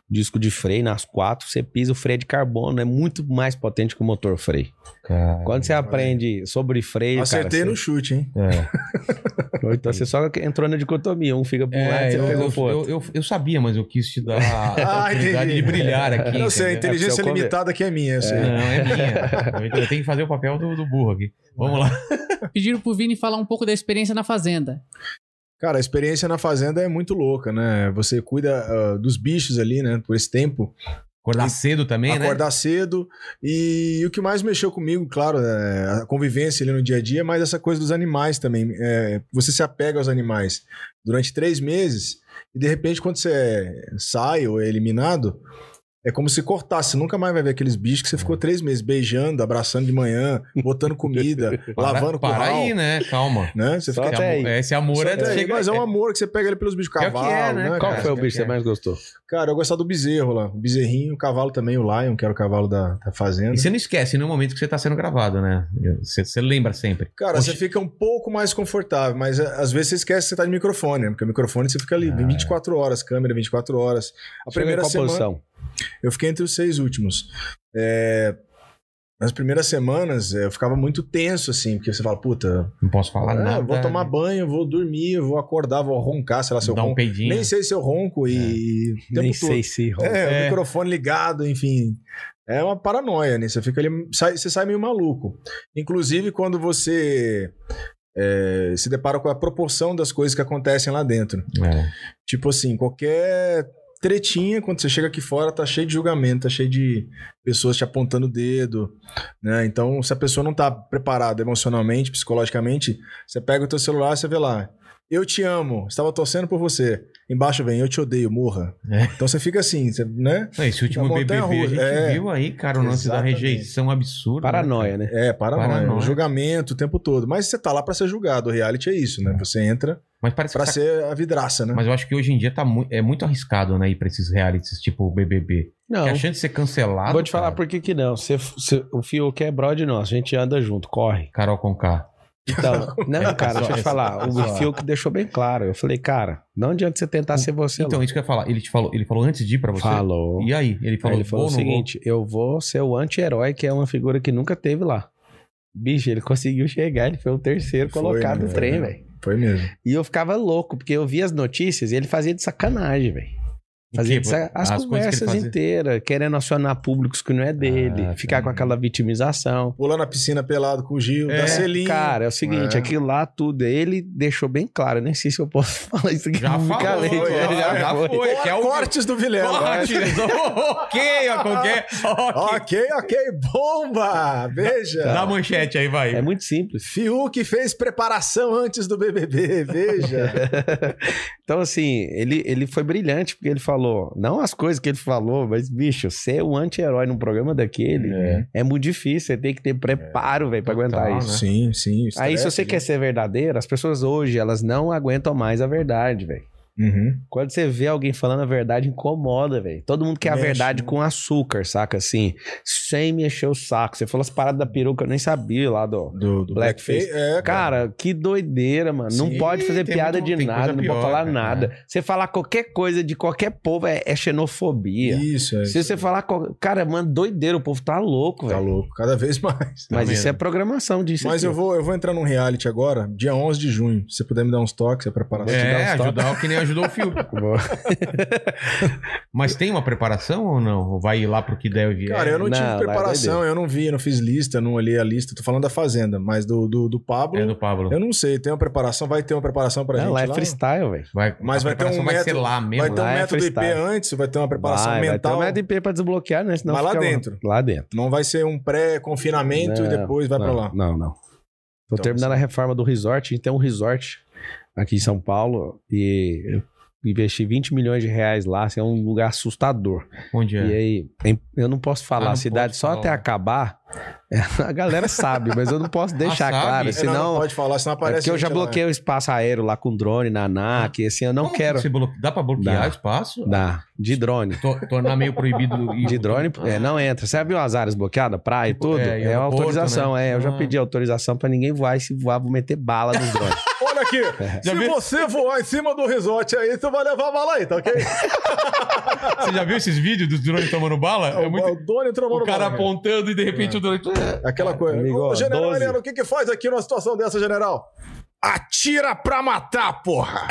disco de freio nas quatro. Você pisa o freio de carbono, é muito mais potente que o motor freio. Cara. Quando você aprende sobre freio, Acertei cara, no chute, hein? É. você, então você só entrou na dicotomia. Um fica pra um lado, É, você eu, pegou eu- pro outro. eu- eu- eu sabia, mas eu quis te dar a Ah, oportunidade entendi. de brilhar aqui. Eu sei, a entendeu? inteligência É, porque eu limitada que é minha, eu sei. Não, é minha. Eu tenho que fazer o papel do, do burro aqui. Vamos lá. Pediram pro Vini falar um pouco da experiência na fazenda. Cara, a experiência na fazenda é muito louca, né? Você cuida ah, dos bichos ali, né? Por esse tempo. Acordar cedo também, né? Acordar cedo. E o que mais mexeu comigo, claro, é a convivência ali no dia a dia, mas essa coisa dos animais também. É, você se apega aos animais durante três meses e de repente quando você sai ou é eliminado, é como se cortasse. Você nunca mais vai ver aqueles bichos que você ficou três meses beijando, abraçando de manhã, botando comida, né? Para- lavando Para curral. aí, né? Calma. Né? Você Só fica Esse até aí. amor, esse amor Só é, daí, chega- mas é um amor que você pega ele pelos bichos É o que é, cavalo, né, né? cara? Qual cara? foi o bicho que você mais gostou? Cara, eu gostava do bezerro lá. O bezerrinho, o cavalo também, o Lion, que era o cavalo da, da fazenda. é, E você não esquece no momento que você tá sendo gravado, né? Você, você lembra sempre. Cara, você fica um pouco mais confortável, mas é, às vezes você esquece que você tá de microfone, né? Porque o microfone você fica ali 24 horas, câmera 24 horas. A Chega primeira qual semana. posição? Eu fiquei entre os seis últimos. É, Nas primeiras semanas é, eu ficava muito tenso, assim, porque você fala, puta, Não posso falar ah, É, nada. eu vou tomar banho, vou dormir, vou acordar, vou roncar, sei lá, se eu Dar um ronco. peidinho. Nem sei se eu ronco e. o tempo Nem todo. sei se. É, É. o microfone ligado, enfim. É uma paranoia, né? Você fica ali, sai- você sai meio maluco. Inclusive, quando você é, se depara com a proporção das coisas que acontecem lá dentro. É. Tipo assim, qualquer tretinha, quando você chega aqui fora, tá cheio de julgamento, tá cheio de pessoas te apontando o dedo, né? Então, se a pessoa não tá preparada emocionalmente, psicologicamente, você pega o teu celular, você vê lá, eu te amo, estava torcendo por você. Embaixo vem, eu te odeio, morra. É. Então você fica assim, você- né? Não, esse último Da BBB montanha a gente russa, é. viu aí, cara, o lance da Exatamente. rejeição absurda. Paranoia, né? É, paranoia, Paranoia. julgamento o tempo todo. Mas você tá lá pra ser julgado, o reality é isso, né? Você entra Mas parece pra que tá- ser a vidraça, né? Mas eu acho que hoje em dia tá mu- é muito arriscado, né, ir pra esses realities tipo o BBB. Não. Porque a chance de ser cancelado... Vou te falar cara, por que que não. Você- você- o fio é bró de nós, a gente anda junto, corre. Carol Conká. Então, não, cara, É, só- deixa eu te falar. só- O Fiuk deixou bem claro. Eu falei, cara, não adianta você tentar ser você. Então, Então, isso que eu ia falar. Ele te falou, ele falou antes de ir pra você? falou. E aí? Ele Aí falou, ele falou o "Vou, não vou?" seguinte: eu vou ser o anti-herói, que é uma figura que nunca teve lá. Bicho, ele conseguiu chegar, ele foi o terceiro Foi, colocado né? no trem, Foi, né? velho. Foi mesmo. E eu ficava louco, porque eu via as notícias e ele fazia de sacanagem, velho. Fazia O quê? de sa- As as, coisas que ele conversas fazia? inteiras, querendo acionar públicos que não é dele, Ah, ficar tá. com aquela vitimização. Pular na piscina pelado com o Gil, É, dá selinho. Cara, é o seguinte, É. aquilo lá tudo, ele deixou bem claro, nem sei se eu posso falar isso aqui. Já publicamente, falou, né? já- já foi. Cor- que é o- Cortes do Vilela. Corte! ok, ó, qualquer... ok. Ok, ok, bomba! Veja. Dá a manchete aí, vai. É muito simples. Fiuk fez preparação antes do BBB, veja. Então, assim, ele, ele foi brilhante, porque ele falou, não as coisas que ele falou, mas, bicho, ser o anti-herói num programa daquele É. é muito difícil. Você tem que ter preparo, velho, pra aguentar Total, isso. Sim, sim. Aí, se estresse, você né? quer ser verdadeiro, as pessoas hoje, elas não aguentam mais a verdade, velho. Uhum. Quando você vê alguém falando a verdade, incomoda, velho. Todo mundo quer a Mexe, verdade né? com açúcar, saca? Assim, sem me encher o saco. Você falou as paradas da peruca, eu nem sabia lá do. Do, do Blackface. É, cara. Cara, que doideira, mano. Sim, não pode fazer tem piada muito- de tem coisa nada, não pior, pode falar né? cara, nada. É. Você falar qualquer coisa de qualquer povo é, é xenofobia. Isso, é. Se isso. você falar. qual- Cara, mano, doideira, o povo tá louco, Tá velho. louco, cada vez mais. Mas isso mesmo. é programação disso. Mas aqui. eu vou, eu vou entrar num reality agora, dia 11 de junho. Se você puder me dar uns toques, é preparação. te dar É, uns toques. ajudar o que nem ajudou o filme. Mas tem uma preparação ou não? Ou vai ir lá pro que der e vier? Cara, eu não, Não, lá tive é preparação, eu não vi, eu não fiz lista, não olhei a lista. Tô falando da Fazenda, mas do, do, do Pablo, É do Pablo. eu não sei. Tem uma preparação, vai ter uma preparação pra Não, gente lá é lá? freestyle, velho. Vai, Mas a vai ter um preparação vai ser método- lá Vai mesmo. ter um lá é método IP freestyle. antes, vai ter uma preparação Vai, vai ter mental. um ADP pra desbloquear, né? Senão Mas lá fica dentro. Lá dentro. Não vai ser um pré-confinamento e Não, depois vai não, pra lá. Não, não. Tô Então, terminando a reforma do resort, a gente tem um resort aqui em São Paulo e eu investi 20 milhões de reais lá, assim, é um lugar assustador. Onde E é? aí, em- eu não posso Ah, falar não a cidade pode só falar. até acabar. A galera sabe, mas eu não posso deixar sabe? claro, É, É, não, não senão pode falar, senão é aparece. porque eu já gente lá. bloqueei o espaço aéreo lá com drone na ANAC, assim, eu não né? Ah. Como que quero você blo- Dá pra bloquear Dá. espaço? dar de drone. To- tornar meio proibido. ir- De drone, é, não entra. Você já viu as áreas bloqueadas? Praia e Tipo, tudo? Ah. é, e É, aeroporto, autorização, é. Eu já Ah. pedi autorização pra ninguém voar e se voar, vou meter bala nos drones. Olha aqui, É. Já se viu? você voar em cima do resort aí, você vai levar a bala aí, tá ok? Você já viu esses vídeos dos drones tomando bala? É muito. O dono entrou O no cara bala. apontando e de repente É. o drone. Aquela coisa. Amigo, Ô, ó, general 12. Heleno, o que que faz aqui numa situação dessa, general? Atira pra matar, porra!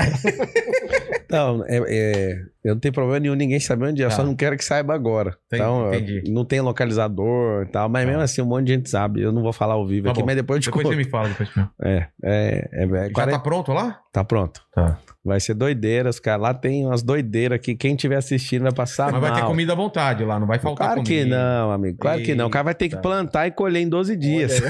Então, é- é, eu não tenho problema nenhum ninguém saber onde é, eu Tá. só não quero que saiba agora. Tem- então, entendi. eu- não tem localizador e tal, mas mesmo assim um monte de gente sabe. Eu não vou falar ao vivo Tá aqui, bom. mas depois eu te Depois conto. você me fala, depois mesmo. É, é, é, é, Já 40 tá pronto lá? tá pronto. Tá. Vai ser doideira, os caras. Lá tem umas doideiras que quem estiver assistindo vai passar Mas mal. vai ter comida à vontade lá, não vai faltar Ah, Claro comida. que não, amigo. Claro que não. O cara vai ter que plantar e colher em 12 dias.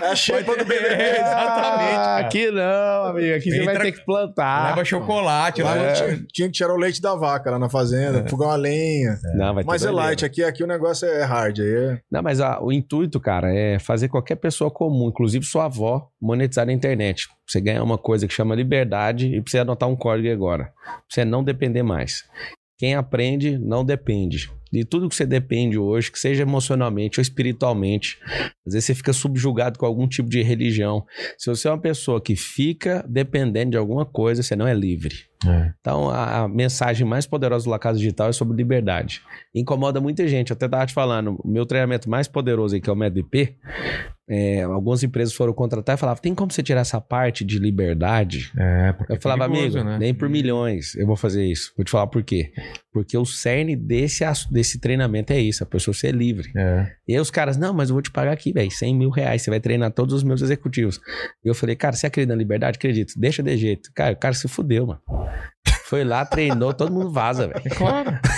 É a xepa do É, BBB. exatamente. Ah, cara. aqui não, amigo. Aqui você vai Entra- ter que plantar. Leva chocolate, Lá leva. tinha, tinha que tirar o leite da vaca lá na fazenda, fugar uma lenha. Não, vai ter Mas é doideira. light, aqui, aqui o negócio é hard. Aí é- Não, mas a- o intuito, cara, é fazer qualquer pessoa comum, inclusive sua avó, monetizar na internet. Você ganha uma coisa que chama liberdade e precisa anotar um código agora. Pra você não depender mais. Quem aprende, não depende. De tudo que você depende hoje, que seja emocionalmente ou espiritualmente. Às vezes você fica subjugado com algum tipo de religião. Se você é uma pessoa que fica dependendo de alguma coisa, você não é livre. É. Então, a, a mensagem mais poderosa do La Casa Digital é sobre liberdade incomoda muita gente. Eu até tava te falando, o meu treinamento mais poderoso aí, que é o MEDP, é, algumas empresas foram contratar e falavam, tem como você tirar essa parte de liberdade? É, porque Eu é falava, perigoso, amigo, né? nem por milhões eu vou fazer isso. Vou te falar por quê. Porque o cerne desse, ass- desse treinamento é isso, a pessoa ser livre. É. E aí os caras, não, mas eu vou te pagar aqui, velho, 100 mil reais, você vai treinar todos os meus executivos. E eu falei, cara, você acredita na liberdade? Acredito, deixa de jeito. Cara, o cara se fudeu, mano. Foi lá, treinou, todo mundo vaza, velho. Claro.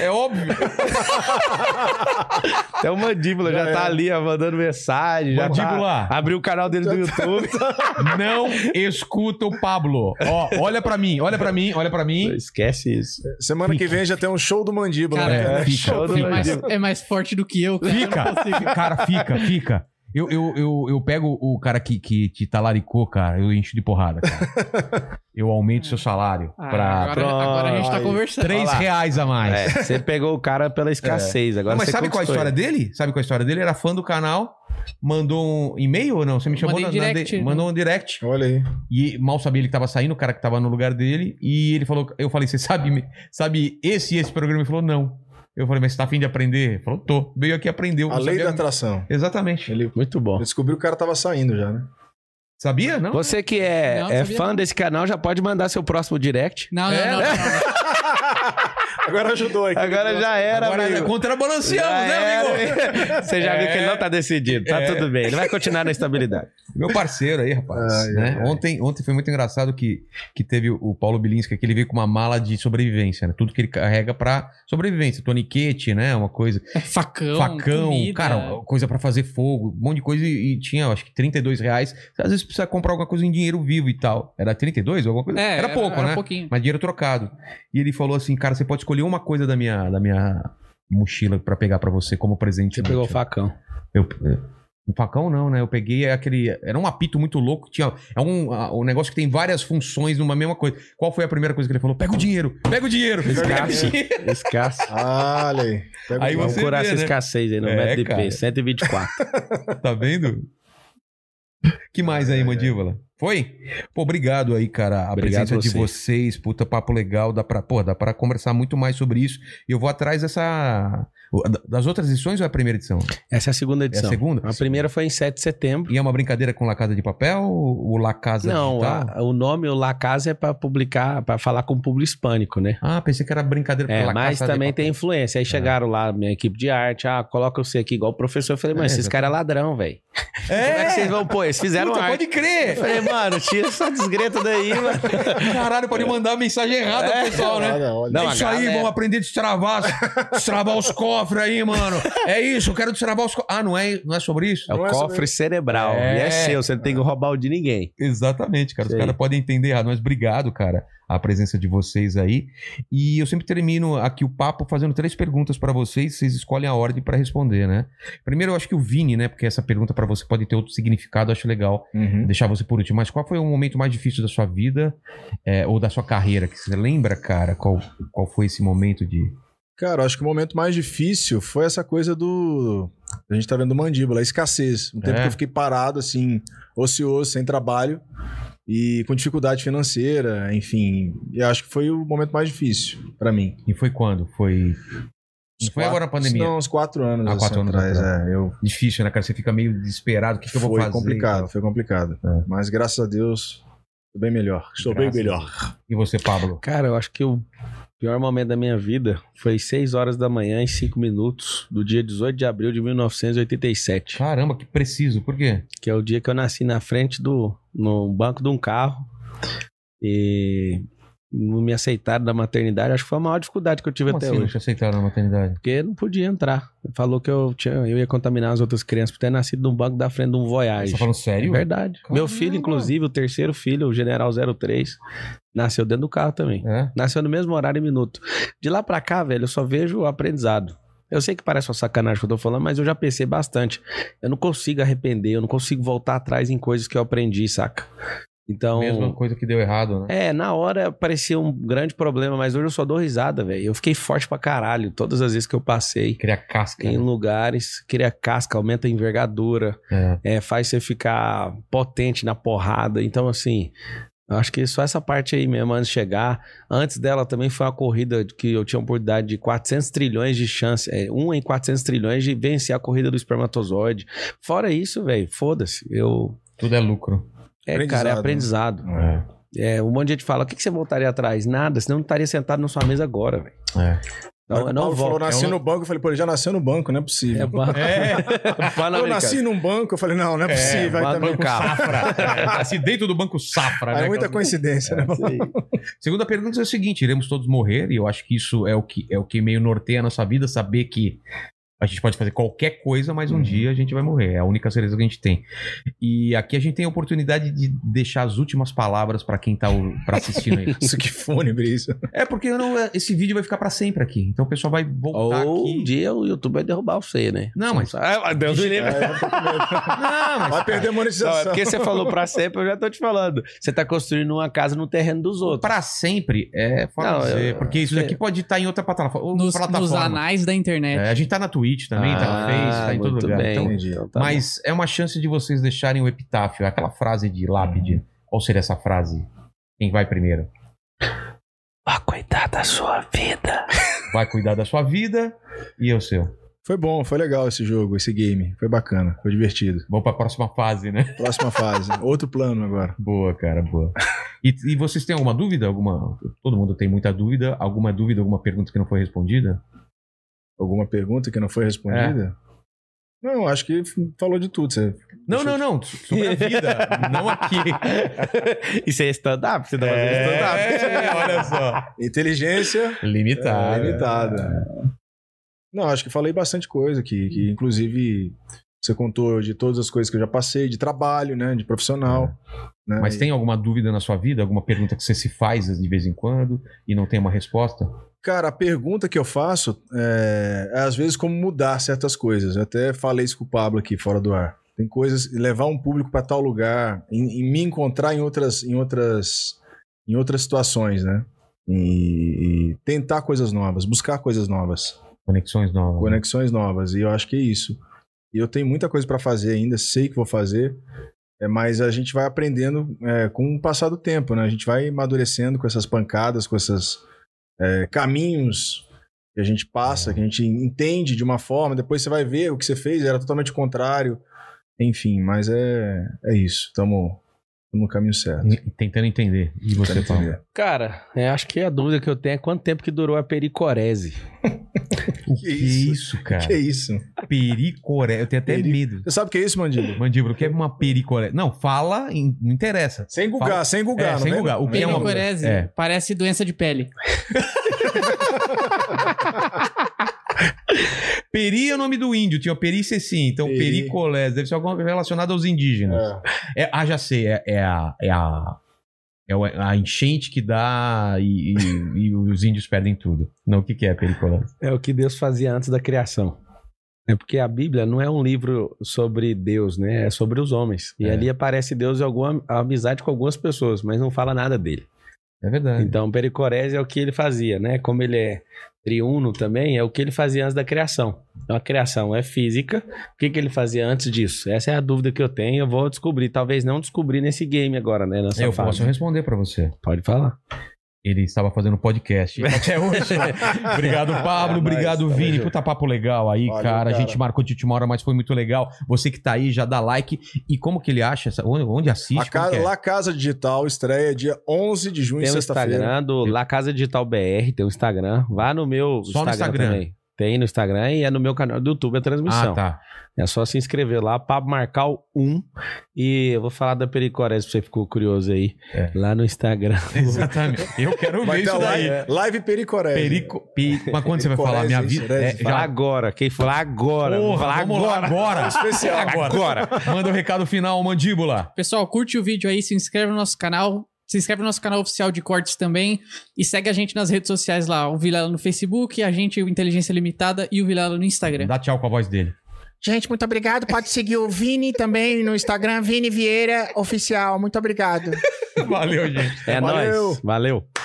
É óbvio. Até o Mandíbula já, Já tá é. ali, ó, mandando mensagem. Já Mandíbula. Tá, abriu o canal dele do YouTube. Não escuta o Pablo. Ó, olha pra mim, olha pra mim, olha pra mim. Esquece isso. Semana que vem já tem um show do Mandíbula. Cara, né? É, fica, show do É mais, Mandíbula. é mais forte do que eu, cara. Fica. Eu não consigo. Cara, fica, fica. Eu, eu, eu, eu pego o cara que, que te talaricou, cara, eu encho de porrada, cara. Eu aumento seu salário Ah, pra agora, agora a gente tá Aí. conversando. 3 Olha lá. reais a mais. É, você pegou o cara pela escassez. É. Agora Não, mas você sabe qual é a conquistou história dele? Sabe qual a história dele? Era fã do canal, mandou um e-mail ou não? Você me chamou Mandei direct. de- mandou um direct. Olha aí. E mal sabia ele que tava saindo, o cara que tava no lugar dele. E ele falou: Eu falei, você sabe, sabe esse e esse programa? Ele falou: Não. Eu falei, mas você tá afim de aprender? Ele falou: Tô. Veio aqui aprender. eu A não lei da sabia- atração. Exatamente. Ele ele. Muito bom. eu descobri que o cara tava saindo já, né? Sabia? Não? Você que é, Não, é sabia fã não. É, né? desse canal, já pode mandar seu próximo direct. Não, não, É? não, não, não. Agora ajudou aqui. Agora já era, Agora amigo. contrabalanceamos, Já né, amigo? É. era. Você já viu que ele não tá decidido. Tá tudo bem. Ele vai continuar na estabilidade. Meu parceiro aí, rapaz. Ai, né? ai, ai. Ontem, ontem foi muito engraçado que, que teve o Paulo Bilinski, que ele veio com uma mala de sobrevivência, né? Tudo que ele carrega pra sobrevivência. Toniquete, né? Uma coisa. Facão, facão, comida. cara, coisa pra fazer fogo, um monte de coisa. E, e tinha, acho que 32 reais. Às vezes precisa comprar alguma coisa em dinheiro vivo e tal. Era 32 ou alguma coisa? É, era, pouco, né? pouquinho. Mas dinheiro trocado. E ele falou assim, cara, você pode escolher uma coisa da minha, da minha mochila pra pegar pra você como presente. Você pegou o útil." facão. Eu, um facão não, né? Eu peguei aquele. Era um apito muito louco. Tinha, é um, ah, um negócio que tem várias funções numa mesma coisa. Qual foi a primeira coisa que ele falou? Pega o dinheiro! Pega o dinheiro! Pega o Escasso. dinheiro. Escasso. Ah, olha aí. Pega Aí o- Vamos você curar vê, essa né? escassez aí no É, metro de cara. P, 124. Tá vendo? Que mais aí, mandíbula? Foi? Pô, obrigado aí, cara. A Obrigado presença de vocês. vocês, puta papo legal, dá pra, pô, dá pra conversar muito mais sobre isso. E eu vou atrás dessa. Das outras edições ou é a primeira edição? Essa é a segunda É a edição. segunda? A primeira foi em 7 de setembro. E é uma brincadeira com La Casa de Papel ou La Casa Não, Digital? a- o nome, o La Casa, é pra publicar, pra falar com o público hispânico, né? Ah, pensei que era brincadeira É, La mas Casa de também Papel. tem influência. Aí chegaram lá, minha equipe de arte, ah, coloca você aqui igual o professor. Eu falei, É, mas esses caras é ladrão, velho. Como é que vocês vão pôr? Eles fizeram Puta, arte. pode crer! Eu falei, mano, tira essa desgreta daí, mano. Caralho, pode mandar mensagem errada pro pessoal, né? Olha, olha. Não, é isso a aí, galera- vamos aprender a destravar, destravar os cofres aí, mano. É isso, eu quero destravar os cofres. Ah, não é, não é sobre isso? É o Não é sobre- cofre cerebral. E É. é seu, você não tem que roubar o de ninguém. Exatamente, cara. Os Sei. caras podem entender errado, mas obrigado, cara, a presença de vocês aí. E eu sempre termino aqui o papo fazendo três perguntas pra vocês, vocês escolhem a ordem pra responder, né? Primeiro, eu acho que o Vini, né? Porque essa pergunta pra você pode ter outro significado, eu acho legal Uhum. deixar você por último. Mas qual foi o momento mais difícil da sua vida é, ou da sua carreira? Que você lembra, cara, qual, qual foi esse momento de. Cara, eu acho que o momento mais difícil foi essa coisa do. A gente tá vendo mandíbula, a escassez. Um tempo É. que eu fiquei parado, assim, ocioso, sem trabalho e com dificuldade financeira, enfim. E acho que foi o momento mais difícil pra mim. E foi quando? Foi. Não foi agora a pandemia. Não, uns quatro anos. Há assim, quatro anos atrás. atrás. É, eu Difícil, né, cara? Você fica meio desesperado. O que, que eu vou foi fazer? complicado, foi complicado. É. Mas graças a Deus, tô bem melhor. Estou bem Graças a melhor. E você, Pablo? Cara, eu acho que o pior momento da minha vida foi 6 horas da manhã e 5 minutos do dia 18 de abril de 1987, Caramba, que preciso. Por quê? que é o dia que eu nasci na frente do no banco de um carro e não me aceitaram da maternidade. Acho que foi a maior dificuldade que eu tive Como até assim, não hoje. te aceitaram na maternidade? Porque não podia entrar. Falou que eu, tinha, eu ia contaminar as outras crianças por ter nascido num banco da frente de um Você Voyage. tá falando É sério? verdade. Meu filho, Caramba. inclusive, o terceiro filho, o General 03, nasceu dentro do carro também. É. Nasceu no mesmo horário e minuto. De lá pra cá, velho, eu só vejo o aprendizado. Eu sei que parece uma sacanagem que eu tô falando, mas eu já pensei bastante. Eu não consigo arrepender, eu não consigo voltar atrás em coisas que eu aprendi, saca? Então. Mesma coisa que deu errado, né? É, na hora parecia um grande problema, mas hoje eu só dou risada, velho. Eu fiquei forte pra caralho todas as vezes que eu passei. Criar casca. né? Em lugares, cria casca, aumenta a envergadura É. é, faz você ficar potente na porrada. Então, assim, eu acho que só essa parte aí mesmo, antes de chegar. Antes dela também foi uma corrida que eu tinha uma oportunidade de 400 trilhões de chance, é, um em 400 trilhões de vencer a corrida do espermatozoide. Fora isso, velho, foda-se. Eu. Tudo é lucro. É, cara, é Aprendizado. né? aprendizado. É. É, um monte de gente fala: o que, que você voltaria atrás? Nada, senão eu não estaria sentado na sua mesa agora, velho. É. Não, eu Quando o não Paulo volto. falou, nasci É um- no banco, eu falei, pô, ele já nasceu no banco, não é possível. É banco. eu nasci num banco, eu falei, não, não é possível. aí banco também- no carro. Safra. Assim, dentro do banco Safra, Aí né? é muita coincidência, né? Segunda pergunta é o seguinte: iremos todos morrer, e eu acho que isso é o que, é o que meio norteia a nossa vida, saber que a gente pode fazer qualquer coisa, mas um dia a gente vai morrer. É a única certeza que a gente tem. E aqui a gente tem a oportunidade de deixar as últimas palavras pra quem tá o- pra assistindo aí. Isso que fônebre isso. é porque eu não- esse vídeo vai ficar pra sempre aqui. Então o pessoal vai voltar Ou um aqui. dia o YouTube vai derrubar você, né? Não, mas- Ah, Deus me É, livre. Não, mas Vai perder Não, é a monetização. porque você falou pra sempre, eu já tô te falando. Você tá construindo uma casa no terreno dos outros. pra sempre é fora Não, de dizer, eu- é. porque isso daqui pode estar em outra plataforma. ou Nos, plataforma. nos anais da internet. É, a gente tá na Twitch também, tá Ah, no Face, tá em todo muito lugar. bem. Então, Entendi. tá Mas é uma chance de vocês deixarem o epitáfio, aquela frase de lápide. Qual seria essa frase? Quem vai primeiro? bom. Vá cuidar da sua vida. Vai cuidar da sua vida e eu seu. Foi bom, foi legal esse jogo, esse game. Foi bacana, foi divertido. Vamos pra próxima fase, né? Próxima fase. Outro plano agora. Boa, cara, boa. E, e vocês têm alguma dúvida? Alguma? Todo mundo tem muita dúvida. Alguma dúvida, alguma pergunta que não foi respondida? Alguma pergunta que não foi respondida? Não, acho que f- falou de tudo. Você... Não, não, não. Sobre a vida. não aqui. Isso é stand-up? Você tá fazendo stand-up? É, olha só. Inteligência Limitada. é limitada. Não, acho que falei bastante coisa que, que, inclusive, você contou de todas as coisas que eu já passei, de trabalho, né? De profissional. né, Mas e- tem alguma dúvida na sua vida? Alguma pergunta que você se faz de vez em quando e não tem uma resposta? Cara, a pergunta que eu faço é, é, às vezes como mudar certas coisas. Eu até falei isso com o Pablo aqui fora do ar. Tem coisas levar um público para tal lugar, em, em me encontrar em outras, em outras, em outras situações, né? E, e tentar coisas novas, buscar coisas novas, Conexões novas. conexões novas. E eu acho que é isso. E eu tenho muita coisa para fazer ainda, sei que vou fazer. é, mas a gente vai aprendendo é, com o passar do tempo, né? A gente vai amadurecendo com essas pancadas, com essas é, caminhos que a gente passa, que a gente entende de uma forma, depois você vai ver o que você fez, era totalmente o contrário. Enfim, mas é, é isso. Estamos no caminho certo. E- e Tentando entender. E você, Tentando Paulo? entender. Cara, é, acho que a dúvida que eu tenho é quanto tempo que durou a pericorese. O Que que, isso? é isso, cara? Que isso? Pericoré. Eu tenho até Peri- medo. Você sabe o que é isso, Mandíbula? Mandíbula, o que é uma pericoré? Não, fala, in- não interessa. Sem gugar, Fala- sem gugar. É, não sem vem- gugar. O não que é vem uma- gugar. Pericorese. é. Parece doença de pele. Peri é o nome do índio, tinha o Peri Ceci, então Peri. pericolés, deve ser alguma coisa relacionada aos indígenas. É. É, ah, já sei, é, é a. É a... É o- a enchente que dá e, e- e os índios perdem tudo. Não, o que, que é pericolés? É o que Deus fazia antes da criação. É porque a Bíblia não é um livro sobre Deus, né? É sobre os homens. E É. ali aparece Deus em alguma amizade com algumas pessoas, mas não fala nada dele. É verdade. Então, pericorese é o que ele fazia, né? Como ele é triuno também, é o que ele fazia antes da criação. Então, a criação é física. O que, que ele fazia antes disso? Essa é a dúvida que eu tenho. Eu vou descobrir. Talvez não descobrir nesse game agora, né? Nessa eu fase. posso responder pra você. Pode falar. Ele estava fazendo podcast até hoje. né? obrigado, Pablo. É, obrigado, mas, tamo Vini. tá junto. Puta papo legal aí, Valeu, cara. A cara. gente marcou de última hora, mas foi muito legal. Você que tá aí, já dá like. E como que ele acha? essa- Onde, onde assiste? A Como Ca- que é? La Casa Digital estreia dia 11 de junho, Tem o sexta-feira. Instagram do La Casa Digital BR, tem o Instagram. Vá no meu Só no Instagram, Instagram. também. Tem no Instagram e é no meu canal do YouTube a transmissão. Ah, tá. É só se inscrever lá, Pablo Marcal 1. E eu vou falar da pericorese, se você ficou curioso aí. É. Lá no Instagram. Exatamente. Eu quero ver Vai ter isso daí. live, live Pericoré. Perico, pe- Mas quando você vai Pericorese, falar minha isso, vida? né? É, Fala já... agora, quem falar agora. Porra, falar vamos lá, agora. agora. Especial. agora. Manda o recado final, mandíbula. Pessoal, curte o vídeo aí, se inscreve no nosso canal. Se inscreve no nosso canal oficial de cortes também. E segue a gente nas redes sociais lá. O Vilela no Facebook, a gente, o Inteligência Limitada e o Vilela no Instagram. Dá tchau com a voz dele. Gente, muito obrigado. Pode seguir o Vini também no Instagram, Vini Vieira Oficial. Muito obrigado. Valeu, gente. É Valeu. nóis. Valeu.